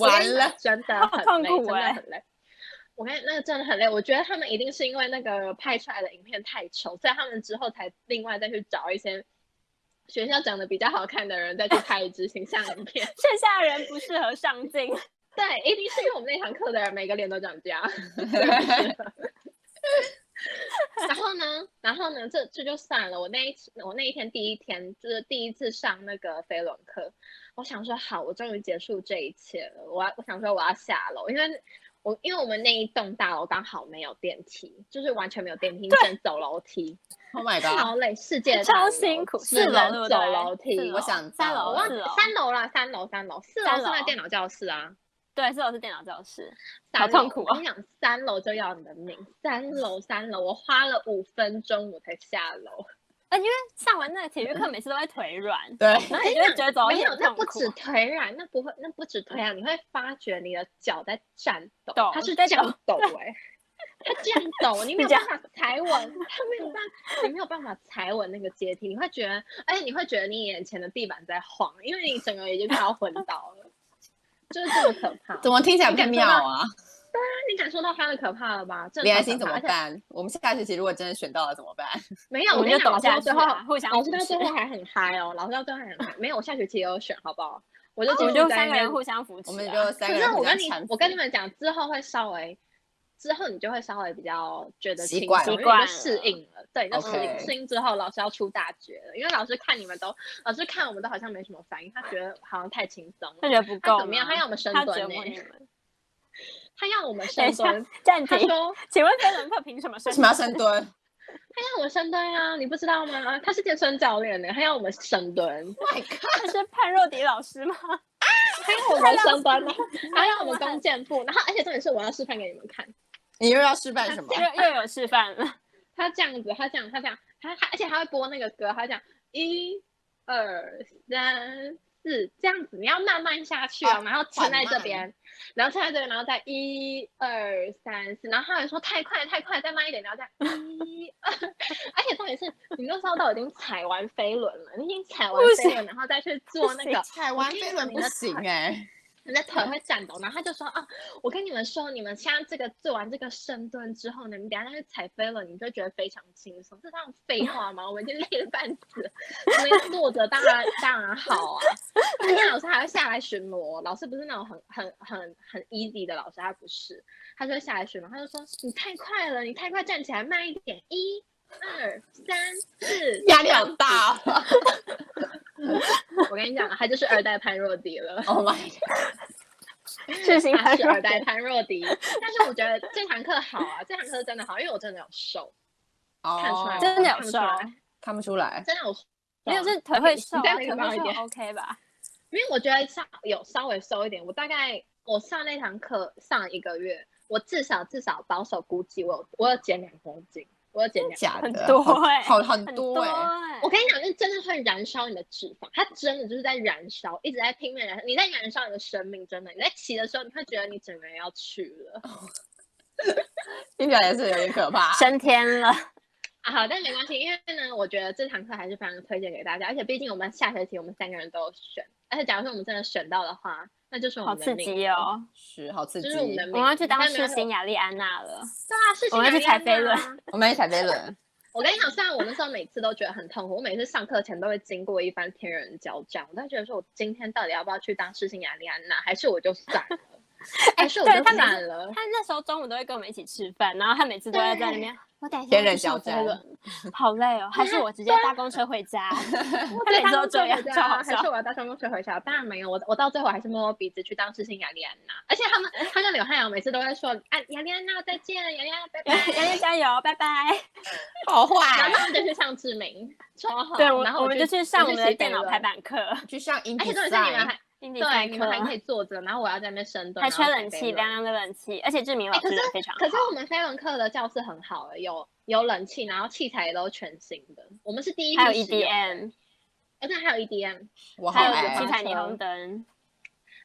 [SPEAKER 2] 完，
[SPEAKER 1] 我跟你
[SPEAKER 2] 了
[SPEAKER 1] 讲，真的
[SPEAKER 3] 好
[SPEAKER 1] 很
[SPEAKER 3] 痛
[SPEAKER 1] 累，
[SPEAKER 3] 苦
[SPEAKER 1] 真的
[SPEAKER 3] 欸
[SPEAKER 1] 很累。我看那个真的很累，我觉得他们一定是因为那个拍出来的影片太丑，所以他们之后才另外再去找一些学校长得比较好看的人再去拍一支形象影片。 (laughs)
[SPEAKER 3] 剩下的人不适合上镜，
[SPEAKER 1] 对，一定是因为我们那堂课的人每个脸都长这样。 (laughs) 然后呢，然后呢，这这就算了。我那一次，我那一天第一天就是第一次上那个飞轮课，我想说好，我终于结束这一切了。我要我想说我要下楼，因为我因为我们那一栋大楼刚好没有电梯，就是完全没有电梯，你只能走楼梯，
[SPEAKER 2] Oh my
[SPEAKER 1] 超
[SPEAKER 2] god！
[SPEAKER 1] 累，世界大
[SPEAKER 3] 啊超
[SPEAKER 1] 楼
[SPEAKER 3] 辛苦，
[SPEAKER 1] 只
[SPEAKER 3] 四楼对
[SPEAKER 1] 能
[SPEAKER 3] 不
[SPEAKER 1] 走
[SPEAKER 3] 对
[SPEAKER 1] 楼梯。
[SPEAKER 3] 四楼
[SPEAKER 1] 我
[SPEAKER 2] 我想到
[SPEAKER 3] 三楼，
[SPEAKER 1] 我忘
[SPEAKER 3] 四
[SPEAKER 1] 记
[SPEAKER 3] 楼，
[SPEAKER 1] 三楼啦，三楼三楼，四楼
[SPEAKER 3] 三
[SPEAKER 1] 是那
[SPEAKER 3] 楼
[SPEAKER 1] 电脑教室啊。
[SPEAKER 3] 对，四楼是电脑教室，
[SPEAKER 1] 三
[SPEAKER 3] 好
[SPEAKER 1] 楼
[SPEAKER 3] 痛苦
[SPEAKER 1] 我
[SPEAKER 3] 哦
[SPEAKER 1] 跟你讲，三楼就要你的命，三楼三楼，我花了五分钟我才下楼。
[SPEAKER 3] 上完那个体育课，每次都会腿软，
[SPEAKER 2] 对，
[SPEAKER 3] 然后你就会觉得走
[SPEAKER 1] 嗯没
[SPEAKER 3] 路
[SPEAKER 1] 有，
[SPEAKER 3] 很
[SPEAKER 1] 那
[SPEAKER 3] 痛
[SPEAKER 1] 不
[SPEAKER 3] 苦哦
[SPEAKER 1] 止腿软，那不会，那不止腿软，你会发觉你的脚在颤抖，
[SPEAKER 3] 抖
[SPEAKER 1] 它是
[SPEAKER 3] 在
[SPEAKER 1] 这
[SPEAKER 3] 抖
[SPEAKER 1] 样抖哎、它这样抖，你没有
[SPEAKER 3] 你这
[SPEAKER 1] 办
[SPEAKER 3] 样
[SPEAKER 1] 法踩稳，它没有办，你没有办法踩稳那个阶梯，你会觉得，而且你会觉得你眼前的地板在晃，因为你整个已经快要昏倒了，就是这么可
[SPEAKER 3] (laughs)
[SPEAKER 1] 怕。
[SPEAKER 2] 怎么听起来
[SPEAKER 1] 你
[SPEAKER 2] 不
[SPEAKER 1] 感
[SPEAKER 2] 太
[SPEAKER 1] 受
[SPEAKER 2] 妙
[SPEAKER 1] 到
[SPEAKER 2] 啊？
[SPEAKER 1] 那你感受到它的可怕了吧？真的
[SPEAKER 2] 李
[SPEAKER 1] 超
[SPEAKER 2] 爱
[SPEAKER 1] 可
[SPEAKER 2] 心怎
[SPEAKER 1] 怕
[SPEAKER 2] 么
[SPEAKER 1] 而且
[SPEAKER 2] 办？我们下学期如果真的选到了怎么办？
[SPEAKER 1] 没有，
[SPEAKER 3] 我
[SPEAKER 1] 我
[SPEAKER 3] 们
[SPEAKER 1] 跟你
[SPEAKER 3] 就
[SPEAKER 1] 讲，
[SPEAKER 3] 抖
[SPEAKER 1] 老师到
[SPEAKER 3] 下
[SPEAKER 1] 最
[SPEAKER 3] 去
[SPEAKER 1] 后
[SPEAKER 3] 啊互相
[SPEAKER 1] 老师到
[SPEAKER 3] 扶
[SPEAKER 1] 最后
[SPEAKER 3] 持
[SPEAKER 1] 还很嗨哦，老师到最后还很嗨。没有，我下学期也有选，好不好？我就
[SPEAKER 3] 我
[SPEAKER 1] 继
[SPEAKER 3] 们
[SPEAKER 1] 续
[SPEAKER 3] 哦就
[SPEAKER 1] 在
[SPEAKER 3] 三
[SPEAKER 1] 那
[SPEAKER 3] 个
[SPEAKER 1] 边
[SPEAKER 3] 人互相扶持
[SPEAKER 2] 我
[SPEAKER 3] 啊，
[SPEAKER 2] 们就
[SPEAKER 1] 可
[SPEAKER 2] 三个
[SPEAKER 1] 是
[SPEAKER 2] 人
[SPEAKER 1] 我
[SPEAKER 2] 互
[SPEAKER 1] 跟
[SPEAKER 2] 相
[SPEAKER 1] 你
[SPEAKER 2] 搀扶。
[SPEAKER 1] 我跟你们讲，之后会稍微，之后你就会稍微比较觉得
[SPEAKER 2] 习
[SPEAKER 1] 轻
[SPEAKER 2] 惯
[SPEAKER 1] 松，因
[SPEAKER 3] 了
[SPEAKER 1] 为你就适应了。对，就适
[SPEAKER 2] OK
[SPEAKER 1] 应适应之后，老师要出大绝了，因为老师看你们都，老师看我们都好像没什么反应，他觉得好像太轻松
[SPEAKER 3] 他
[SPEAKER 1] 了。
[SPEAKER 3] 觉得不
[SPEAKER 1] 他
[SPEAKER 3] 够
[SPEAKER 1] 怎么样？
[SPEAKER 3] 吗
[SPEAKER 1] 他要我们深
[SPEAKER 3] 他
[SPEAKER 1] 蹲
[SPEAKER 3] 折
[SPEAKER 1] 呢、
[SPEAKER 3] 磨你们。
[SPEAKER 1] 他要我
[SPEAKER 3] (laughs)
[SPEAKER 1] 们
[SPEAKER 3] 等
[SPEAKER 1] 深
[SPEAKER 3] 一下
[SPEAKER 1] 蹲。，
[SPEAKER 3] 暂
[SPEAKER 1] 他
[SPEAKER 3] 停。
[SPEAKER 1] 说
[SPEAKER 3] 请问飞轮课凭什么升
[SPEAKER 2] 为？什么要深蹲？
[SPEAKER 1] 他要我们深蹲啊，你不知道吗？他是健身教练呢、他要我们深蹲，
[SPEAKER 2] Oh my god！
[SPEAKER 3] 他是潘若迪老师
[SPEAKER 1] (laughs)
[SPEAKER 3] 吗？
[SPEAKER 1] 他要我们深蹲，然后他要我们
[SPEAKER 3] 我
[SPEAKER 1] 弓箭步，然后而且重点是我要示范给你们看。
[SPEAKER 2] 你又要示范什么？
[SPEAKER 3] 又又有示范了，
[SPEAKER 1] 他这样子，他这样，他这样，他他，而且他会播那个歌，他讲一、二、三、四这样子，你要慢慢下去哦，
[SPEAKER 2] 哦
[SPEAKER 1] 然后撑在
[SPEAKER 2] 缓
[SPEAKER 1] 这
[SPEAKER 2] 慢
[SPEAKER 1] 边，然后撑在这边，然后再一、二、三、四，然后他还说太快太快，再慢一点，然后再一、二， (laughs) 而且重点是你那时候都已经踩完飞轮了，你已经踩完
[SPEAKER 3] 不
[SPEAKER 1] 飞
[SPEAKER 3] 行
[SPEAKER 1] 轮，然后再去做那
[SPEAKER 3] 行
[SPEAKER 1] 个
[SPEAKER 2] 踩
[SPEAKER 1] (laughs) 我
[SPEAKER 2] 完
[SPEAKER 1] 跟你
[SPEAKER 2] 飞
[SPEAKER 1] 讲
[SPEAKER 2] 轮
[SPEAKER 1] 你
[SPEAKER 2] 不
[SPEAKER 1] 的
[SPEAKER 2] 行
[SPEAKER 1] 腿
[SPEAKER 2] 哎、
[SPEAKER 1] 你的腿会颤抖，然后他就说啊，我跟你们说，你们现在这个做完这个深蹲之后呢，你等一下再去踩飞轮，你就觉得非常轻松。这当然废话嘛，我们已经累得半死了，所以坐着当然当然好啊。而且老师还会下来巡逻，老师不是那种很很很很 easy 的老师，他不是，他就会下来巡逻，他就说你太快了，你太快，站起来慢一点，一、二、三、四，
[SPEAKER 2] (laughs) 压力好大哦。
[SPEAKER 1] 我跟你讲，他就是二代潘若迪 (laughs) 了。
[SPEAKER 2] Oh my god！
[SPEAKER 3] 事情
[SPEAKER 1] 他
[SPEAKER 3] 还
[SPEAKER 1] 是二代潘若迪，但是我觉得这堂课好啊，这堂课真的好，因为我真的有瘦，看出来
[SPEAKER 2] 哦
[SPEAKER 1] 吗
[SPEAKER 3] 真的有
[SPEAKER 1] 看不出
[SPEAKER 3] 瘦
[SPEAKER 1] 来
[SPEAKER 2] 看不出来。
[SPEAKER 1] 真的有瘦啊。
[SPEAKER 3] 没有是腿会瘦啊，
[SPEAKER 1] 你再
[SPEAKER 3] 腿
[SPEAKER 1] 那个高
[SPEAKER 3] 会
[SPEAKER 1] 一点
[SPEAKER 3] 瘦 OK 吧？
[SPEAKER 1] 因为我觉得稍有稍微瘦一点，我大概我上那堂课上一个月，我至少至少保守估计我有我有减两公斤，我有减两。
[SPEAKER 2] 假
[SPEAKER 3] 很
[SPEAKER 2] 的，
[SPEAKER 3] 多
[SPEAKER 2] 好
[SPEAKER 3] 欸
[SPEAKER 2] 好很
[SPEAKER 3] 很
[SPEAKER 2] 多
[SPEAKER 3] 多
[SPEAKER 2] 哎、
[SPEAKER 3] 欸
[SPEAKER 1] 我跟你讲，就真的会燃烧你的脂肪，它真的就是在燃烧，一直在拼命燃烧。你在燃烧你的生命，真的。你在骑的时候，你会觉得你整个人要去了
[SPEAKER 2] 听起来也是有点可怕。
[SPEAKER 3] 升天
[SPEAKER 1] (laughs)
[SPEAKER 3] 了，
[SPEAKER 1] 啊。好，但没关系，因为呢，我觉得这堂课还是非常推荐给大家，而且毕竟我们下学期我们三个人都有选，而且假如说我们真的选到的话，那就是我
[SPEAKER 3] 好
[SPEAKER 1] 们的
[SPEAKER 3] 刺
[SPEAKER 1] 命
[SPEAKER 3] 激哦！
[SPEAKER 2] (laughs) 是好刺
[SPEAKER 1] 就
[SPEAKER 2] 激
[SPEAKER 1] 是我！们的
[SPEAKER 3] 我
[SPEAKER 1] 命。
[SPEAKER 3] 们要去当
[SPEAKER 1] 但没
[SPEAKER 3] 世
[SPEAKER 1] 关系
[SPEAKER 3] 新雅丽安娜了，
[SPEAKER 1] 对啊，事情
[SPEAKER 3] 我们要
[SPEAKER 1] 哪
[SPEAKER 3] 去
[SPEAKER 1] 样
[SPEAKER 3] 踩飞轮
[SPEAKER 1] 啊
[SPEAKER 2] 我们一起踩飞轮，
[SPEAKER 1] 我跟你讲，虽然我那时候每次都觉得很痛苦，我每次上课前都会经过一番天人交战，我都觉得说我今天到底要不要去当世新雅丽安娜，还是我就算
[SPEAKER 3] (laughs)
[SPEAKER 1] 了，还是我
[SPEAKER 3] 哎对
[SPEAKER 1] 就
[SPEAKER 3] 他每次
[SPEAKER 1] 算了
[SPEAKER 3] 她。那时候中午都会跟我们一起吃饭，然后她每次都会在那边。我等一下
[SPEAKER 2] 天
[SPEAKER 3] 要
[SPEAKER 2] 人
[SPEAKER 3] 去上
[SPEAKER 2] 交
[SPEAKER 3] 飞
[SPEAKER 2] 战
[SPEAKER 3] 轮，好累哦，还是我直接搭公车回 (laughs) 家？
[SPEAKER 1] 我
[SPEAKER 3] 他每
[SPEAKER 1] 对
[SPEAKER 3] 次都
[SPEAKER 1] 当
[SPEAKER 3] 这
[SPEAKER 1] 公车
[SPEAKER 3] 样
[SPEAKER 1] 回
[SPEAKER 3] 超
[SPEAKER 1] 家
[SPEAKER 3] 好
[SPEAKER 1] 还
[SPEAKER 3] 笑
[SPEAKER 1] 是我要搭双公车回家？当然没有，我我到最后还是摸摸鼻子去当世新雅丽安娜。而且
[SPEAKER 3] (laughs)
[SPEAKER 1] 他们，他跟柳汉阳每次都在说：“啊，雅丽安娜再见，雅丽安娜拜
[SPEAKER 3] (laughs) 杨
[SPEAKER 1] 拜。
[SPEAKER 3] 杨加油，拜拜！
[SPEAKER 2] 好”
[SPEAKER 1] 然后
[SPEAKER 2] 坏。啊
[SPEAKER 1] 他们就去上志明，超好。
[SPEAKER 3] (laughs) 对，我
[SPEAKER 1] 然后
[SPEAKER 3] 我们就
[SPEAKER 1] 去
[SPEAKER 3] 去上我们的
[SPEAKER 1] 骑
[SPEAKER 3] 电
[SPEAKER 1] 飞
[SPEAKER 3] 脑
[SPEAKER 1] 轮
[SPEAKER 3] 排，版课，
[SPEAKER 2] 去上英
[SPEAKER 1] 而且
[SPEAKER 2] 体
[SPEAKER 1] 重点是你
[SPEAKER 2] 赛，
[SPEAKER 1] 们还
[SPEAKER 3] 英语
[SPEAKER 1] 对，你们还
[SPEAKER 3] 课
[SPEAKER 1] 可以坐着，然后我要在那边深蹲，然
[SPEAKER 3] 还缺
[SPEAKER 1] 后踩
[SPEAKER 3] 冷
[SPEAKER 1] 飞
[SPEAKER 3] 气，
[SPEAKER 1] 轮
[SPEAKER 3] 凉凉的冷气，而且志明老
[SPEAKER 1] 哎可
[SPEAKER 3] 师
[SPEAKER 1] 是
[SPEAKER 3] 人非常
[SPEAKER 1] 可是
[SPEAKER 3] 好
[SPEAKER 1] 我们飞轮课的教室很好了，有有冷气，然后器材也都全新的。我们是第一批
[SPEAKER 3] 还有 E
[SPEAKER 1] 使用，
[SPEAKER 3] EDM，
[SPEAKER 1] 而且还有 E EDM，
[SPEAKER 2] 我好
[SPEAKER 3] 还有
[SPEAKER 1] 哎
[SPEAKER 3] 七
[SPEAKER 2] 爱。
[SPEAKER 3] 彩霓虹灯，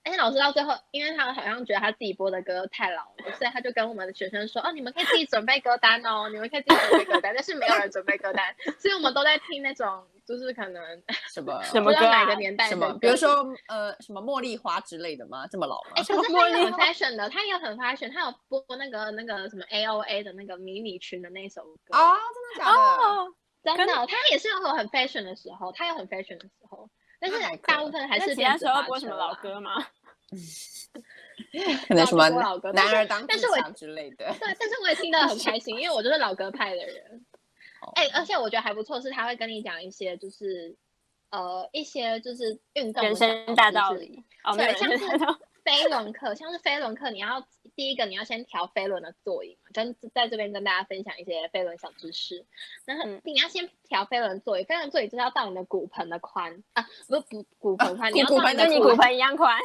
[SPEAKER 1] 而且老师到最后，因为他好像觉得他自己播的歌太老了，所以他就跟我们的学生说：“哦，你们可以自己准备歌单哦，你们可以自己准备歌单。”但是没有人准备歌单，所以我们都在听那种就是可能
[SPEAKER 2] 什么
[SPEAKER 3] 什
[SPEAKER 1] 不
[SPEAKER 3] 么
[SPEAKER 1] 知
[SPEAKER 3] 歌
[SPEAKER 1] 道哪
[SPEAKER 3] 啊
[SPEAKER 1] 个？年代的
[SPEAKER 2] 什么，
[SPEAKER 1] 歌
[SPEAKER 2] 比如说呃什么茉莉花之类的吗？这么老吗
[SPEAKER 1] 哎、？可是
[SPEAKER 3] 茉
[SPEAKER 1] 他也
[SPEAKER 3] 莉
[SPEAKER 1] 很
[SPEAKER 3] 花
[SPEAKER 1] fashion 的，他也很 fashion，他有播那个那个什么 A O A 的那个迷你裙的那首歌
[SPEAKER 2] 啊，真的假的？
[SPEAKER 3] 哦，
[SPEAKER 1] 真
[SPEAKER 3] 跟
[SPEAKER 1] 的，他也是有很 fashion 的时候，他有很 fashion 的时候，但是
[SPEAKER 2] 那还
[SPEAKER 1] 大
[SPEAKER 2] 可
[SPEAKER 1] 部分还
[SPEAKER 3] 那
[SPEAKER 1] 是
[SPEAKER 3] 其他
[SPEAKER 1] 电
[SPEAKER 3] 时
[SPEAKER 1] 子啊
[SPEAKER 3] 候
[SPEAKER 1] 化
[SPEAKER 3] 播什么
[SPEAKER 1] 车
[SPEAKER 3] 老
[SPEAKER 1] 啦？
[SPEAKER 3] 歌吗？
[SPEAKER 2] 可能什么
[SPEAKER 1] 老哥
[SPEAKER 2] 男儿当
[SPEAKER 1] 但
[SPEAKER 2] 自
[SPEAKER 1] 是我
[SPEAKER 2] 强之类的。
[SPEAKER 1] 对，但是我也听得很开心，因为我就是老歌派的人
[SPEAKER 2] 哦。
[SPEAKER 1] 哎、而且我觉得还不错，是他会跟你讲一些就是呃一些就是运动的
[SPEAKER 3] 人
[SPEAKER 1] 小
[SPEAKER 3] 生大
[SPEAKER 1] 知
[SPEAKER 3] 道
[SPEAKER 1] 识，
[SPEAKER 3] 理哦，没
[SPEAKER 1] 对
[SPEAKER 3] 有人
[SPEAKER 1] 像
[SPEAKER 3] 生大道理
[SPEAKER 1] 飞轮课，像是飞轮课，你要第一个你要先调飞轮的座椅嘛，跟在这边跟大家分享一些飞轮小知识。然后
[SPEAKER 3] 嗯
[SPEAKER 1] 你要先调飞轮座椅，飞轮座椅就是要到你的骨盆的宽啊，不是骨骨盆宽，你要
[SPEAKER 2] 骨
[SPEAKER 1] 到
[SPEAKER 2] 盆
[SPEAKER 1] 你
[SPEAKER 2] 的
[SPEAKER 1] 的
[SPEAKER 3] 跟你
[SPEAKER 2] 宽
[SPEAKER 3] 哦骨盆一样宽，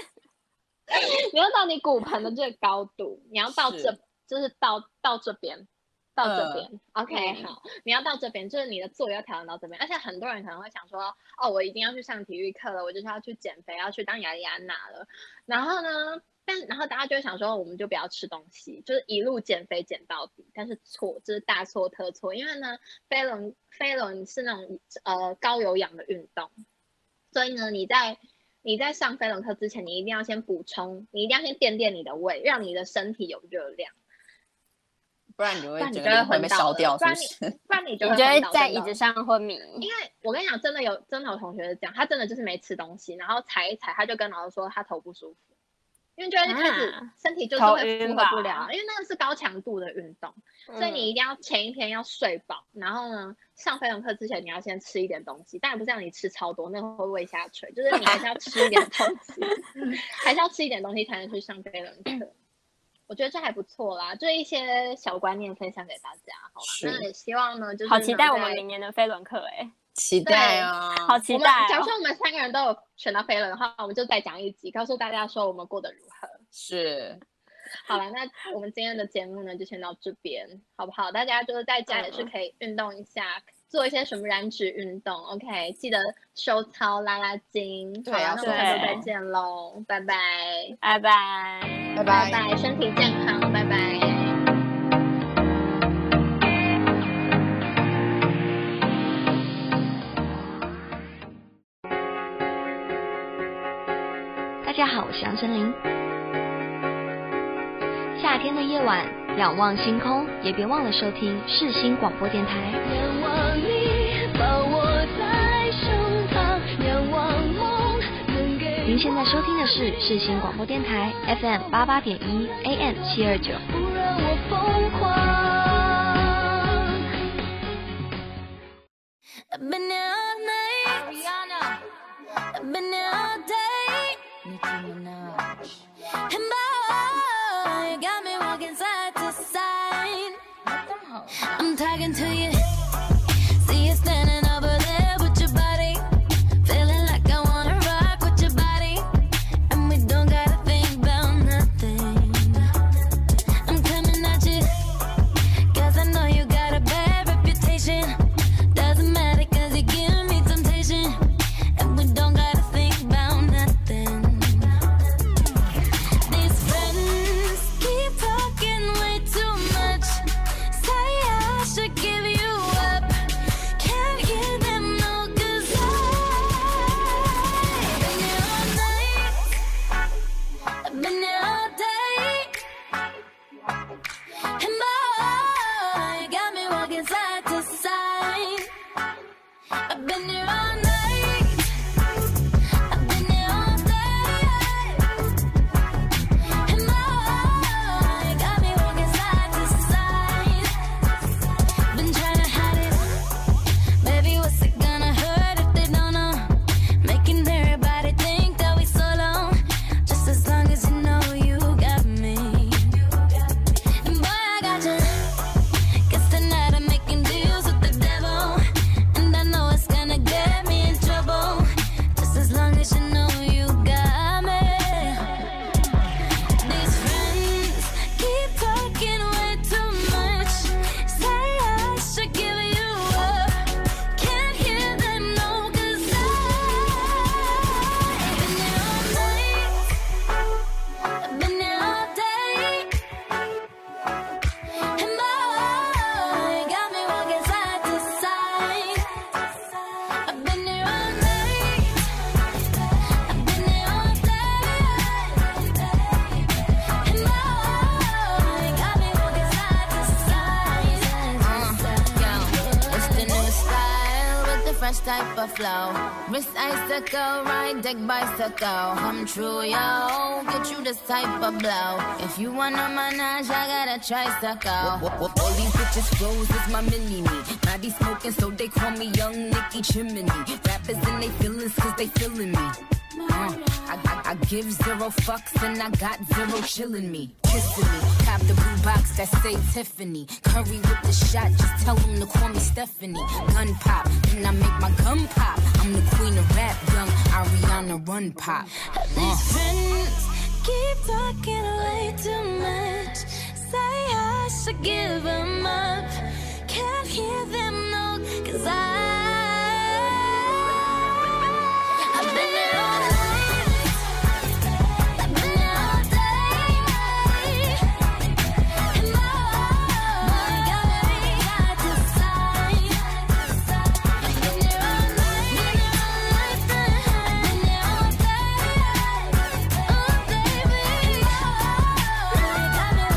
[SPEAKER 1] 你要到你骨盆的这个高度，你要到这
[SPEAKER 2] 是，
[SPEAKER 1] 就是到到这边，到这边。OK，、
[SPEAKER 3] 嗯
[SPEAKER 1] 好，你要到这边，就是你的坐要调整到这边。而且很多人可能会想说，哦，我一定要去上体育课了，我就是要去减肥，要去当雅丽安娜了。然后呢，但然后大家就会想说，我们就不要吃东西，就是一路减肥减到底。但是错，这、是大错特错，因为呢，飞轮飞轮是那种呃高有氧的运动，所以呢，你在你在上飞轮课之前，你一定要先补充，你一定要先垫垫你的胃，让你的身体有热量，
[SPEAKER 2] 不然你就会
[SPEAKER 1] 不然你
[SPEAKER 2] 整
[SPEAKER 1] 就会
[SPEAKER 2] 个会
[SPEAKER 1] 昏
[SPEAKER 2] 被
[SPEAKER 1] 倒
[SPEAKER 2] 烧
[SPEAKER 1] 了
[SPEAKER 2] 掉，
[SPEAKER 1] 不
[SPEAKER 2] 是
[SPEAKER 1] 然
[SPEAKER 2] 不是？
[SPEAKER 1] 不然你就
[SPEAKER 3] 你
[SPEAKER 1] 会
[SPEAKER 3] 就会
[SPEAKER 1] 昏倒
[SPEAKER 3] 在
[SPEAKER 1] 真的
[SPEAKER 3] 椅子上昏迷。
[SPEAKER 1] 因为我跟你讲，真的有真的有同学是这样，他真的就是没吃东西，然后踩一踩，他就跟老师说他头不舒服，因为就会开始
[SPEAKER 3] 啊
[SPEAKER 1] 身体就是
[SPEAKER 3] 头
[SPEAKER 1] 会
[SPEAKER 3] 晕
[SPEAKER 1] 负荷
[SPEAKER 3] 吧
[SPEAKER 1] 不了，因为那个是高强度的运动，
[SPEAKER 3] 嗯
[SPEAKER 1] 所以你一定要前一天要睡饱，然后呢上飞轮课之前你要先吃一点东西，当然不是让你吃超多，那个会胃下垂，就是你还是要吃一点东西， (laughs) 还是要吃一点东西才能去上飞轮课。我觉得这还不错啦，就是一些小观念分享给大家，好
[SPEAKER 2] 是
[SPEAKER 1] 吧？那也希望呢，就是
[SPEAKER 3] 好期待
[SPEAKER 1] 能
[SPEAKER 3] 我们
[SPEAKER 1] 在
[SPEAKER 3] 明年的飞轮课哎，
[SPEAKER 2] 期
[SPEAKER 1] 对
[SPEAKER 2] 待啊！
[SPEAKER 3] 好期
[SPEAKER 1] 我们
[SPEAKER 3] 待
[SPEAKER 1] 假如
[SPEAKER 3] 哦！
[SPEAKER 1] 说我们三个人都有选到飞轮的话，我们就再讲一集，告诉大家说我们过得如何。
[SPEAKER 2] 是，
[SPEAKER 1] 好了，那我们今天的节目呢就先到这边，好不好？大家就是在家也是
[SPEAKER 3] 嗯
[SPEAKER 1] 可以运动一下，做一些什么燃脂运动。OK，记得收操拉拉筋。
[SPEAKER 2] 对
[SPEAKER 1] 好啦
[SPEAKER 3] 啊
[SPEAKER 2] 要
[SPEAKER 1] 那
[SPEAKER 2] 收
[SPEAKER 1] 我们下周
[SPEAKER 3] 操
[SPEAKER 1] 再见喽，拜拜，
[SPEAKER 3] 拜拜。
[SPEAKER 2] 拜
[SPEAKER 1] 拜拜，身体健康，拜拜。
[SPEAKER 4] 大家好，我是杨丞琳。夏天的夜晚，仰望星空，也别忘了收听世新广播电台。
[SPEAKER 5] 仰望你抱我在胸膛，仰望梦能给我
[SPEAKER 4] 您现在收听的是世新广播电台 FM 八八点一 AM 七二九。
[SPEAKER 5] 不让我疯狂。A banana night, a banana day. And boy, you got me walking side to side. I'm talking to you. See you standing over there with your body. Feeling like I wanna rock with your body. And we don't gotta think about nothing. I'm coming at you. Cause I know you got a bad reputation. Doesn't matter cause you give me temptation. And we don't gotta think about nothing. These friends keep talking way too much. Say I should give you
[SPEAKER 6] fresh type of flow. Wrist icicle, ride deck bicycle. Come true, yo. Get you this type of blow. If you want a menage, I got a tricycle.
[SPEAKER 5] All these bitches flows is my mini me. Naughty smoking, so they call me Young Nicky Chimney. Rappers and they feelings, cause they feeling me. Uh, I, I, I give zero fucks and I got zero chillin' me. Kissing me, cop the blue box that say Tiffany. Curry with the shot, just tell them to call me Stephanie. Gun pop, then I make my gun pop. I'm the queen of rap, young Ariana Run Pop. Uh.
[SPEAKER 6] These friends keep talking way too much. Say I should give them up. Can't hear them, no, cause I. I've been there all night. I've been there all day. And my heart got me out to sight. I've been there all night. Been there all night. Been there all day. Oh, baby. My heart got me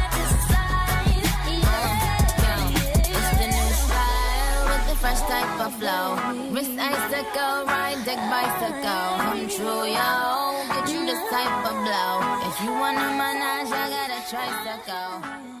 [SPEAKER 6] walking side to side. Yeah.
[SPEAKER 5] It's the new
[SPEAKER 6] style with the fresh type of flow. Wrist icicle, ride deck bicycle. Come true, yo. Get you this type of blow. If you want a menage, I got a tricycle.